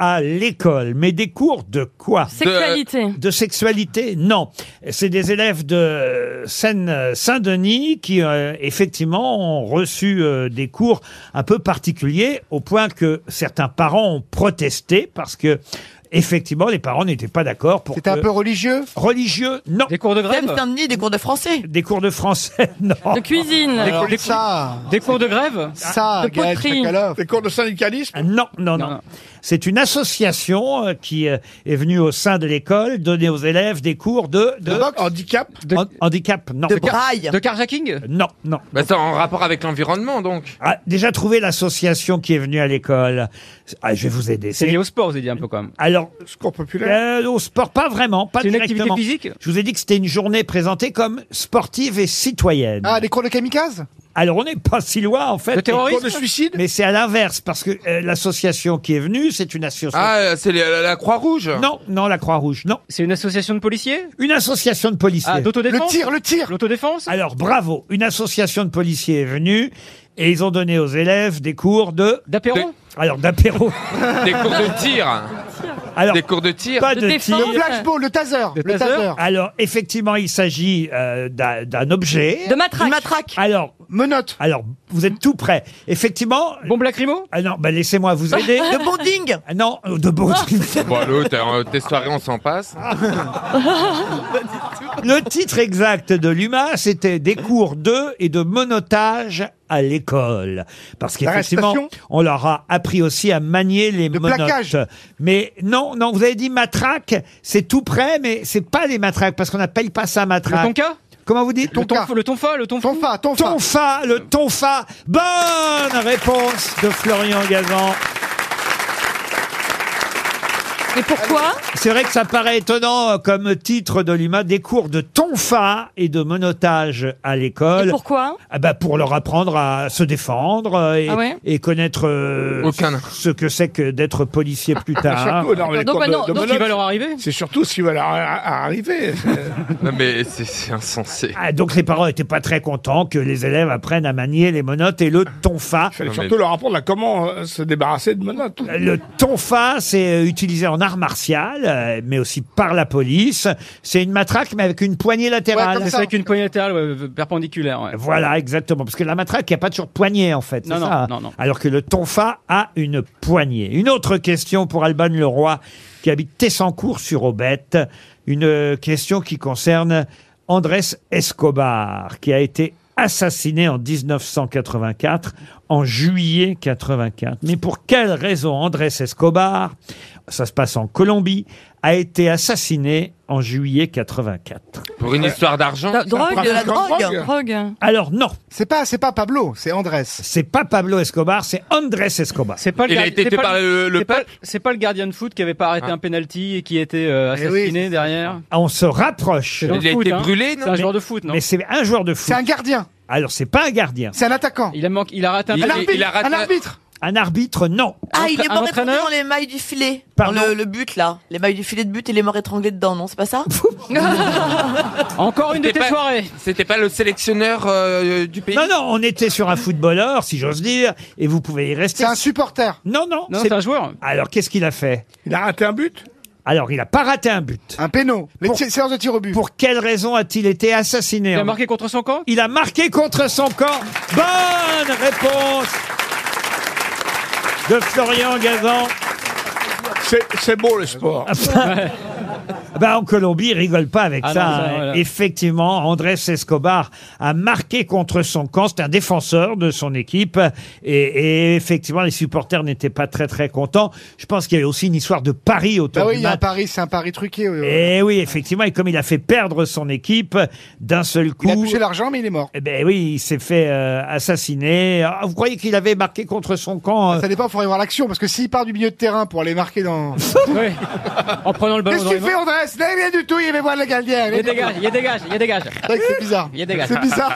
S2: à l'école. Mais des cours de quoi
S3: Sexualité.
S2: De, sexualité, non. C'est des élèves de euh, Seine-Saint-Denis qui, euh, effectivement, ont reçu euh, des cours un peu particuliers au point que certains parents ont protesté parce que, effectivement, les parents n'étaient pas d'accord pour
S4: C'était un
S2: que-
S4: peu religieux
S2: Religieux, non. Des cours de
S7: Même Saint-Denis, des cours de français.
S2: Des cours de français, non.
S7: De cuisine.
S5: Des,
S7: Alors
S5: des-
S4: ça,
S5: des cours de grève
S4: Ça,
S5: De Gaël poterie. Chakalov.
S4: Des cours de syndicalisme
S2: Ah. Non, non, non. C'est une association euh, qui euh, est venue au sein de l'école donner aux élèves des cours de... De,
S4: handicap
S2: Han- Handicap, non.
S6: De De car- braille. de
S2: carjacking Non, non.
S6: Bah, c'est en rapport avec l'environnement donc.
S2: Ah, déjà trouvé l'association qui est venue à l'école. Ah, je vais vous aider.
S5: C'est lié au sport, vous avez dit un peu quand même.
S2: Alors,
S4: Sport
S2: euh, au sport, pas vraiment, pas
S5: C'est une
S2: directement.
S5: activité physique
S2: Je vous ai dit que c'était une journée présentée comme sportive et citoyenne.
S4: Ah, des cours de kamikaze
S2: Alors on n'est pas si loin en fait.
S5: Le terrorisme,
S2: Mais-
S5: le suicide
S2: Mais c'est à l'inverse parce que euh, l'association qui est venue, c'est une association.
S6: Ah, euh, c'est les- la, la Croix-Rouge
S2: Non, non, la Croix-Rouge, non.
S5: C'est une association de policiers
S2: Une association de policiers.
S5: Ah, d'autodéfense
S4: le tir
S5: L'autodéfense
S2: Alors bravo, une association de policiers est venue et ils ont donné aux élèves des cours de
S5: d'apéro.
S2: Alors d'apéro.
S6: Des cours de tir
S2: Alors
S6: Des cours de tir
S2: pas de, tir. Ah,
S4: Le flashball, le taser. Le taser.
S2: Alors effectivement, il s'agit euh, d'un d'un objet. De
S7: matraque.
S2: Alors
S4: menotte.
S2: Alors vous êtes tout prêt. Effectivement.
S5: Bombe lacrymo.
S2: Ah non, bah laissez-moi vous aider.
S7: De bonding
S2: Ah Non, euh, de bonding.
S6: Bon, l'autre, euh, tes soirées, on s'en passe.
S2: Ah. Le titre exact de l'UMA, c'était des cours de et de monotage à l'école. Parce qu'effectivement,
S4: D'arrestation
S2: on leur a appris aussi à manier les monotes.
S4: plaquage.
S2: Mais non, non, vous avez dit matraque, c'est tout près, mais c'est pas des matraques, parce qu'on n'appelle pas ça matraque.
S5: Le tonka
S2: Comment vous dites
S5: Le tonfa, le tonfa, le tonfa.
S4: Tonfa, tonfa.
S2: Tonfa, le tonfa. Bonne réponse de Florian Gazan.
S3: Et pourquoi
S2: C'est vrai que ça paraît étonnant euh, comme titre de l'UMA, des cours de tonfa et de monotage à l'école.
S3: Et pourquoi
S2: ah bah Pour leur apprendre à se défendre euh, et,
S3: Ah ouais
S2: et connaître euh,
S6: Aucun.
S2: ce que c'est que d'être policier plus
S3: Ah,
S2: tard.
S8: Surtout, non, mais les
S3: Donc,
S8: cours
S3: bah,
S8: de-
S3: non,
S8: de
S3: donc,
S8: Moloch,
S3: il va leur
S5: arriver
S8: C'est surtout ce qui va leur a- a- arriver.
S6: Non, mais c'est- c'est insensé.
S2: Ah, donc les parents n'étaient pas très contents que les élèves apprennent à manier les monotes et le tonfa.
S8: Il fallait surtout leur apprendre à comment euh, se débarrasser de menottes.
S2: Le tonfa, c'est euh, utilisé en art martial, euh, mais aussi par la police. C'est une matraque, mais avec une poignée latérale.
S5: Ah, c'est avec une poignée latérale ouais, perpendiculaire. ouais.
S2: Voilà, exactement. Parce que la matraque, il n'y a pas toujours de poignée, en fait. c'est
S5: Non, non,
S2: ça hein.
S5: non, non.
S2: Alors que le tonfa a une poignée. Une autre question pour Alban Leroy, qui habite Tessancourt sur Aubette. Une euh, question qui concerne Andrés Escobar, qui a été assassiné en 1984, en juillet 84. Mais pour quelle raison Andrés Escobar, ça se passe en Colombie, a été assassiné en juillet 84
S6: Pour une histoire d'argent
S3: drogue.
S2: alors non. C'est pas c'est pas Pablo, c'est Andrés. C'est pas Pablo Escobar, c'est Andrés Escobar.
S5: C'est pas le gardien- c'est pas c'est pas-
S2: peuple
S5: C'est pas le gardien de foot qui avait pas arrêté
S2: Ah.
S5: un penalty et qui était euh,
S2: Eh oui,
S5: assassiné derrière.
S2: Ah, On se rapproche.
S5: dans le Il a foot, été hein. brûlé, non C'est un joueur de foot, non
S2: Mais c'est un joueur de foot. C'est un gardien. Alors c'est pas un gardien. C'est un attaquant.
S5: Il a manqué, il a raté un
S2: Il-
S5: penalty.
S2: il a raté- Un arbitre. Un arbitre, non.
S7: Ah, il est
S5: Un
S7: mort étranglé
S5: entraîneur
S7: dans les mailles du filet. Dans le, le but, là. Les mailles du filet de but, il est mort étranglé dedans, non C'est pas ça
S5: Encore une de tes soirées.
S6: C'était pas le sélectionneur euh, du pays
S2: Non, non, on était sur un footballeur, si j'ose dire, et vous pouvez y rester. C'est un supporter. Non, non.
S5: Non, c'est un joueur.
S2: Alors, qu'est-ce qu'il a fait Il a raté un but Alors, il n'a pas raté un but. Un péno. Les séances de tir au but. Pour quelle raison a-t-il été assassiné
S5: Il a
S2: en-
S5: marqué contre son camp
S2: Il a marqué contre son camp. Bonne réponse de Florian Gazan. C'est beau le sport. Ah bah, en Colombie, ils rigolent pas avec
S5: Ah
S2: ça.
S5: non, ça,
S2: hein.
S5: voilà.
S2: Effectivement, Andrés Escobar a marqué contre son camp. C'est un défenseur de son équipe. Et, et effectivement, les supporters n'étaient pas très très contents. Je pense qu'il y a aussi une histoire de Paris autour
S4: Bah oui,
S2: du
S4: il y a un
S2: match.
S4: pari, c'est un pari truqué. oui, oui.
S2: Eh oui, effectivement, et comme il a fait perdre son équipe d'un seul coup. Il a touché l'argent, mais il est mort. Eh ben oui, il s'est fait euh, assassiner. Ah, vous croyez qu'il avait marqué contre son camp euh,
S4: Ça dépend, il faudrait voir l'action, parce que s'il part du milieu de terrain pour aller marquer dans...
S5: En prenant
S2: Bah,
S5: le ballon
S4: Qu'est-ce
S5: dans
S4: qu'il
S5: les
S4: fait,
S5: mains.
S4: Andrés Il rien du tout, il va voir le gardien.
S5: Il dégage, il dégage, il dégage.
S4: C'est bizarre.
S5: Il dégage.
S4: C'est bizarre.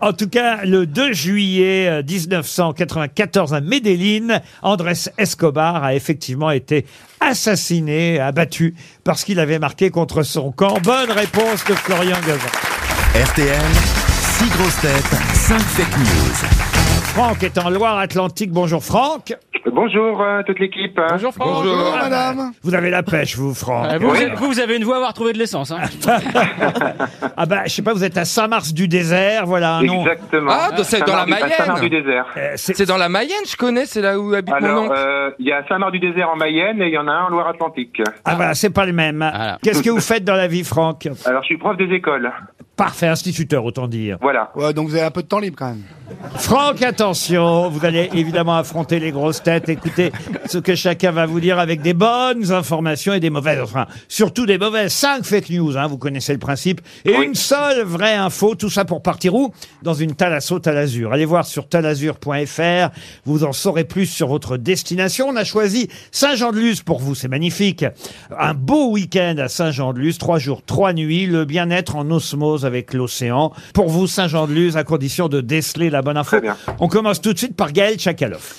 S2: En tout cas, le 2 juillet euh, 1994 à Medellin, Andrés Escobar a effectivement été assassiné, abattu, parce qu'il avait marqué contre son camp. Bonne réponse de Florian Gazan.
S1: RTL, 6 grosses têtes, 5 fake news.
S2: Franck est en Loire-Atlantique. Bonjour Franck.
S13: Bonjour euh, toute l'équipe. Bonjour
S5: Franck. Bonjour, Bonjour, madame.
S2: Vous avez la pêche, vous Franck.
S6: Ah,
S5: Euh, vous, vous avez- vous, vous avez une voix à avoir trouvé de l'essence. hein.
S2: Ah bah, je sais pas, vous êtes à Saint-Mars du désert, voilà un nom.
S6: Exactement. Ah, donc c'est dans la Mayenne.
S13: du désert.
S6: C'est dans la Mayenne, je connais, c'est là où habite mon
S13: Alors,
S6: oncle.
S13: euh, il y a Saint-Marc-du-Désert en Mayenne et il y en a un en Loire-Atlantique.
S2: Ah voilà, c'est pas le même. Qu'est-ce que vous faites dans la vie, Franck
S13: Alors, je suis prof des écoles.
S2: Parfait instituteur, autant dire.
S13: Voilà.
S4: Ouais, donc vous avez un peu de temps libre quand même.
S2: Franck, attention, vous allez évidemment affronter les grosses têtes, écoutez ce que chacun va vous dire avec des bonnes informations et des mauvaises, enfin, surtout des mauvaises. Cinq fake news, hein, vous connaissez le principe. Et une seule vraie info, tout ça pour partir où Dans une Thalasso Talazur. Allez voir sur talazur.fr, vous en saurez plus sur votre destination. On a choisi Saint-Jean-de-Luz pour vous, c'est magnifique. Un beau week-end à Saint-Jean-de-Luz, trois jours, trois nuits, le bien-être en osmose avec l'océan. Pour vous, Saint-Jean-de-Luz, à condition de déceler la bonne info. On commence tout de suite par Gaël Tchakaloff.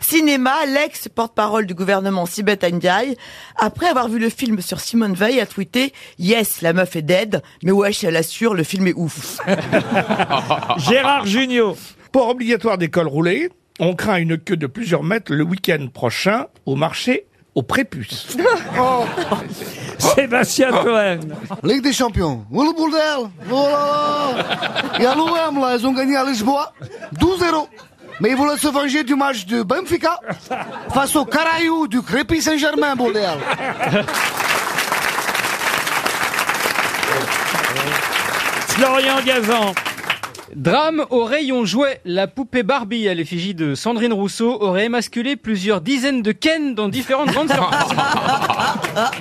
S7: Cinéma, l'ex porte-parole du gouvernement Sibeth Ndiaye, après avoir vu le film sur Simone Veil, a tweeté « Yes, la meuf est dead, mais wesh, elle assure, le film est ouf
S2: Gérard Junior.
S8: Port obligatoire des cols roulés, on craint une queue de plusieurs mètres le week-end prochain au marché au prépuce.
S2: Oh. Sébastien
S8: Oh.
S2: Cohen.
S4: Ligue des champions. Voilà le bordel. Voilà. Il y a l'OM, là, ils ont gagné à Lisboa. 12-0. Mais ils voulaient se venger du match de Benfica face au Carayou du Crépi Saint-Germain, bordel.
S2: Florian Gazan.
S5: Drame au rayon jouet. La poupée Barbie à l'effigie de Sandrine Rousseau aurait émasculé plusieurs dizaines de Ken dans différentes grandes surfaces.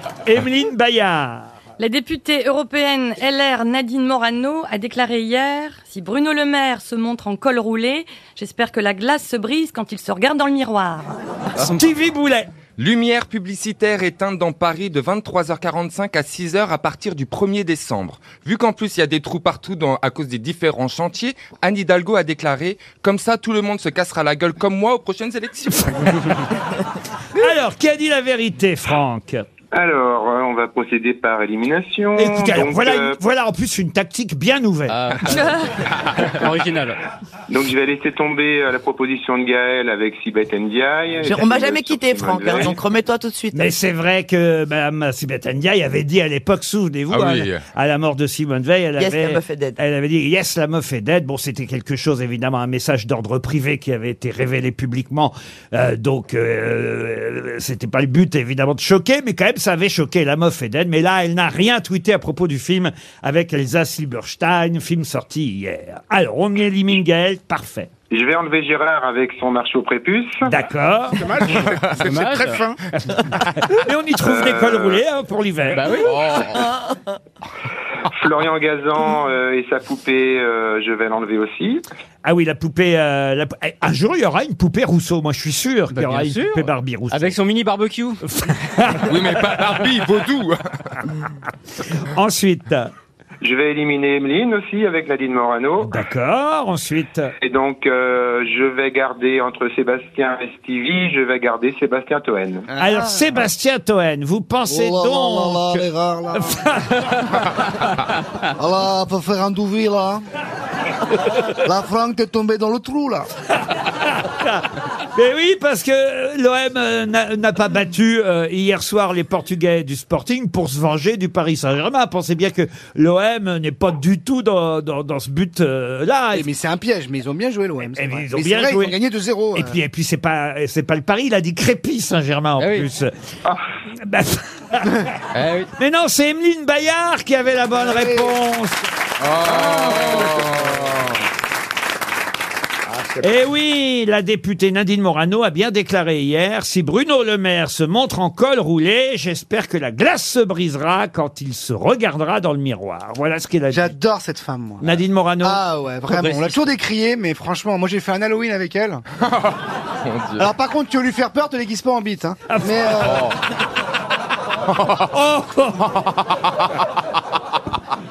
S2: Emeline Bayard.
S3: La députée européenne LR Nadine Morano a déclaré hier Si Bruno Le Maire se montre en col roulé, j'espère que la glace se brise quand il se regarde dans le miroir.
S6: Ah,
S2: Stevie Boulet.
S6: Lumière publicitaire éteinte dans Paris de 23h45 à 6h à partir du 1er décembre. Vu qu'en plus il y a des trous partout dans- à cause des différents chantiers, Anne Hidalgo a déclaré Comme ça, tout le monde se cassera la gueule comme moi aux prochaines élections.
S2: Alors, qui a dit la vérité, Franck
S13: Alors, euh, on va procéder par élimination.
S2: Écoutez, alors,
S13: Donc,
S2: voilà,
S13: euh,
S2: une- voilà en plus une tactique bien nouvelle.
S15: Ah.
S5: Original.
S13: Donc je vais laisser tomber euh, la proposition de Gaël avec Sibeth Ndiaye.
S7: Je- On m'a jamais quitté, Franck. hein, donc remets-toi tout de suite.
S2: Mais c'est vrai que Mme Sibeth Ndiaye avait dit à l'époque, souvenez-vous,
S7: Ah
S2: à,
S7: oui.
S2: la- à la mort de Simone Veil, elle,
S7: Yes,
S2: avait,
S7: la meuf est dead.
S2: elle avait dit Yes, la meuf est dead. Bon, c'était quelque chose, évidemment, un message d'ordre privé qui avait été révélé publiquement. Euh, donc, euh, c'était pas le but, évidemment, de choquer, mais quand même, ça avait choqué la meuf est dead. Mais là, elle n'a rien tweeté à propos du film avec Elsa Silberstein, film sorti hier. Alors, on y élimine Gaël, parfait.
S13: Je vais enlever Gérard avec son marche au prépuce.
S2: D'accord.
S13: c'est Dommage. très fin.
S2: Et on y trouve des cols roulés hein, pour l'hiver.
S13: Oh. Florian Gazan euh, et sa poupée, euh, je vais l'enlever aussi.
S2: Ah oui, la poupée. euh, la pou- eh, Un jour, il y aura une poupée Rousseau. Moi, je suis sûr qu'il y
S5: Bah,
S2: aura
S5: bien
S2: une
S5: sûr.
S2: poupée Barbie Rousseau.
S5: Avec son mini barbecue.
S2: Ah oui, mais pas Barbie, vaudou. Ensuite.
S13: Je vais éliminer Emeline aussi avec Nadine Morano.
S2: D'accord, ensuite.
S13: Et donc, euh, je vais garder entre Sébastien et Stevie, je vais garder Sébastien Toen.
S2: Alors, Sébastien Toen, vous pensez
S4: Ah. Oh là là
S2: donc.
S4: là là, les rares, là. Ah là, faut faire un douvi, là. La Franck, t'es tombé dans le trou, là.
S2: Mais oui, parce que l'OM euh, n'a- n'a pas battu euh, hier soir les Portugais du Sporting pour se venger du Paris Saint-Germain. Pensez bien que l'OM n'est pas du tout dans, dans, dans ce euh, but-là. mais c'est un piège, Eh, mais ils ont bien joué l'OM. Ils
S4: vrai.
S2: ont
S4: Mais c'est
S2: bien
S4: vrai, ils
S2: joué.
S4: ont gagné 2-0,
S2: Et
S4: hein.
S2: puis, et puis c'est pas, c'est pas le Paris, il a dit Crépi Saint-Germain en plus. Bah, Mais non, c'est Emeline Bayard qui avait la
S4: Ah
S2: bonne réponse.
S6: Ah.
S4: Ah,
S2: Eh oui, la députée Nadine Morano a bien déclaré hier si Bruno Le Maire se montre en col roulé, j'espère que la glace se brisera quand il se regardera dans le miroir. Voilà ce qu'elle a dit.
S16: J'adore cette femme, moi.
S2: Nadine Morano.
S16: Ah ouais, vraiment. On l'a toujours décrié, mais franchement, moi j'ai fait un Halloween avec elle.
S2: Oh,
S16: Alors par contre, tu veux lui faire peur, te déguise pas en bite. Hein.
S2: Ah
S16: Mais euh,
S2: Oh.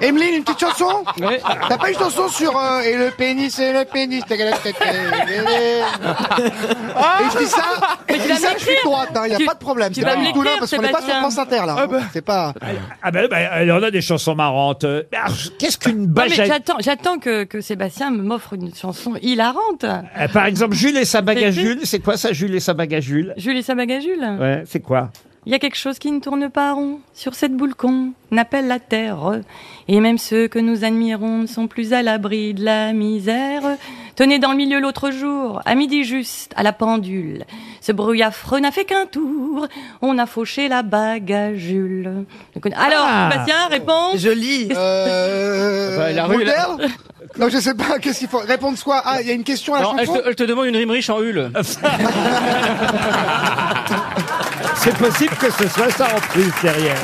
S16: Emeline, une petite chanson T'as pas une chanson sur euh, Et le pénis, et le pénis. t'es- t'es- t'es- t'es- Et je dis ça,
S4: Ah. Mais
S16: je
S4: tu
S16: dis
S4: vas
S16: ça, je suis
S4: m'écrire.
S16: droite, hein, y a
S4: Tu-
S16: pas de problème.
S4: tu
S16: C'est
S4: vas
S16: pas du tout là
S4: m'écrire,
S16: parce qu'on n'est pas sur
S4: Sébastien. bah.
S16: France Inter là. C'est pas.
S2: Ah ben, ben, elle en a des chansons marrantes. Euh, ah, Qu'est-ce qu'une
S3: Non, mais
S2: bagette
S3: j'attends, j'attends que, que Sébastien m'offre une chanson hilarante.
S2: Euh, Par exemple, Jules et sa bagajule. C'est quoi ça, Jules et sa bagajule
S3: Julie Sabagajule.
S2: Ouais, c'est quoi
S3: Il y a quelque chose qui ne tourne pas rond sur cette boule qu'on appelle la terre. Et même ceux que nous admirons ne sont plus à l'abri de la misère. Tenez dans le milieu l'autre jour, à midi juste, à la pendule. Ce bruit affreux n'a fait qu'un tour. On a fauché la bagajule. Je connais- Alors,
S16: Ah.
S3: Sébastien, réponse.
S7: Je lis.
S16: Euh,
S5: Bah, la rue, la-
S16: Mulder Non, je sais pas, qu'est-ce qu'il faut Répondre quoi Ah, il y a une question à la
S5: Non, elle
S16: chanson
S5: te, elle te demande une rime riche en hule.
S2: C'est possible que ce soit ça en plus derrière.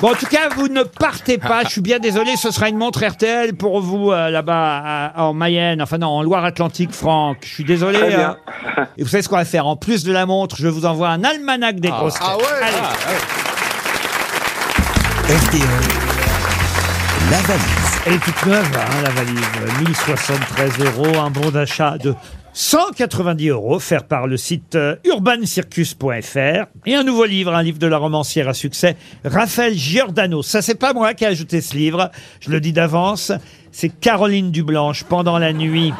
S2: Bon, en tout cas, vous ne partez pas. Je suis bien désolé. Ce sera une montre RTL pour vous euh, là-bas à- en Mayenne. Enfin non, en Loire-Atlantique, Franck. Je suis désolé.
S13: Très bien.
S2: hein. Et vous savez ce qu'on va faire En plus de la montre, je vous envoie un almanach des grosses têtes.
S16: Ah ouais
S2: E. La valise. Elle est toute neuve, hein, la valise. 1073 euros, un bon d'achat de 190 euros, fait par le site euh, urbancircus.fr. Et un nouveau livre, un livre de la romancière à succès, Raphaël Giordano. Ça, c'est pas moi qui ai ajouté ce livre, je le dis d'avance. C'est Caroline Dublanche, pendant la nuit,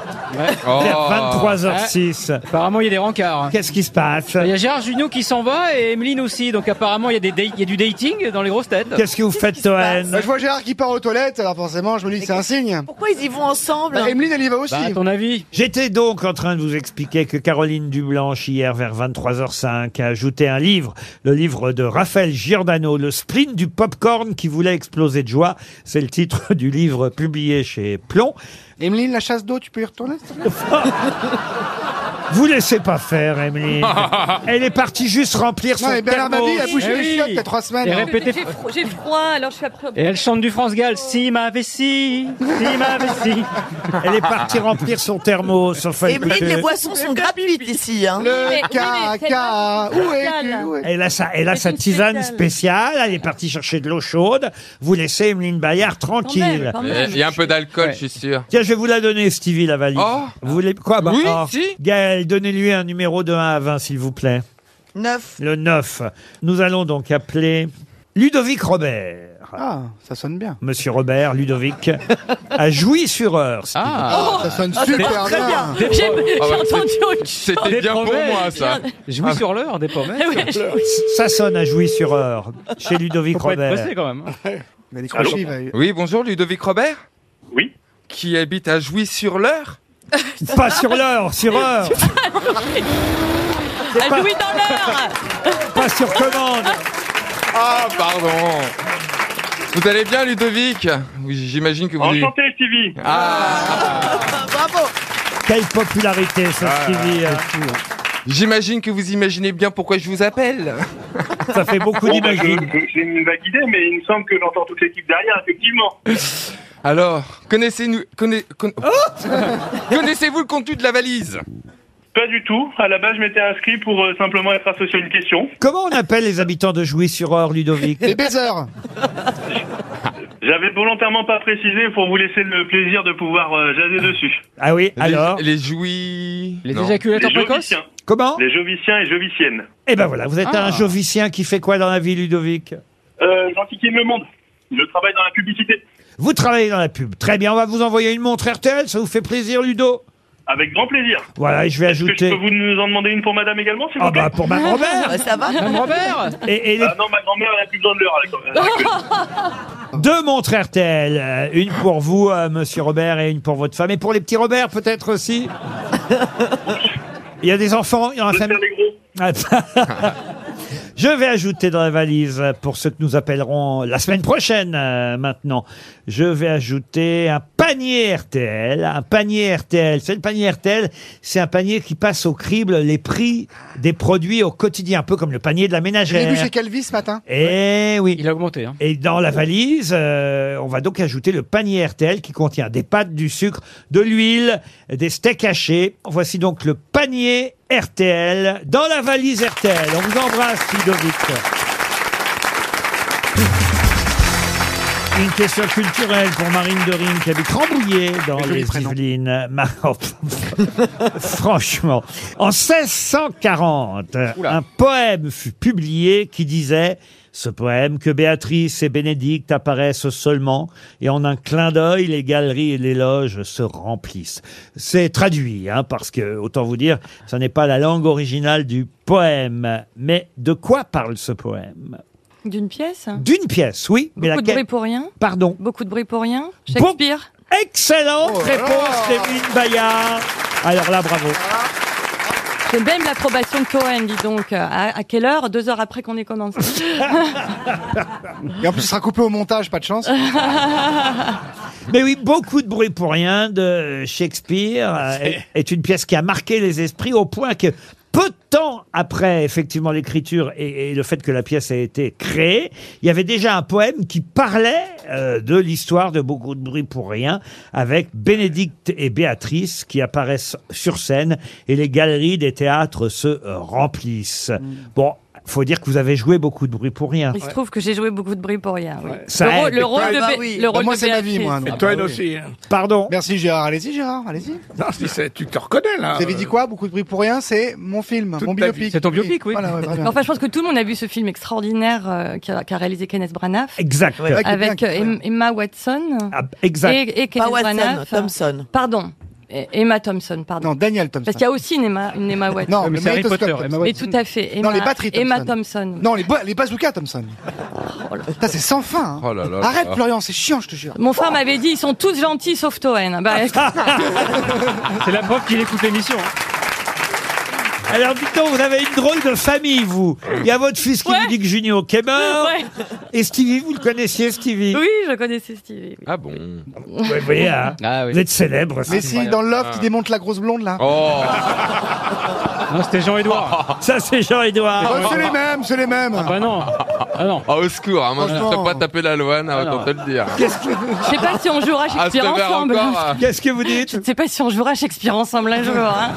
S5: Oh. Eh.
S2: vers 23h06.
S5: Apparemment, il y a des rencarts. hein.
S2: Qu'est-ce qui se passe
S5: Il y a Gérard Junior qui s'en va et Emeline aussi. Donc apparemment, il y, a des date- il y a du dating dans les grosses têtes.
S2: Qu'est-ce que vous faites,
S16: Bah, Je vois Gérard qui part aux toilettes, alors forcément, je me dis que c'est un signe.
S7: Pourquoi ils y vont ensemble
S16: Bah, Emeline, elle y va aussi.
S5: avis
S2: J'étais donc en train de vous expliquer que Caroline Dublanche, hier vers 23h05, a ajouté un livre, le livre de Raphaël Giordano, Le spleen du popcorn qui voulait exploser de joie. C'est le titre du livre publié chez Plomb.
S16: Emeline, la chasse d'eau, tu peux y retourner s'il te plaît
S2: Vous laissez pas faire, Emeline. Elle est partie juste remplir son
S16: Non, mais Bernard
S2: thermos.
S16: Mabille a bouché les chiottes il y a trois semaines. hein.
S3: J'ai fro- J'ai froid, alors je suis après.
S5: Et elle chante du France Gall. Si ma vessie, si ma vessie.
S2: Elle est partie remplir son thermos. Enfin,
S7: Emeline,
S2: Bah, écoutez.
S7: les boissons sont gratuites ici. Hein.
S16: Le Oui, mais- oui, mais caca, c'est pas- où c'est pas es-tu spécial.
S2: Elle a sa, elle a sa tisane spéciale. Elle est partie chercher de l'eau chaude. Vous laissez Emeline Bayard tranquille.
S6: Il y a un peu d'alcool, je suis sûr.
S2: Tiens, je vais vous la donner, Stevie, la valise.
S6: Oh.
S2: Vous voulez quoi
S6: Oui,
S2: oh.
S6: si.
S2: Gaël, donnez-lui un numéro de 1 à 20, s'il vous plaît.
S7: 9.
S2: Le 9. Nous allons donc appeler Ludovic Robert.
S16: Ah, ça sonne bien.
S2: Monsieur Robert, Ludovic, à Jouy-sur-Eure. si
S16: Ah,
S2: vous voulez.
S16: ça sonne Ah, super d'accord, très bien. bien. J'ai-
S6: Oh,
S16: j'ai
S6: bah,
S16: entendu autre chose. Des promesses.
S5: Jouis sur l'heure, des pommes.
S2: Ah oui, Ça sonne à Jouy-sur-Eure, chez Ludovic
S5: Faut pas être
S2: Robert.
S5: pressé, quand même.
S6: Allô Oui, bonjour Ludovic Robert
S14: Oui.
S6: Qui habite à Jouy-sur-l'Eure
S2: Pas sur l'heure, sur heure
S6: C'est pas-
S3: jouit dans l'heure
S2: Pas sur commande
S6: Ah, pardon Vous allez bien Ludovic Oui, j'imagine que vous...
S14: Enchanté,
S6: Stevie Ah
S7: Bravo
S2: Quelle popularité, ce Stevie hein.
S6: J'imagine que vous imaginez bien pourquoi je vous appelle
S2: Ça fait beaucoup
S14: Bon, bah, je-
S6: d'imagines.
S14: je- J'ai une vague idée, mais il me semble que j'entends toute l'équipe derrière, effectivement.
S6: Alors, connaissez-nous... Connaissez,
S2: Oh
S6: connaissez-vous le contenu de la valise
S14: Pas du tout. À la base, je m'étais inscrit pour euh, simplement être associé à une question.
S2: Comment on appelle les habitants de Jouy-sur-Eure, Ludovic
S16: Les baiseurs
S14: J'avais volontairement pas précisé pour vous laisser le plaisir de pouvoir euh, jaser dessus.
S2: Ah oui, alors
S6: Les jouis...
S5: Les
S14: Non.
S5: éjaculateurs
S14: Les
S5: précoces
S14: joviciens.
S2: Comment
S14: Les joviciens et joviciennes.
S2: Eh ben voilà, vous êtes
S5: Ah.
S2: un jovicien qui fait quoi dans la vie, Ludovic
S14: Euh, J'enquiquine le monde. Je travaille dans la publicité.
S2: Vous travaillez dans la pub. Très bien, on va vous envoyer une montre RTL, ça vous fait plaisir, Ludo
S14: Avec grand plaisir.
S2: Voilà, et je vais
S14: Est-ce que
S2: ajouter-
S14: je peux vous nous en demander une pour madame également, s'il
S2: Ah
S14: vous plaît
S2: bah, pour ma grand-mère. Bah,
S7: ça va. Madame Robert.
S2: Et- et les-
S14: Ah non, ma grand-mère, elle a plus besoin de l'heure. elle a- elle a que-
S2: Deux montres RTL, euh, une pour vous, euh, monsieur Robert, et une pour votre femme, et pour les petits Robert peut-être aussi. Il y a des enfants, il y a un famille. Je vais ajouter dans la valise, euh, pour ceux que nous appellerons la semaine prochaine euh, maintenant, je vais ajouter un panier RTL. Un panier RTL. C'est le panier RTL, c'est un panier qui passe au crible les prix des produits au quotidien, un peu comme le panier de la
S16: Je l'ai
S2: ménagère.
S16: vu chez Calvi ce matin.
S2: Eh oui.
S5: Il a augmenté. Hein.
S2: Et dans la valise, euh, on va donc ajouter le panier RTL qui contient des pâtes, du sucre, de l'huile, des steaks hachés. Voici donc le panier RTL dans la valise RTL. On vous embrasse, Ludovic. Une question culturelle pour Marine Dorin qui habite Rambouillet dans les Yvelines. Ma- oh, pff, Franchement, en 1640, un poème fut publié qui disait ce poème que Béatrice et Bénédicte apparaissent seulement et en un clin d'œil les galeries et les loges se remplissent. C'est traduit hein, parce que autant vous dire, ce n'est pas la langue originale du poème. Mais de quoi parle ce poème
S3: D'une pièce
S2: D'une pièce, oui, mais
S3: Beaucoup de bruit
S2: laquelle
S3: pour rien
S2: Pardon.
S3: Beaucoup de bruit pour rien Shakespeare
S2: Excellente
S16: Oh
S2: réponse d'Evelyne Bayard. Alors là, bravo.
S3: J'ai même l'approbation de Cohen, dis donc. Euh, À, à quelle heure Deux heures après qu'on ait commencé.
S16: Et en plus, il sera coupé au montage, pas de chance.
S2: Mais oui, beaucoup de bruit pour rien de Shakespeare euh, est, est une pièce qui a marqué les esprits au point que peu de temps après effectivement l'écriture et, et le fait que la pièce a été créée, il y avait déjà un poème qui parlait euh, de l'histoire de beaucoup de bruit pour rien avec Bénédicte et Béatrice qui apparaissent sur scène et les galeries des théâtres se remplissent. Bon, faut dire que vous avez joué beaucoup de bruit pour rien.
S3: Il se trouve que j'ai joué beaucoup de bruit pour rien. oui.
S2: Ça
S3: le, rôle-
S2: aide.
S3: le rôle
S16: Ah
S3: de
S16: bah
S3: Bé-
S16: oui.
S3: le rôle
S16: Bah, moi,
S3: de
S16: c'est ma
S3: Béatrice.
S16: vie, moi. donc.
S8: Et toi aussi. hein.
S2: Pardon.
S16: Merci Gérard, allez-y Gérard, allez-y.
S8: Non, si c'est- tu te reconnais là.
S6: hein.
S16: Vous avez dit quoi Beaucoup de bruit pour rien, c'est mon film, mon biopic. Voilà, ouais, très bien.
S3: Enfin, je pense que tout le monde a vu ce film extraordinaire euh, qu'a qu'a réalisé Kenneth Branagh.
S2: Exact.
S16: Ouais, qui est
S3: avec
S16: bien,
S3: euh, Em- Emma Watson.
S16: Ah,
S2: exact.
S3: Et, et
S7: Pas
S3: Kenneth
S7: Watson,
S3: Branagh.
S7: Thompson.
S3: Pardon. Et- Emma Thompson, pardon.
S16: Non, Daniel Thompson.
S3: Parce qu'il y a aussi une Emma, une Emma Watson.
S16: Non, mais c'est Harry Potter. Emma
S3: Mais
S16: Watson.
S3: tout à fait. Emma,
S16: Non, les batteries Thompson.
S3: Emma Thompson.
S16: Non, les, ba- les bazookas Thompson.
S3: Oh
S16: Putain, c'est sans fin. hein.
S6: Oh là là là
S16: Arrête
S6: là.
S16: Florian, c'est chiant, je te jure.
S3: Mon frère m'avait dit, ils sont tous gentils sauf Toen. Bah,
S5: C'est la preuve qu'il écoute l'émission.
S2: hein. Alors, dites donc, vous avez une drôle de famille, vous. Il y a votre fils qui vous dit que Junio est mort. Et Stevie, vous le connaissiez, Stevie
S3: oui, je connaissais Stevie. oui.
S6: Ah bon
S2: Vous voyez, hein, vous êtes célèbre.
S16: Mais si, dans
S2: Ah.
S16: Love, qui démonte la grosse blonde là.
S6: Oh
S5: Non, Ah, c'était Jean-Edouard.
S2: Ça, c'est Jean-Edouard.
S16: Oh, c'est les Ah, mêmes, c'est les mêmes.
S5: Ah bah non. Ah,
S6: Ah, au secours, hein, moi je ne
S2: Franchement.
S6: pas taper la Loane, hein, autant te le dire.
S2: Qu'est-ce que-
S3: Je sais pas si on jouera Shakespeare
S6: Ah, c'est vrai,
S3: ensemble.
S6: encore, ah.
S2: Qu'est-ce que vous dites
S3: Je ne sais pas si on jouera Shakespeare ensemble un jour. hein.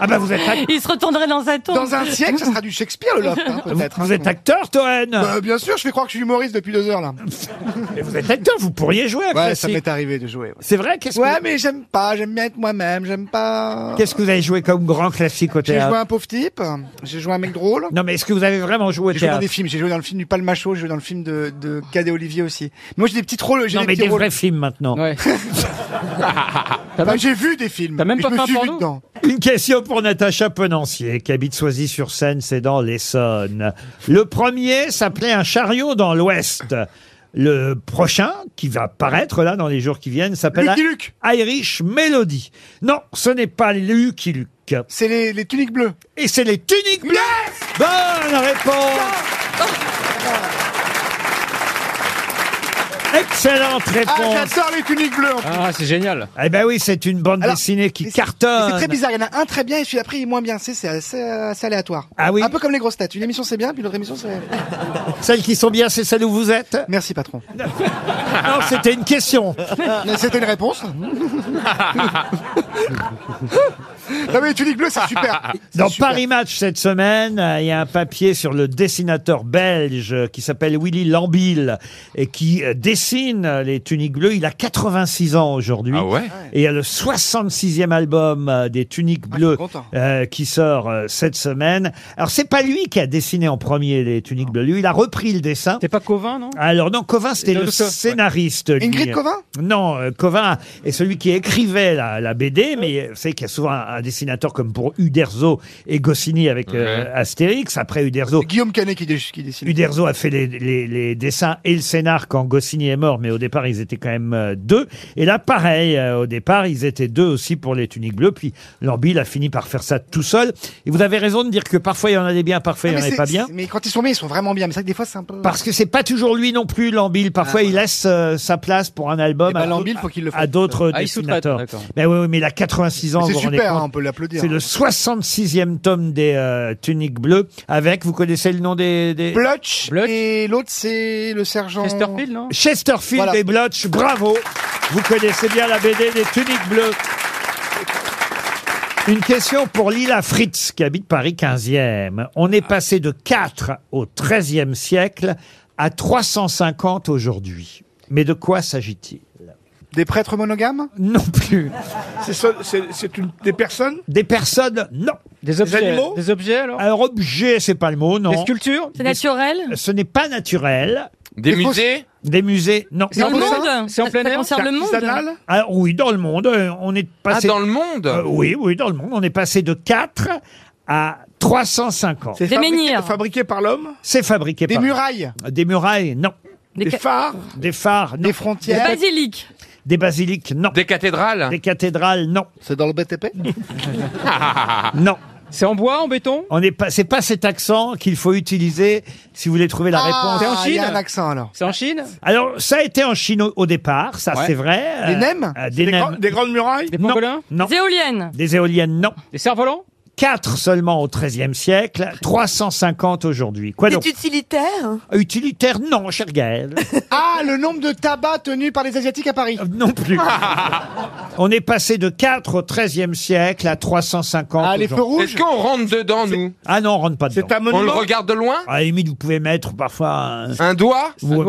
S2: Ah bah vous êtes act-
S3: Il se retournerait dans sa tombe.
S4: Dans un siècle, ça sera du Shakespeare, le loft, hein,
S2: vous,
S4: peut-être.
S2: vous êtes acteur, Toen
S4: Bah, bien sûr, je fais croire que je suis humoriste depuis deux heures, là.
S2: Mais vous êtes acteur, vous pourriez jouer à
S4: Ouais, ça
S2: classique.
S4: m'est arrivé de jouer. ouais.
S2: C'est vrai Qu'est-ce
S4: Ouais,
S2: que...
S4: mais j'aime pas, j'aime bien être moi-même, j'aime pas...
S2: Qu'est-ce que vous avez joué comme grand classique au
S4: J'ai
S2: théâtre
S4: joué un pauvre type, j'ai joué un mec drôle.
S2: Non, mais est-ce que vous avez vraiment joué au
S4: J'ai joué dans
S2: théâtre
S4: des films, j'ai joué dans le film du Palmacho, j'ai joué dans le film de, de Cadet Olivier aussi. Mais moi j'ai des petits rôles, j'ai
S2: Non,
S4: des
S2: mais
S4: petits
S2: des
S4: rôles.
S2: vrais films maintenant.
S4: Bah, j'ai vu des films.
S5: même
S4: et
S5: pas
S4: je
S5: fait
S4: me
S5: un
S4: suis vu
S5: porno
S4: dedans.
S2: Une question pour Natacha Penancier, qui habite Soisy-sur-Seine, c'est dans l'Essonne. Le premier s'appelait Un chariot dans l'Ouest. Le prochain, qui va paraître là dans les jours qui viennent, s'appelle
S4: Lucky
S2: I-
S4: Luke.
S2: Irish Melody. Non, ce n'est pas Lucky Luke.
S4: C'est les, les tuniques bleues.
S2: Et c'est les tuniques bleues Bonne réponse Excellente
S4: Ah,
S2: réponse
S4: j'adore les tuniques bleues en plus.
S5: Ah, c'est génial.
S2: Eh ben oui, c'est une bande
S4: Alors,
S2: dessinée qui
S4: Mais C'est
S2: cartonne
S4: très bizarre, il y en a un très bien et celui d'après il est moins bien, c'est c'est assez, assez aléatoire.
S2: Ah oui
S4: Un peu comme les grosses têtes, une émission c'est bien, puis l'autre émission c'est...
S2: Celles qui sont bien, c'est celles où vous êtes
S4: Merci patron.
S2: Non, c'était une question
S4: Mais C'était une réponse. non mais les tuniques bleues c'est super. C'est
S2: Dans
S4: super.
S2: Paris Match cette semaine, euh, il y a un papier sur le dessinateur belge euh, qui s'appelle Willy Lambille et qui euh, dessine euh, les tuniques bleues. Il a 86 ans aujourd'hui.
S6: Ah ouais
S2: Et il y a le 66e album euh, des tuniques bleues
S4: Ah, content.
S2: euh, qui sort euh, cette semaine. Alors c'est pas lui qui a dessiné en premier les tuniques bleues. Lui, il a repris le dessin.
S5: T'es pas Covin, non
S2: Alors non, Covin c'était le
S5: L'auteur, ouais.
S2: scénariste. lui.
S4: Ingrid Covin
S2: Non, euh, Covin est celui qui écrivait la, la BD, mais vous savez qu'il y a souvent un, un dessinateur comme pour Uderzo et Goscinny avec euh,
S6: Ouais.
S2: Astérix. Après Uderzo,
S4: Guillaume Canet qui, dé- qui dessine.
S2: Uderzo a fait les, les- les dessins et le scénar quand Goscinny est mort, mais au départ, ils étaient quand même euh, deux. Et là, pareil, euh, au départ, ils étaient deux aussi pour les tuniques bleues. Puis Lambil a fini par faire ça tout seul. Et vous avez raison de dire que parfois, il y en a des biens, parfois,
S4: Ah,
S2: il
S4: mais
S2: n'y en a
S4: c'est-
S2: pas bien.
S4: c'est- Mais quand ils sont bien, ils sont vraiment bien. Mais c'est vrai que des fois, c'est un peu.
S2: Parce que c'est pas toujours lui non plus, Lambil. Parfois,
S4: Ah,
S2: il laisse euh, sa place pour un album
S4: Eh ben,
S2: à-
S4: Lambil, faut qu'il le fasse
S2: à d'autres
S5: Ah, il sous-traite,
S2: dessinateurs.
S5: d'accord.
S2: Mais oui, oui, mais il a 86 ans.
S4: Mais c'est
S2: vous vous rendez
S4: super,
S2: compte
S4: hein, on peut l'applaudir.
S2: C'est le 66e tome des euh, Tuniques Bleues. Avec, vous connaissez le nom des... des-
S4: Blutch,
S5: Blutch.
S4: et l'autre c'est le sergent.
S5: Chesterfield, non
S2: Chesterfield
S4: Voilà.
S2: et Blotch, bravo Vous connaissez bien la BD des Tuniques Bleues. Une question pour Lila Fritz, qui habite Paris 15e. On est passé de 4 au 13e siècle à 350 aujourd'hui. Mais de quoi s'agit-il
S4: Des prêtres monogames
S2: Non plus.
S8: C'est ça- C'est c'est une des personnes
S2: Des personnes Non.
S5: Des objets.
S8: animaux
S5: des objets, alors
S2: Alors objet, c'est pas le mot,
S5: Des
S2: non.
S5: sculptures
S3: C'est naturel
S2: Ce n'est pas naturel.
S6: Des
S4: fausses-
S6: musées
S2: Des musées, non.
S3: Dans le
S4: en plein
S3: monde
S5: C'est en plein
S3: Ça
S5: air
S3: concerne le monde
S4: Artisanales
S2: Ah oui, dans le monde, euh, on est
S6: Ah,
S2: passé.
S6: dans le monde
S2: Euh, oui, oui, dans le monde, on est passé de 4 à 350.
S8: C'est
S3: Des
S8: fabriqué-
S3: menhirs.
S8: fabriquées par l'homme
S2: C'est fabriqué
S4: Des
S2: par
S4: murailles
S2: des murailles, non.
S3: Des
S8: Des
S3: ca-
S8: phares
S2: Des phares, non.
S4: Des
S2: Des,
S3: Des
S4: frontières
S3: basiliques
S2: basiliques, non. Des,
S6: Des cathédrales
S2: cathédrales, non.
S4: C'est dans le BTP
S2: Non.
S5: C'est en bois, en béton
S2: On n'est pas, c'est pas cet accent qu'il faut utiliser si vous voulez trouver la
S4: Ah,
S2: réponse.
S5: en
S4: il y a
S5: Chine
S4: un accent alors.
S5: C'est en Chine
S2: Alors, ça a été en Chine au, au départ, ça
S5: Ouais.
S2: c'est vrai.
S4: Des
S2: Euh,
S4: nems
S2: euh,
S8: Des,
S2: Des nems.
S8: grandes- des grandes murailles
S5: Des
S2: non.
S5: pangolins
S2: non.
S3: Des éoliennes
S2: Des éoliennes, non.
S5: Des cerfs-volants
S2: 4 seulement au XIIIe siècle, 350 aujourd'hui. Quoi
S17: C'est
S2: donc
S17: utilitaire
S2: Utilitaire, non, cher Gaël.
S4: Ah, le nombre de tabacs tenus par les Asiatiques à Paris.
S2: Euh,
S4: Ah.
S2: Non plus. On est passé de 4 au 13e siècle à 350.
S4: Ah, les feux
S2: aujourd'hui.
S4: rouges
S6: Est-ce qu'on rentre dedans, nous
S2: Ah non, on rentre pas dedans.
S8: C'est un
S6: On le
S8: monument
S6: regarde de loin
S2: À la limite, vous pouvez mettre parfois un...
S6: Un doigt
S2: ou-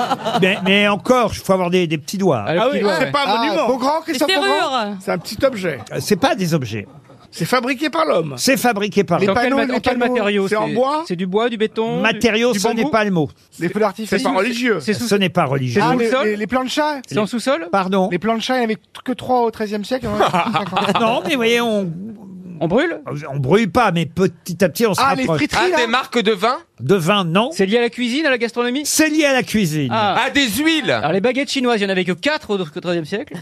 S2: mais, mais encore, il faut avoir des, des petits doigts.
S5: Ah, le
S8: Ah
S5: petit
S8: oui,
S5: doigt, ouais.
S8: c'est pas un
S4: Ah,
S8: monument.
S4: Beaugrand,
S3: Des
S4: Christophe Beaugrand
S3: serrures
S8: C'est un petit objet.
S2: Euh, C'est pas des objets.
S8: C'est fabriqué par l'homme.
S2: C'est fabriqué par
S4: Les
S5: Dans quel,
S4: panneaux,
S5: ma-
S4: les
S5: en quel
S4: panneaux,
S5: matériau
S8: c'est en bois
S5: C'est du bois, du béton du-
S2: matériaux.
S5: du
S2: Ce
S5: bambou
S2: n'est pas le mot.
S4: Les feux d'artifice.
S8: C'est pas religieux.
S5: C'est sous-
S2: Ce n'est pas religieux.
S4: Ah,
S5: sous le
S4: les,
S5: sol
S4: les, les planchas
S5: C'est en sous-sol
S2: Pardon.
S4: Les planchas, il n'y en avait que 3 au XIIIe siècle. il y en
S16: hein.
S4: a 50.
S2: Ah Non, mais voyez, on Ah,
S5: On brûle
S2: on brûle pas, mais petit à petit, on se
S4: ah, les
S2: rapproche.
S6: Ah,
S4: friteries là
S6: des marques de vin
S2: De vin, non.
S5: C'est lié à la cuisine, à la gastronomie
S2: C'est lié à la cuisine.
S5: Ah.
S6: Ah, des huiles
S5: Alors les baguettes chinoises, il y en avait que 4 au 13e siècle.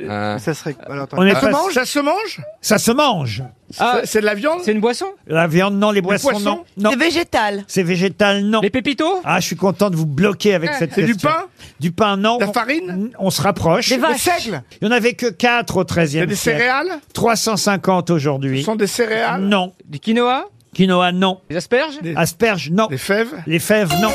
S6: Euh,
S4: Ça serait. Alors, attends.
S2: On est
S8: Ah. Ça se
S2: pas-
S8: mange Ça se mange
S2: Ça se mange.
S5: Ah,
S8: C'est- C'est de la viande
S5: c'est une boisson
S2: La viande, non. Les boissons,
S8: poissons
S2: non. Non.
S17: C'est végétal.
S2: C'est végétal, non.
S5: Les pépitos
S2: Ah, je suis content de vous bloquer avec cette
S8: C'est
S2: question.
S8: du pain
S2: Du pain, non.
S8: La
S2: On-
S8: farine
S2: On se rapproche.
S3: Des
S4: Des
S3: vaches
S4: seigles
S2: Il n'y en avait que 4 au
S8: Il y a
S2: 13e
S8: des
S2: siècle.
S8: céréales
S2: 350
S8: Ce
S2: aujourd'hui.
S8: sont des céréales
S2: Non.
S5: Du quinoa
S2: Quinoa, non.
S5: Les asperges
S2: Asperges, non. Les fèves Les fèves, non.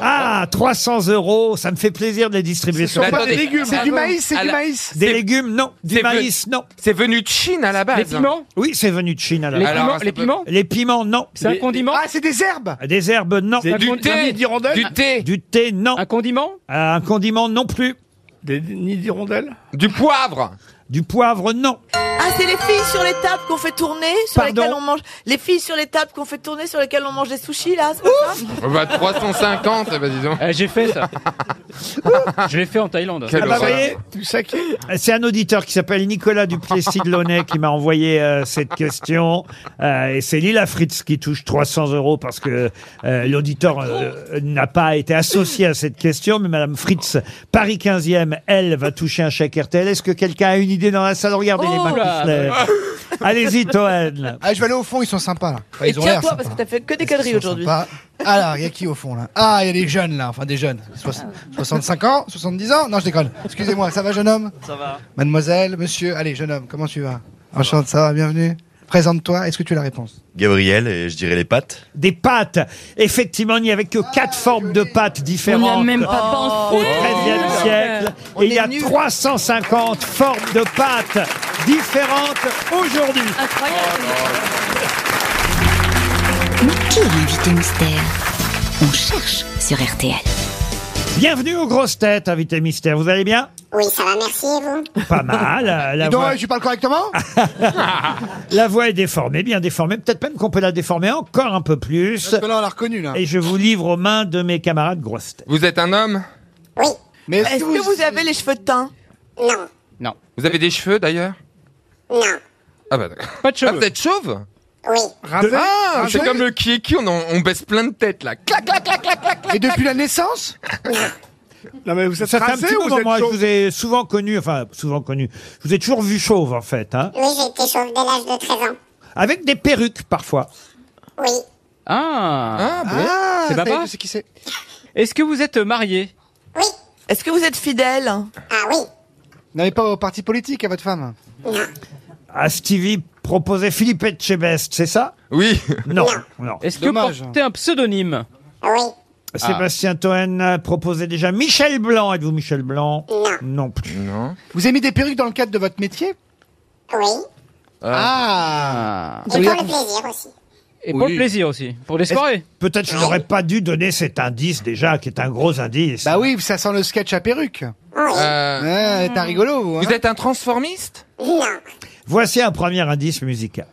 S2: Ah, 300 euros, ça me fait plaisir de les distribuer.
S16: Ce sont
S2: sur-
S16: pas des légumes. C'est du maïs, c'est
S2: à
S16: du
S2: la-
S16: maïs.
S2: Des
S16: C'est-
S2: légumes, non. Du
S16: c'est
S2: maïs, non.
S6: C'est venu de Chine à la base.
S16: Les piments
S2: Oui, c'est venu de Chine à la
S16: Les
S2: base.
S16: piments- Alors, les ça peut- piments
S2: Les piments, non.
S16: C'est un Des- condiment
S2: Ah, c'est des herbes Des herbes, non.
S16: C'est du Un thé nid d'hirondelle
S2: Du thé Du thé, non. Un condiment Un condiment, non plus. Des nids d'hirondelle Du poivre Du poivre, non.
S7: Ah, c'est les filles sur les tables qu'on fait tourner, sur
S2: Pardon
S7: lesquelles on mange. Les filles sur les tables qu'on fait tourner, sur lesquelles on mange des sushis, là, c'est pas ça
S6: Oh bah, 350, eh ben, dis donc.
S5: J'ai fait ça. Je l'ai fait en Thaïlande.
S2: Ah bah, voyez, C'est un auditeur qui s'appelle Nicolas Duplessis de Launay qui m'a envoyé euh, cette question. Euh, et c'est Lila Fritz qui touche 300 euros parce que euh, l'auditeur euh, n'a pas été associé à cette question. Mais Madame Fritz, Paris 15e, elle va toucher un chèque RTL. Est-ce que quelqu'un a une idée dans la salle Regardez les
S7: Oh
S2: mains qui
S7: là
S2: se lèvent. Allez-y, Toen.
S16: Ah, je vais aller au fond, ils sont sympas là.
S7: Et tiens-toi, parce que t'as fait que des conneries aujourd'hui.
S16: Ah là, il y a qui au fond là Ah, il y a des jeunes là, enfin des jeunes. Soix-
S7: Ah
S16: 65 ans, 70 ans Non, je déconne. Excusez-moi, ça va jeune homme
S18: Ça va.
S16: Mademoiselle, monsieur, allez jeune homme, comment tu vas Enchanté, ça va, bienvenue. Présente-toi, est-ce que tu as la réponse
S19: Gabriel et je dirais les pattes.
S2: Des pâtes. Effectivement, il n'y avait que quatre
S16: Ah,
S2: formes de pâtes différentes.
S3: On n'y a même pas
S2: Au
S3: pensé.
S2: XIIIe
S3: Oh.
S2: siècle.
S3: On
S2: Et il
S3: est
S2: y a
S3: nuls.
S2: 350 formes de pâtes différentes aujourd'hui.
S12: Mais qui est l'invité mystère On cherche sur RTL.
S2: Bienvenue aux grosses têtes, invité mystère. Vous allez bien
S20: Oui, ça va, merci, et vous
S2: Pas mal. euh, La
S16: Dis donc,
S2: voix,
S16: ouais, tu parles correctement
S2: la voix est déformée, bien déformée. Peut-être même qu'on peut la déformer encore un peu plus.
S16: Parce que là, on l'a reconnu là.
S2: Et je vous livre aux mains de mes camarades grosses têtes.
S6: Vous êtes un homme
S16: Mais
S7: Est-ce que vous avez les cheveux de teint
S20: Non.
S5: Non.
S6: Vous avez des cheveux d'ailleurs
S20: Non.
S6: Ah bah d'accord.
S5: Pas de cheveux.
S6: Ah, vous êtes chauve
S20: Oui.
S16: Rasé
S6: Ah,
S16: Rasé
S6: c'est comme le qui est qui, on, en- on baisse plein de têtes là. Clac, clac, clac, clac, clac, clac.
S16: Et depuis la naissance
S8: Non mais vous
S2: Ça fait un petit moment, moi, je vous ai souvent connu, enfin, souvent connu. Je vous ai toujours vu chauve, en fait, hein.
S20: Oui, j'ai été chauve dès l'âge de 13 ans.
S2: Avec des perruques, parfois.
S20: Oui.
S5: Ah,
S16: bon ça
S5: C'est
S16: y est,
S5: papa
S16: je sais qui c'est.
S5: Est-ce que vous êtes marié
S7: Est-ce que vous êtes fidèle
S20: Ah oui.
S16: N'avez pas au parti politique à votre femme
S2: À Stevie proposait Philippe Etchebest, c'est ça
S6: Oui.
S2: Non, non.
S5: Est-ce que vous portez un pseudonyme
S20: Oui.
S2: Sébastien Toen proposait déjà Michel Blanc. Êtes-vous Michel Blanc
S20: Non.
S2: plus.
S6: Non.
S16: Vous avez mis des perruques dans le cadre de votre métier
S20: Oui.
S16: Ah
S4: Ah.
S20: Et pour le plaisir aussi.
S5: Et pour le plaisir aussi. Pour les soirées.
S2: Peut-être je n'aurais pas dû donner cet indice déjà, qui est un gros indice.
S16: Bah oui, ça sent le sketch à perruque. Ouais, T'as rigolo, hein. vous.
S6: Euh, Vous êtes un transformiste
S20: Non.
S2: Voici un premier indice musical.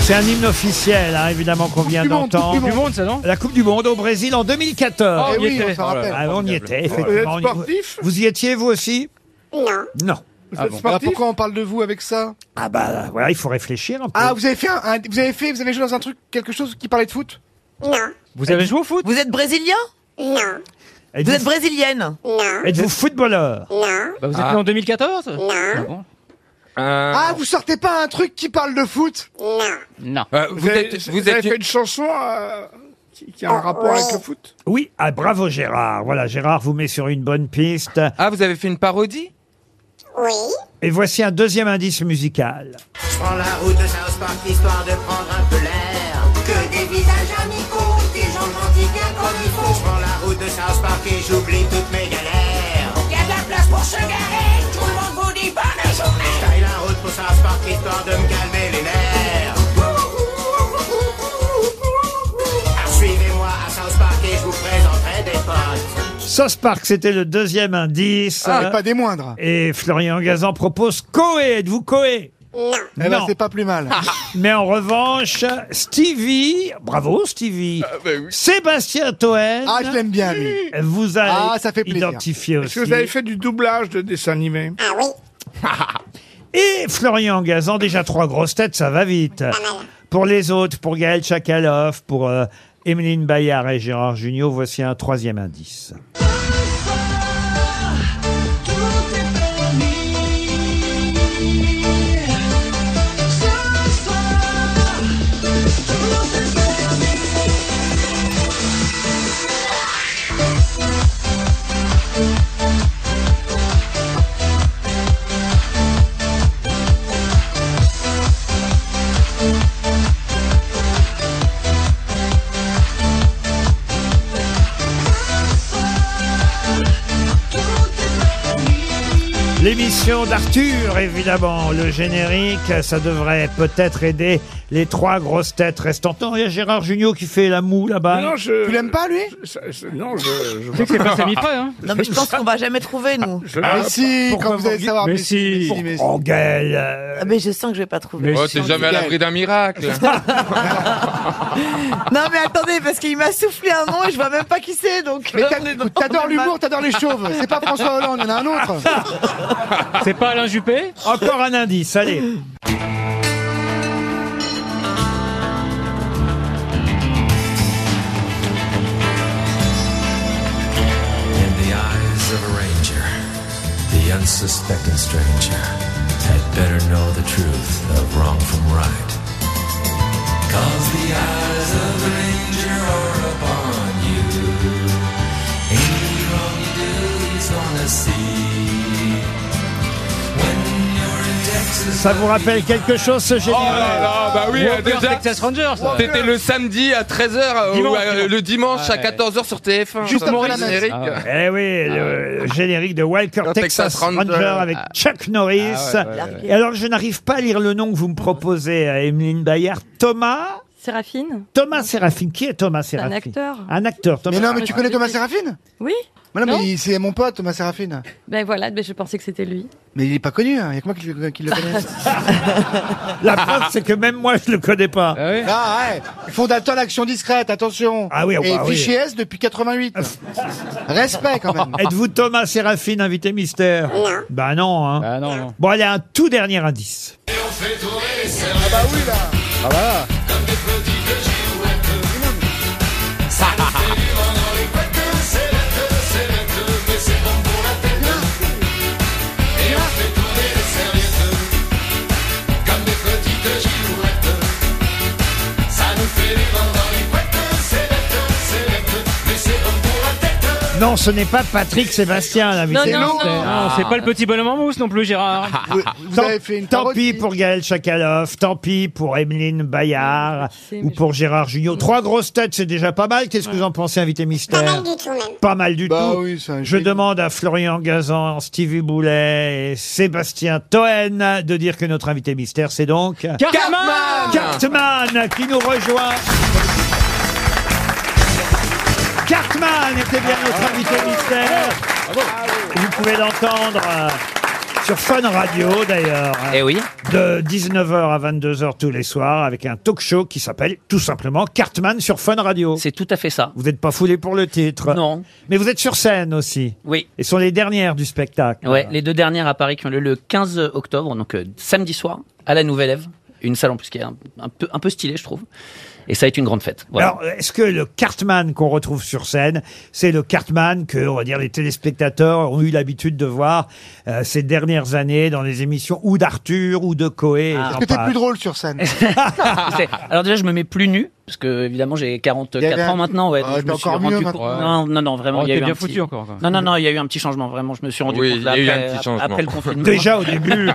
S2: C'est un hymne officiel, hein, évidemment, qu'on vient
S5: du monde,
S2: d'entendre.
S5: Coupe du monde, ça, non
S2: La Coupe du Monde au Brésil en 2014.
S5: Ah, on Eh y oui, était. on s'en
S2: Ah,
S5: rappelle.
S2: on y était, effectivement.
S16: Vous êtes
S2: On y- Vous y étiez, vous aussi
S20: Non.
S2: Non.
S16: Ah bon. Alors pourquoi on parle de vous avec ça
S2: Ah bah voilà, il faut réfléchir un peu.
S16: Ah, vous avez fait un, un- vous avez fait, vous avez joué dans un truc, quelque chose qui parlait de foot
S20: Non.
S5: Vous avez joué au foot
S7: Vous êtes brésilien
S20: Non.
S7: Vous êtes brésilienne
S20: Non.
S2: Êtes-vous footballeur
S20: Non.
S5: Bah, vous êtes
S6: Ah.
S5: né en 2014
S20: Non.
S6: Euh,
S16: Ah, vous sortez pas un truc qui parle de foot
S20: Non.
S5: Non.
S6: euh, vous, êtes, vous êtes
S8: fait une chanson euh, qui, qui a un rapport avec le foot
S2: Oui, ah bravo Gérard. Voilà, Gérard vous met sur une bonne piste.
S6: Ah, vous avez fait une parodie
S20: Oui.
S2: Et voici un deuxième indice musical.
S15: Je prends la route de South Park histoire de prendre un peu l'air. Que des visages amicaux, des gens gentils bien comme il faut. Je prends la route de South Park et j'oublie toutes mes galères. Y a de la place pour se garer, tout le monde vous dit bonne journée. Je taille la route pour South Park histoire de me calmer les nerfs. Alors Suivez-moi à South Park et je vous présenterai des potes.
S2: Sauce Park, c'était le deuxième indice.
S16: Ah,
S2: Euh,
S16: et pas des moindres.
S2: Et Florian Gazan propose Coé. Êtes-vous Coé
S16: Eh ben,
S2: Non.
S16: c'est pas plus mal.
S2: Mais en revanche, Stevie, bravo Stevie,
S8: Ah, ben
S2: Sébastien Toen,
S16: Ah, je l'aime bien, lui.
S2: vous allez
S16: Ah, ça fait plaisir.
S2: identifier
S8: Est-ce
S2: aussi.
S8: que vous avez fait du doublage de dessins animés
S20: Ah oui.
S2: Et Florian Gazan, déjà trois grosses têtes, ça va vite. Pour les autres, pour Gaël Tchakaloff, pour euh, Emeline Bayard et Gérard Junior, voici un troisième indice. L'émission d'Arthur, évidemment, le générique, ça devrait peut-être aider les trois grosses têtes restantes. Non, il y a Gérard Junior qui fait la moue
S8: Ah
S2: là-bas.
S8: Tu l'aimes pas, lui Non, je. je
S2: Tu sais que c'est pas sa mitraille, hein.
S7: Non, mais je pense qu'on va jamais trouver, nous.
S8: Je- Ah, pourquoi dites- Mais, si.
S2: Oh, Gaël, euh,
S7: Ah, mais je sens que je vais pas trouver.
S6: oh, t'es jamais à l'abri d'un miracle.
S7: Non, mais attendez, parce qu'il m'a soufflé un nom et je vois même pas qui c'est, donc. euh,
S4: Mais t'a- t'adores l'humour, t'adores les chauves. C'est pas François Hollande, il y en a un autre.
S2: C'est pas Alain Juppé Encore un indice, allez.
S15: In the eyes of a ranger, the unsuspecting stranger had better know the truth of wrong from right. Cause the eyes of the ranger are upon you. Any wrong you do, he's gonna see. When you're in Texas,
S2: Ça vous rappelle quelque chose, ce générique
S6: Oh là là, bah oui,
S4: euh,
S2: Walker,
S6: déjà.
S2: Texas Rangers.
S6: C'était le samedi à 13h,
S2: Dimanche, dimanche.
S6: euh, le dimanche à
S2: Ouais.
S6: 14h sur TF1.
S2: Juste
S6: Ça,
S2: après la
S6: c'est
S2: messe.
S6: générique.
S2: Eh oui, le générique de Walker
S6: Le
S2: Texas,
S6: Ah Texas
S2: Ranger,
S6: Ranger.
S2: avec
S6: Ah.
S2: Chuck Norris.
S6: Ah ouais, ouais, ouais.
S2: Et alors, je n'arrive pas à lire le nom que vous me proposez, euh, Emeline Bayard. Thomas
S3: Séraphine
S2: Thomas Séraphine. Qui est Thomas Séraphine
S3: acteur. Ah,
S2: Un acteur. Thomas
S4: Mais non, mais
S5: Ah,
S4: tu connais Thomas Séraphine
S3: Oui.
S4: Mais non,
S3: Non.
S4: mais il- c'est mon pote, Thomas Séraphine.
S3: Ben voilà, ben je pensais que c'était lui.
S4: Mais il est pas connu, hein. il y a que moi qui le, qui le connais.
S2: La preuve, c'est que même moi, je le connais pas. Ah oui
S4: Ah ouais, fondateur d'Action Discrète, attention.
S2: Ah oui, oh,
S4: Et
S2: bah oui. Ah,
S4: fichier S depuis 88. Respect quand même.
S2: Êtes-vous Thomas Séraphine, invité mystère Bah non, hein. Bon, allez, un tout dernier indice.
S4: Ah bah oui là.
S2: Ah bah
S15: Ça nous fait du vent dans les couettes, c'est bête, c'est bête, mais c'est bon pour la tête. Et on fait tourner les serviettes comme des petites girouettes. Ça nous fait du vent dans les couettes, c'est bête, c'est bête, mais c'est bon pour la tête.
S2: Non, ce n'est pas Patrick Sébastien, l'invité
S5: Non, non,
S2: mystère.
S5: non. Ah, c'est pas le petit bonhomme en mousse non plus, Gérard.
S2: Tant, tant pis pour Gaël Chakalov, tant pis pour Emeline Bayard ou pour Gérard Junior. Trois grosses têtes, c'est déjà pas mal. Qu'est-ce que vous en pensez, invité mystère
S15: Ah
S2: Pas mal
S21: du tout, même.
S2: Pas mal du
S4: Bah
S2: tout.
S4: oui, c'est un
S2: Je
S4: génie.
S2: demande à Florian Gazan, Stevie Boulet et Sébastien Toen de dire que notre invité mystère, c'est donc...
S5: Cartman
S2: Cartman qui nous rejoint Cartman était bien
S4: Ah,
S2: notre invité mystère. Vous pouvez l'entendre euh, sur Fun Radio d'ailleurs.
S22: Eh oui.
S2: De 19h à 22h tous les soirs avec un talk show qui s'appelle tout simplement Cartman sur Fun Radio.
S22: C'est tout à fait ça.
S2: Vous n'êtes pas foulé pour le titre.
S22: Non.
S2: Mais vous êtes sur scène aussi.
S22: Oui.
S2: Et ce sont les dernières du spectacle.
S22: Ouais, les deux dernières à Paris qui ont lieu le 15 octobre, donc euh, samedi soir, à la Nouvelle Ève. Une salle en plus qui est un, un peu, un peu stylée, je trouve. Et ça va être une grande fête. Voilà.
S2: Alors, euh, est-ce que le Cartman qu'on retrouve sur scène, c'est le Cartman que, on va dire, les téléspectateurs ont eu l'habitude de voir euh, ces dernières années dans les émissions ou d'Arthur ou de Coé
S22: Ah.
S2: et
S4: Est-ce
S2: j'en
S4: que t'es
S2: passe.
S4: plus drôle sur scène
S22: C'est- Alors déjà, je me mets plus nu, parce que évidemment j'ai
S4: Il y avait
S22: 44
S4: un-
S22: ans maintenant. Ouais,
S4: Ah,
S22: donc je
S4: t'es
S22: me suis
S4: encore mieux
S22: rendu
S4: maintenant.
S22: compte- Non, non, non, vraiment.
S5: Oh,
S22: il y a
S5: t'es
S22: eu
S5: bien
S22: un petit-
S5: foutu encore, quoi.
S22: Non, non, non, il y a eu un petit changement. Vraiment, je me suis rendu
S5: Oui,
S22: compte
S5: il
S22: là,
S5: y a
S22: après,
S5: eu un petit changement.
S22: après le confinement.
S2: Déjà au début.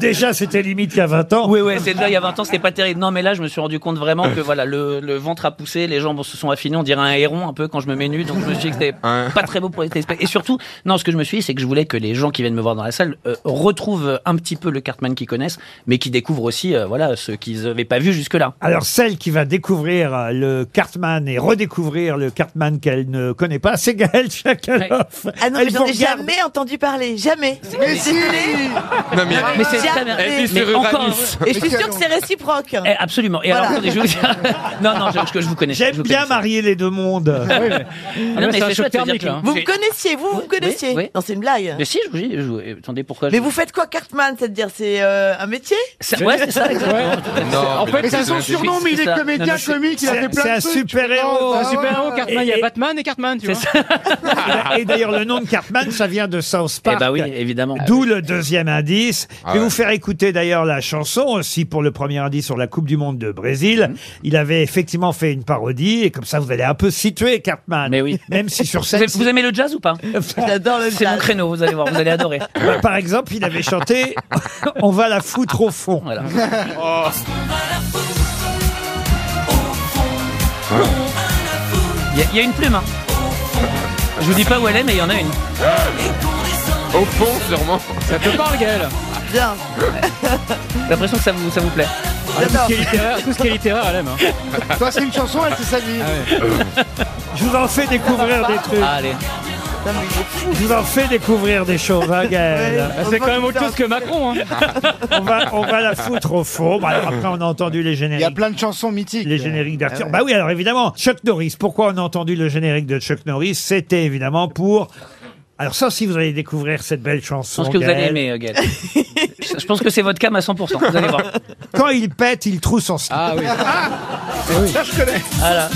S2: Déjà, c'était limite il y a 20 ans.
S22: Oui, oui, c'est déjà il y a 20 ans, c'était pas terrible. Non, mais là, je me suis rendu compte vraiment que voilà, le, le ventre a poussé, les jambes se sont affinées, on dirait un héron un peu quand je me mets nu, donc je me suis dit que c'était pas très beau pour les téléspectateurs. Et surtout, non, ce que je me suis dit, c'est que je voulais que les gens qui viennent me voir dans la salle euh, retrouvent un petit peu le Cartman qu'ils connaissent, mais qui découvrent aussi, euh, voilà, ce qu'ils n'avaient pas vu jusque-là.
S2: Alors, celle qui va découvrir euh, le Cartman et redécouvrir le Cartman qu'elle ne connaît pas, c'est Gaëlle Chakaloff.
S7: Ah non, mais
S2: Elle
S7: j'en
S2: vous
S7: ai
S2: regarde.
S7: jamais entendu parler, jamais.
S4: Mais si
S7: Jamais.
S2: Non, mais- Mais c'est-
S7: Jamais.
S2: Elle vit sur
S7: Mais encore-
S2: Uranus.
S7: Et je suis sûr que c'est réciproque. rock.
S22: Eh, absolument. Et alors,
S7: Voilà.
S22: attendez, je vais vous dire. Non, non, je, je- je vous connais.
S2: J'aime
S22: je vous
S2: bien marier les deux mondes.
S22: Ah non, mais c'est c'est chouette, thermique,
S2: hein.
S22: là.
S7: Vous me connaissiez, vous, vous me connaissiez. Non, c'est une blague.
S22: connais. Mais si, je vous dis. je vous- eh, Attendez, pourquoi
S7: Mais
S22: je-
S7: vous faites quoi, Cartman C'est-à-dire, c'est euh, un métier
S22: C'est- ouais, c'est ça, exactement. Ouais. Tout à fait. Non, En mais fait,
S16: Mais c'est son surnom, mais il est comédien comique, il a fait plein de
S2: C'est un
S16: trucs.
S2: super-héros.
S16: Ah,
S5: Oh, Un super-héros,
S16: ouais.
S5: Cartman, il y a Batman et Cartman, tu vois.
S2: Et d'ailleurs, le nom de Cartman, ça vient de South Park.
S22: Eh ben oui, évidemment.
S2: D'où le deuxième indice.
S22: Ah
S2: Je vais
S22: ouais.
S2: vous faire écouter d'ailleurs la chanson aussi pour le premier indice sur la Coupe du Monde de
S22: Mhm.
S2: Brésil. Il avait effectivement fait une parodie et comme ça vous allez un peu situer Cartman. Mais oui. Même si sur scène.
S22: Vous- Vous aimez le jazz ou pas
S7: J'adore le
S22: C'est mon créneau, vous allez voir, vous allez adorer.
S2: Par exemple, il avait chanté Oh. On va la foutre au fond.
S22: Il y a- il y, a une plume, hein. Je vous dis pas où elle est, mais il y en a une.
S6: Au fond, sûrement.
S22: Ça te parle, Gaël
S7: Bien.
S22: J'ai l'impression que ça vous, ça vous plaît.
S5: Tout ce qui est littéraire, tout ce qui est littéraire, elle aime. hein.
S16: Toi, c'est une chanson, elle, c'est sa vie.
S22: Ah
S2: Je vous en fais découvrir des trucs.
S22: Allez.
S2: Je vous en fais découvrir des choses, hein, Gaël.
S5: Ah, C'est quand même autre chose que Macron. Hein.
S2: on, va, on va la foutre au fond. Bah, alors après, on a entendu les génériques. Il y a plein de chansons mythiques. Les génériques d'Arthur. Bah oui, alors évidemment, Chuck Norris. Pourquoi on a entendu le générique de Chuck Norris C'était évidemment pour. Alors ça aussi, vous allez découvrir cette belle
S22: Je
S2: chanson.
S22: pense que vous allez
S2: Gaël.
S22: aimer, euh, Gaël. Je je pense que c'est votre cam à 100%. Vous allez voir.
S2: Quand il pète, il trouve son slip.
S22: Ah oui.
S2: Ça, je connais.
S22: Voilà.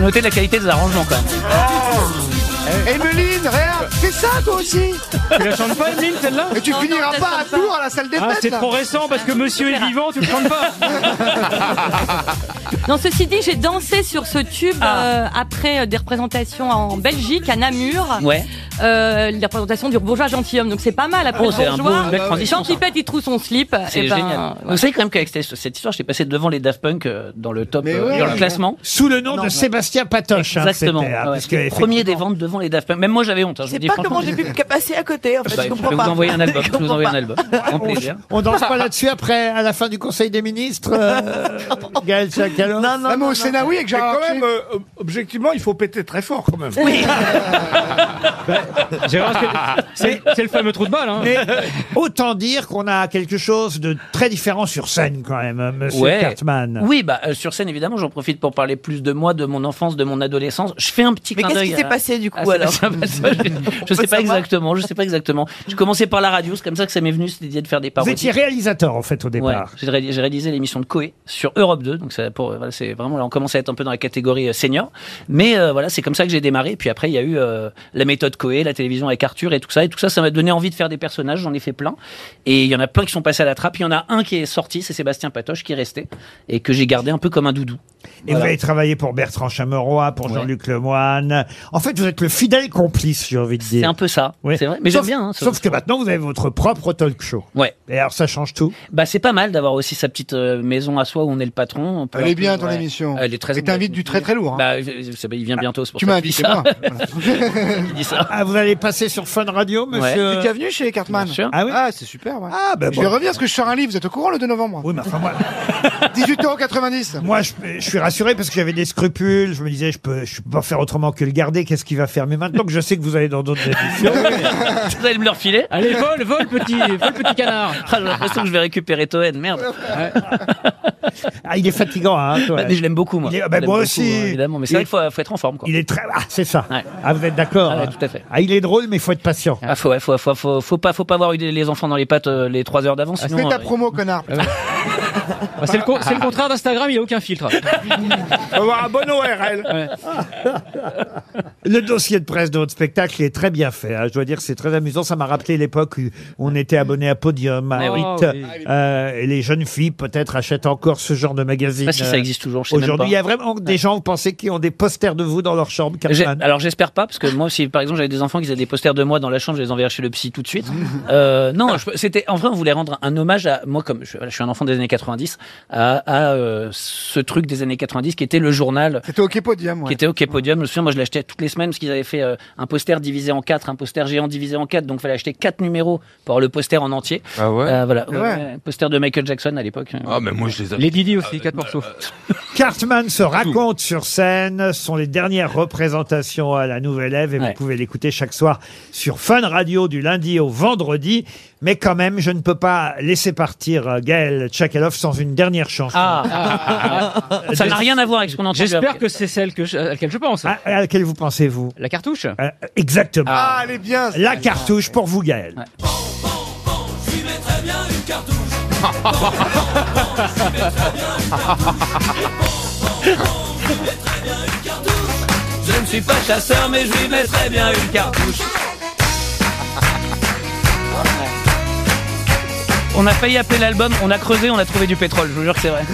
S22: Notez la qualité des arrangements quand même.
S16: Eh, Emeline, regarde, fais ça toi aussi
S5: Tu la chantes pas, Emeline, celle-là
S16: Et tu
S5: Non,
S16: finiras
S5: non,
S16: pas à
S5: laisse
S16: Tours à la salle des
S5: Ah,
S16: fêtes
S5: c'est
S16: là.
S5: trop récent parce que monsieur est vivant, tu le chantes pas.
S3: Non, ceci dit, j'ai dansé sur ce tube
S22: Ah.
S3: euh, après euh, des représentations en Belgique, à Namur.
S22: Ouais.
S3: Euh, les représentations du bourgeois gentilhomme. Donc c'est pas mal après
S22: Oh,
S3: le
S22: c'est un
S3: bourgeois.
S22: beau- belle transition,
S3: Quand il pète, il trouve son slip.
S22: C'est
S3: Eh ben,
S22: génial. Ah, Vous savez quand même qu'avec cette, cette histoire, j'étais passé devant les Daft Punk euh, dans le top, euh, dans le classement.
S2: Sous le nom de Sébastien Patoche. hein,
S22: Exactement.
S2: c'était, hein,
S22: ouais.
S2: parce que,
S22: Premier des ventes devant les Daft Punk. Même moi, j'avais honte. hein, je vous
S7: C'est
S22: dis
S7: pas
S22: franchement.
S7: comment j'ai pu me passer à côté, en fait, je
S22: Bah, je
S7: comprends
S22: vais vous
S7: pas.
S22: envoyer un album.
S7: Je
S22: Je vais vous
S7: comprends
S22: envoyer
S7: pas.
S22: un album. Grand plaisir.
S2: On danse pas là-dessus après, à la fin du Conseil des ministres, euh, Gaël Chakalov
S16: Ah, mais au Sénat, oui, avec
S8: Mais
S16: Gérard
S8: quand
S16: Larcher.
S8: même, euh, ob- objectivement, il faut péter très fort quand même.
S16: Oui.
S5: Ben, Gérard, c'est c'est le fameux trou de balle. Hein.
S2: Mais autant dire qu'on a quelque chose de très différent sur scène quand même, hein, Monsieur
S22: Ouais.
S2: Cartman.
S22: Oui, bah euh, sur scène évidemment, j'en profite pour parler plus de moi, de mon enfance, de mon adolescence. Je fais un petit
S7: Mais
S22: clin
S7: qu'est-ce
S22: d'œil.
S7: qui s'est
S22: à-
S7: passé, du
S22: à
S7: coup, alors
S22: Sébastien Bastien. Je sais pas exactement. Je sais pas exactement. Je commençais par la radio, c'est comme ça que ça m'est venu cette idée de faire des
S2: Vous
S22: parodies.
S2: étiez réalisateur en fait au
S22: Ouais,
S2: départ.
S22: j'ai ré- j'ai réalisé l'émission de Coé sur Europe 2, donc ça, pour, euh, voilà, c'est vraiment là on commence à être un peu dans la catégorie euh, senior, mais euh, voilà c'est comme ça que j'ai démarré. Puis après il y a eu euh, la méthode Coé, la télévision avec Arthur et tout ça, et tout ça ça m'a donné envie de faire des personnages, j'en ai fait plein, et il y en a plein qui sont passés à la trappe. Il y en a un qui est sorti, c'est Sébastien Patoche qui est resté et que j'ai gardé un peu comme un doudou.
S2: Et vous avez travaillé pour Bertrand Chameroy, pour Jean-Luc Lemoine. En fait, vous êtes le fidèle complice, j'ai envie de dire. C'est un
S22: peu ça. c'est vrai. Mais j'aime bien, hein, ce-
S2: sauf que maintenant, vous avez votre propre talk show.
S22: Ouais.
S2: Et alors ça change tout.
S22: Bah c'est pas mal d'avoir aussi sa petite euh, maison à soi où on est le patron. On peut
S16: Elle est
S22: leur-
S16: bien, ton
S22: ouais.
S16: émission.
S22: Elle est très.
S16: Et t'invites du très, très lourd, hein.
S22: Bah, je- je sais pas, il vient bientôt. c'est Pour
S16: Tu
S22: ça
S16: m'as
S22: que je dis
S16: invité,
S22: ça.
S16: moi.
S22: Il dit ça.
S2: Ah, vous allez passer sur Fun Radio, monsieur
S16: Tu es venu chez Cartman
S2: Ah oui
S16: Ah, c'est super, ouais.
S2: Ah,
S5: ben
S2: bah,
S16: je
S2: bon.
S16: vais revenir parce que je sors un livre, vous êtes au courant le 2 novembre
S2: Oui, mais enfin, moi.
S16: 18,90€.
S2: Moi, je, je suis rassuré parce que j'avais des scrupules. Je me disais, je peux, je peux pas faire autrement que le garder. Qu'est-ce qu'il va faire Mais maintenant que je sais que vous allez dans d'autres émissions,
S22: Vous allez me le refiler
S5: Allez, vole, vole, petit, vole, petit canard.
S22: Ah, j'ai l'impression que je vais récupérer Toen, merde.
S2: ah, il est fatigant. Hein,
S22: Bah, mais je l'aime beaucoup, moi.
S2: Il est- ah, bah,
S22: Je l'aime
S2: moi
S22: beaucoup,
S2: aussi.
S22: euh, évidemment, mais c'est
S2: Il-
S22: vrai qu'il faut, faut être en forme, quoi.
S2: Il est très. Ah, c'est ça. Ah, vous êtes d'accord
S22: Ah ouais,
S2: hein.
S22: tout à fait.
S2: Ah, il est drôle, mais il faut être patient.
S22: Ah, faut, ouais, faut, faut, faut, faut pas, faut pas avoir eu les enfants dans les pattes euh, les 3 heures
S2: Ah,
S22: d'avance,
S16: Fais
S22: sinon.
S16: ta
S22: euh,
S16: promo, connard.
S5: Bah, c'est le, con- c'est le contraire d'Instagram, il n'y a aucun filtre.
S2: Ah
S8: On va avoir un bon ORL.
S2: Le dossier de presse de votre spectacle est très bien fait. hein. Je dois dire que c'est très amusant. Ça m'a rappelé l'époque où on était abonné à Podium, à
S22: Ah oui.
S2: Hit.
S22: Ah oui.
S2: Euh, et les jeunes filles, peut-être, achètent encore ce genre de magazine. euh,
S22: Ah, si, ça existe toujours, je sais même
S2: Aujourd'hui,
S22: pas.
S2: il y a vraiment des gens, vous pensez, qui ont des posters de vous dans leur chambre,
S22: j'ai-
S2: Cartman
S22: alors j'espère pas parce que moi si par exemple j'avais des enfants qui avaient des posters de moi dans la chambre je les enverrais chez le psy tout de suite euh, non je- c'était en vrai on voulait rendre un hommage à moi comme je, voilà, je suis un enfant des années 90 à, à, euh, ce truc des années 90 qui était le journal
S16: C'était OK Podium, ouais.
S22: qui était OK Podium. Je me souviens, moi, je l'achetais toutes les semaines parce qu'ils avaient fait euh, un poster divisé en quatre, un poster géant divisé en quatre. Donc, il fallait acheter quatre numéros pour avoir le poster en entier.
S6: Ah ouais
S22: Euh, Voilà.
S6: Ah ouais.
S22: Ouais, ouais, Poster de Michael Jackson à l'époque.
S6: Ah, mais moi, je les
S5: Les Didi aussi, 4 morceaux.
S2: Cartman se raconte sur scène. Ce sont les dernières représentations à la Nouvelle Ève et vous pouvez l'écouter chaque soir sur Fun Radio du lundi au vendredi. Mais quand même, je ne peux pas laisser partir euh, Gaël Tchakalov sans une dernière chanson.
S22: Ah, Ça n'a rien à voir avec ce qu'on entend.
S5: Ah. J'espère que c'est celle que je- à laquelle je pense.
S2: À, Ah, à laquelle vous pensez-vous Euh,
S5: La cartouche
S2: Exactement.
S5: Ah, elle est bien,
S2: La
S5: celle-là.
S2: cartouche pour vous, Gaël.
S18: très bien une cartouche.
S15: Je ne suis pas chasseur, mais je lui mettrai bien une cartouche.
S22: On a failli appeler l'album, on a creusé, on a trouvé du pétrole, je vous jure que c'est vrai.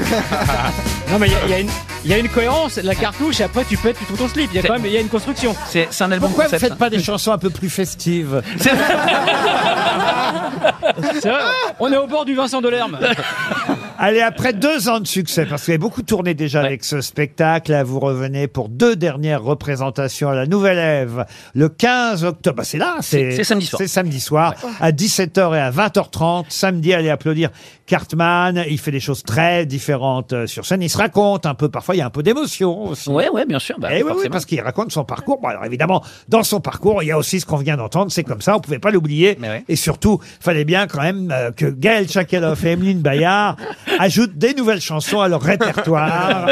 S5: Non, mais il y a- il y, a une- il y a une cohérence. La cartouche, et après, tu pètes tout ton slip. Il y a quand même il y a une construction.
S22: C'est un album
S2: Pourquoi vous faites pas des chansons un peu plus festives
S5: C'est vrai, on est au bord du Vincent Delerme.
S2: Allez, après deux ans de succès, parce qu'il y a beaucoup tourné déjà avec ce spectacle, là, vous revenez pour deux dernières représentations à la Nouvelle Ève, le 15 octobre. Bah, c'est là, c'est
S22: C'est- c'est samedi soir.
S2: C'est samedi soir, à 17h et à 20h30. Samedi, allez applaudir Cartman. Il fait des choses très différentes euh, sur scène. Il se raconte un peu, parfois il y a un peu d'émotion aussi.
S22: Ouais, ouais, bien sûr. bah,
S2: Eh oui, oui,
S22: forcément.
S2: parce qu'il raconte son parcours. Bon, alors évidemment, dans son parcours, il y a aussi ce qu'on vient d'entendre. C'est comme ça, on pouvait pas l'oublier. Et surtout, fallait bien quand même euh, que Gaël Tchakaloff et Emeline Bayard ajoutent des nouvelles chansons à leur répertoire.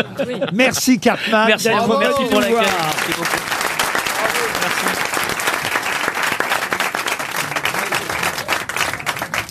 S2: Merci Cartman.
S22: Merci,
S2: d'être
S22: bravo,
S2: venu
S22: merci
S2: nous
S22: pour l'accueil.
S2: voir.
S22: Merci beaucoup. Merci.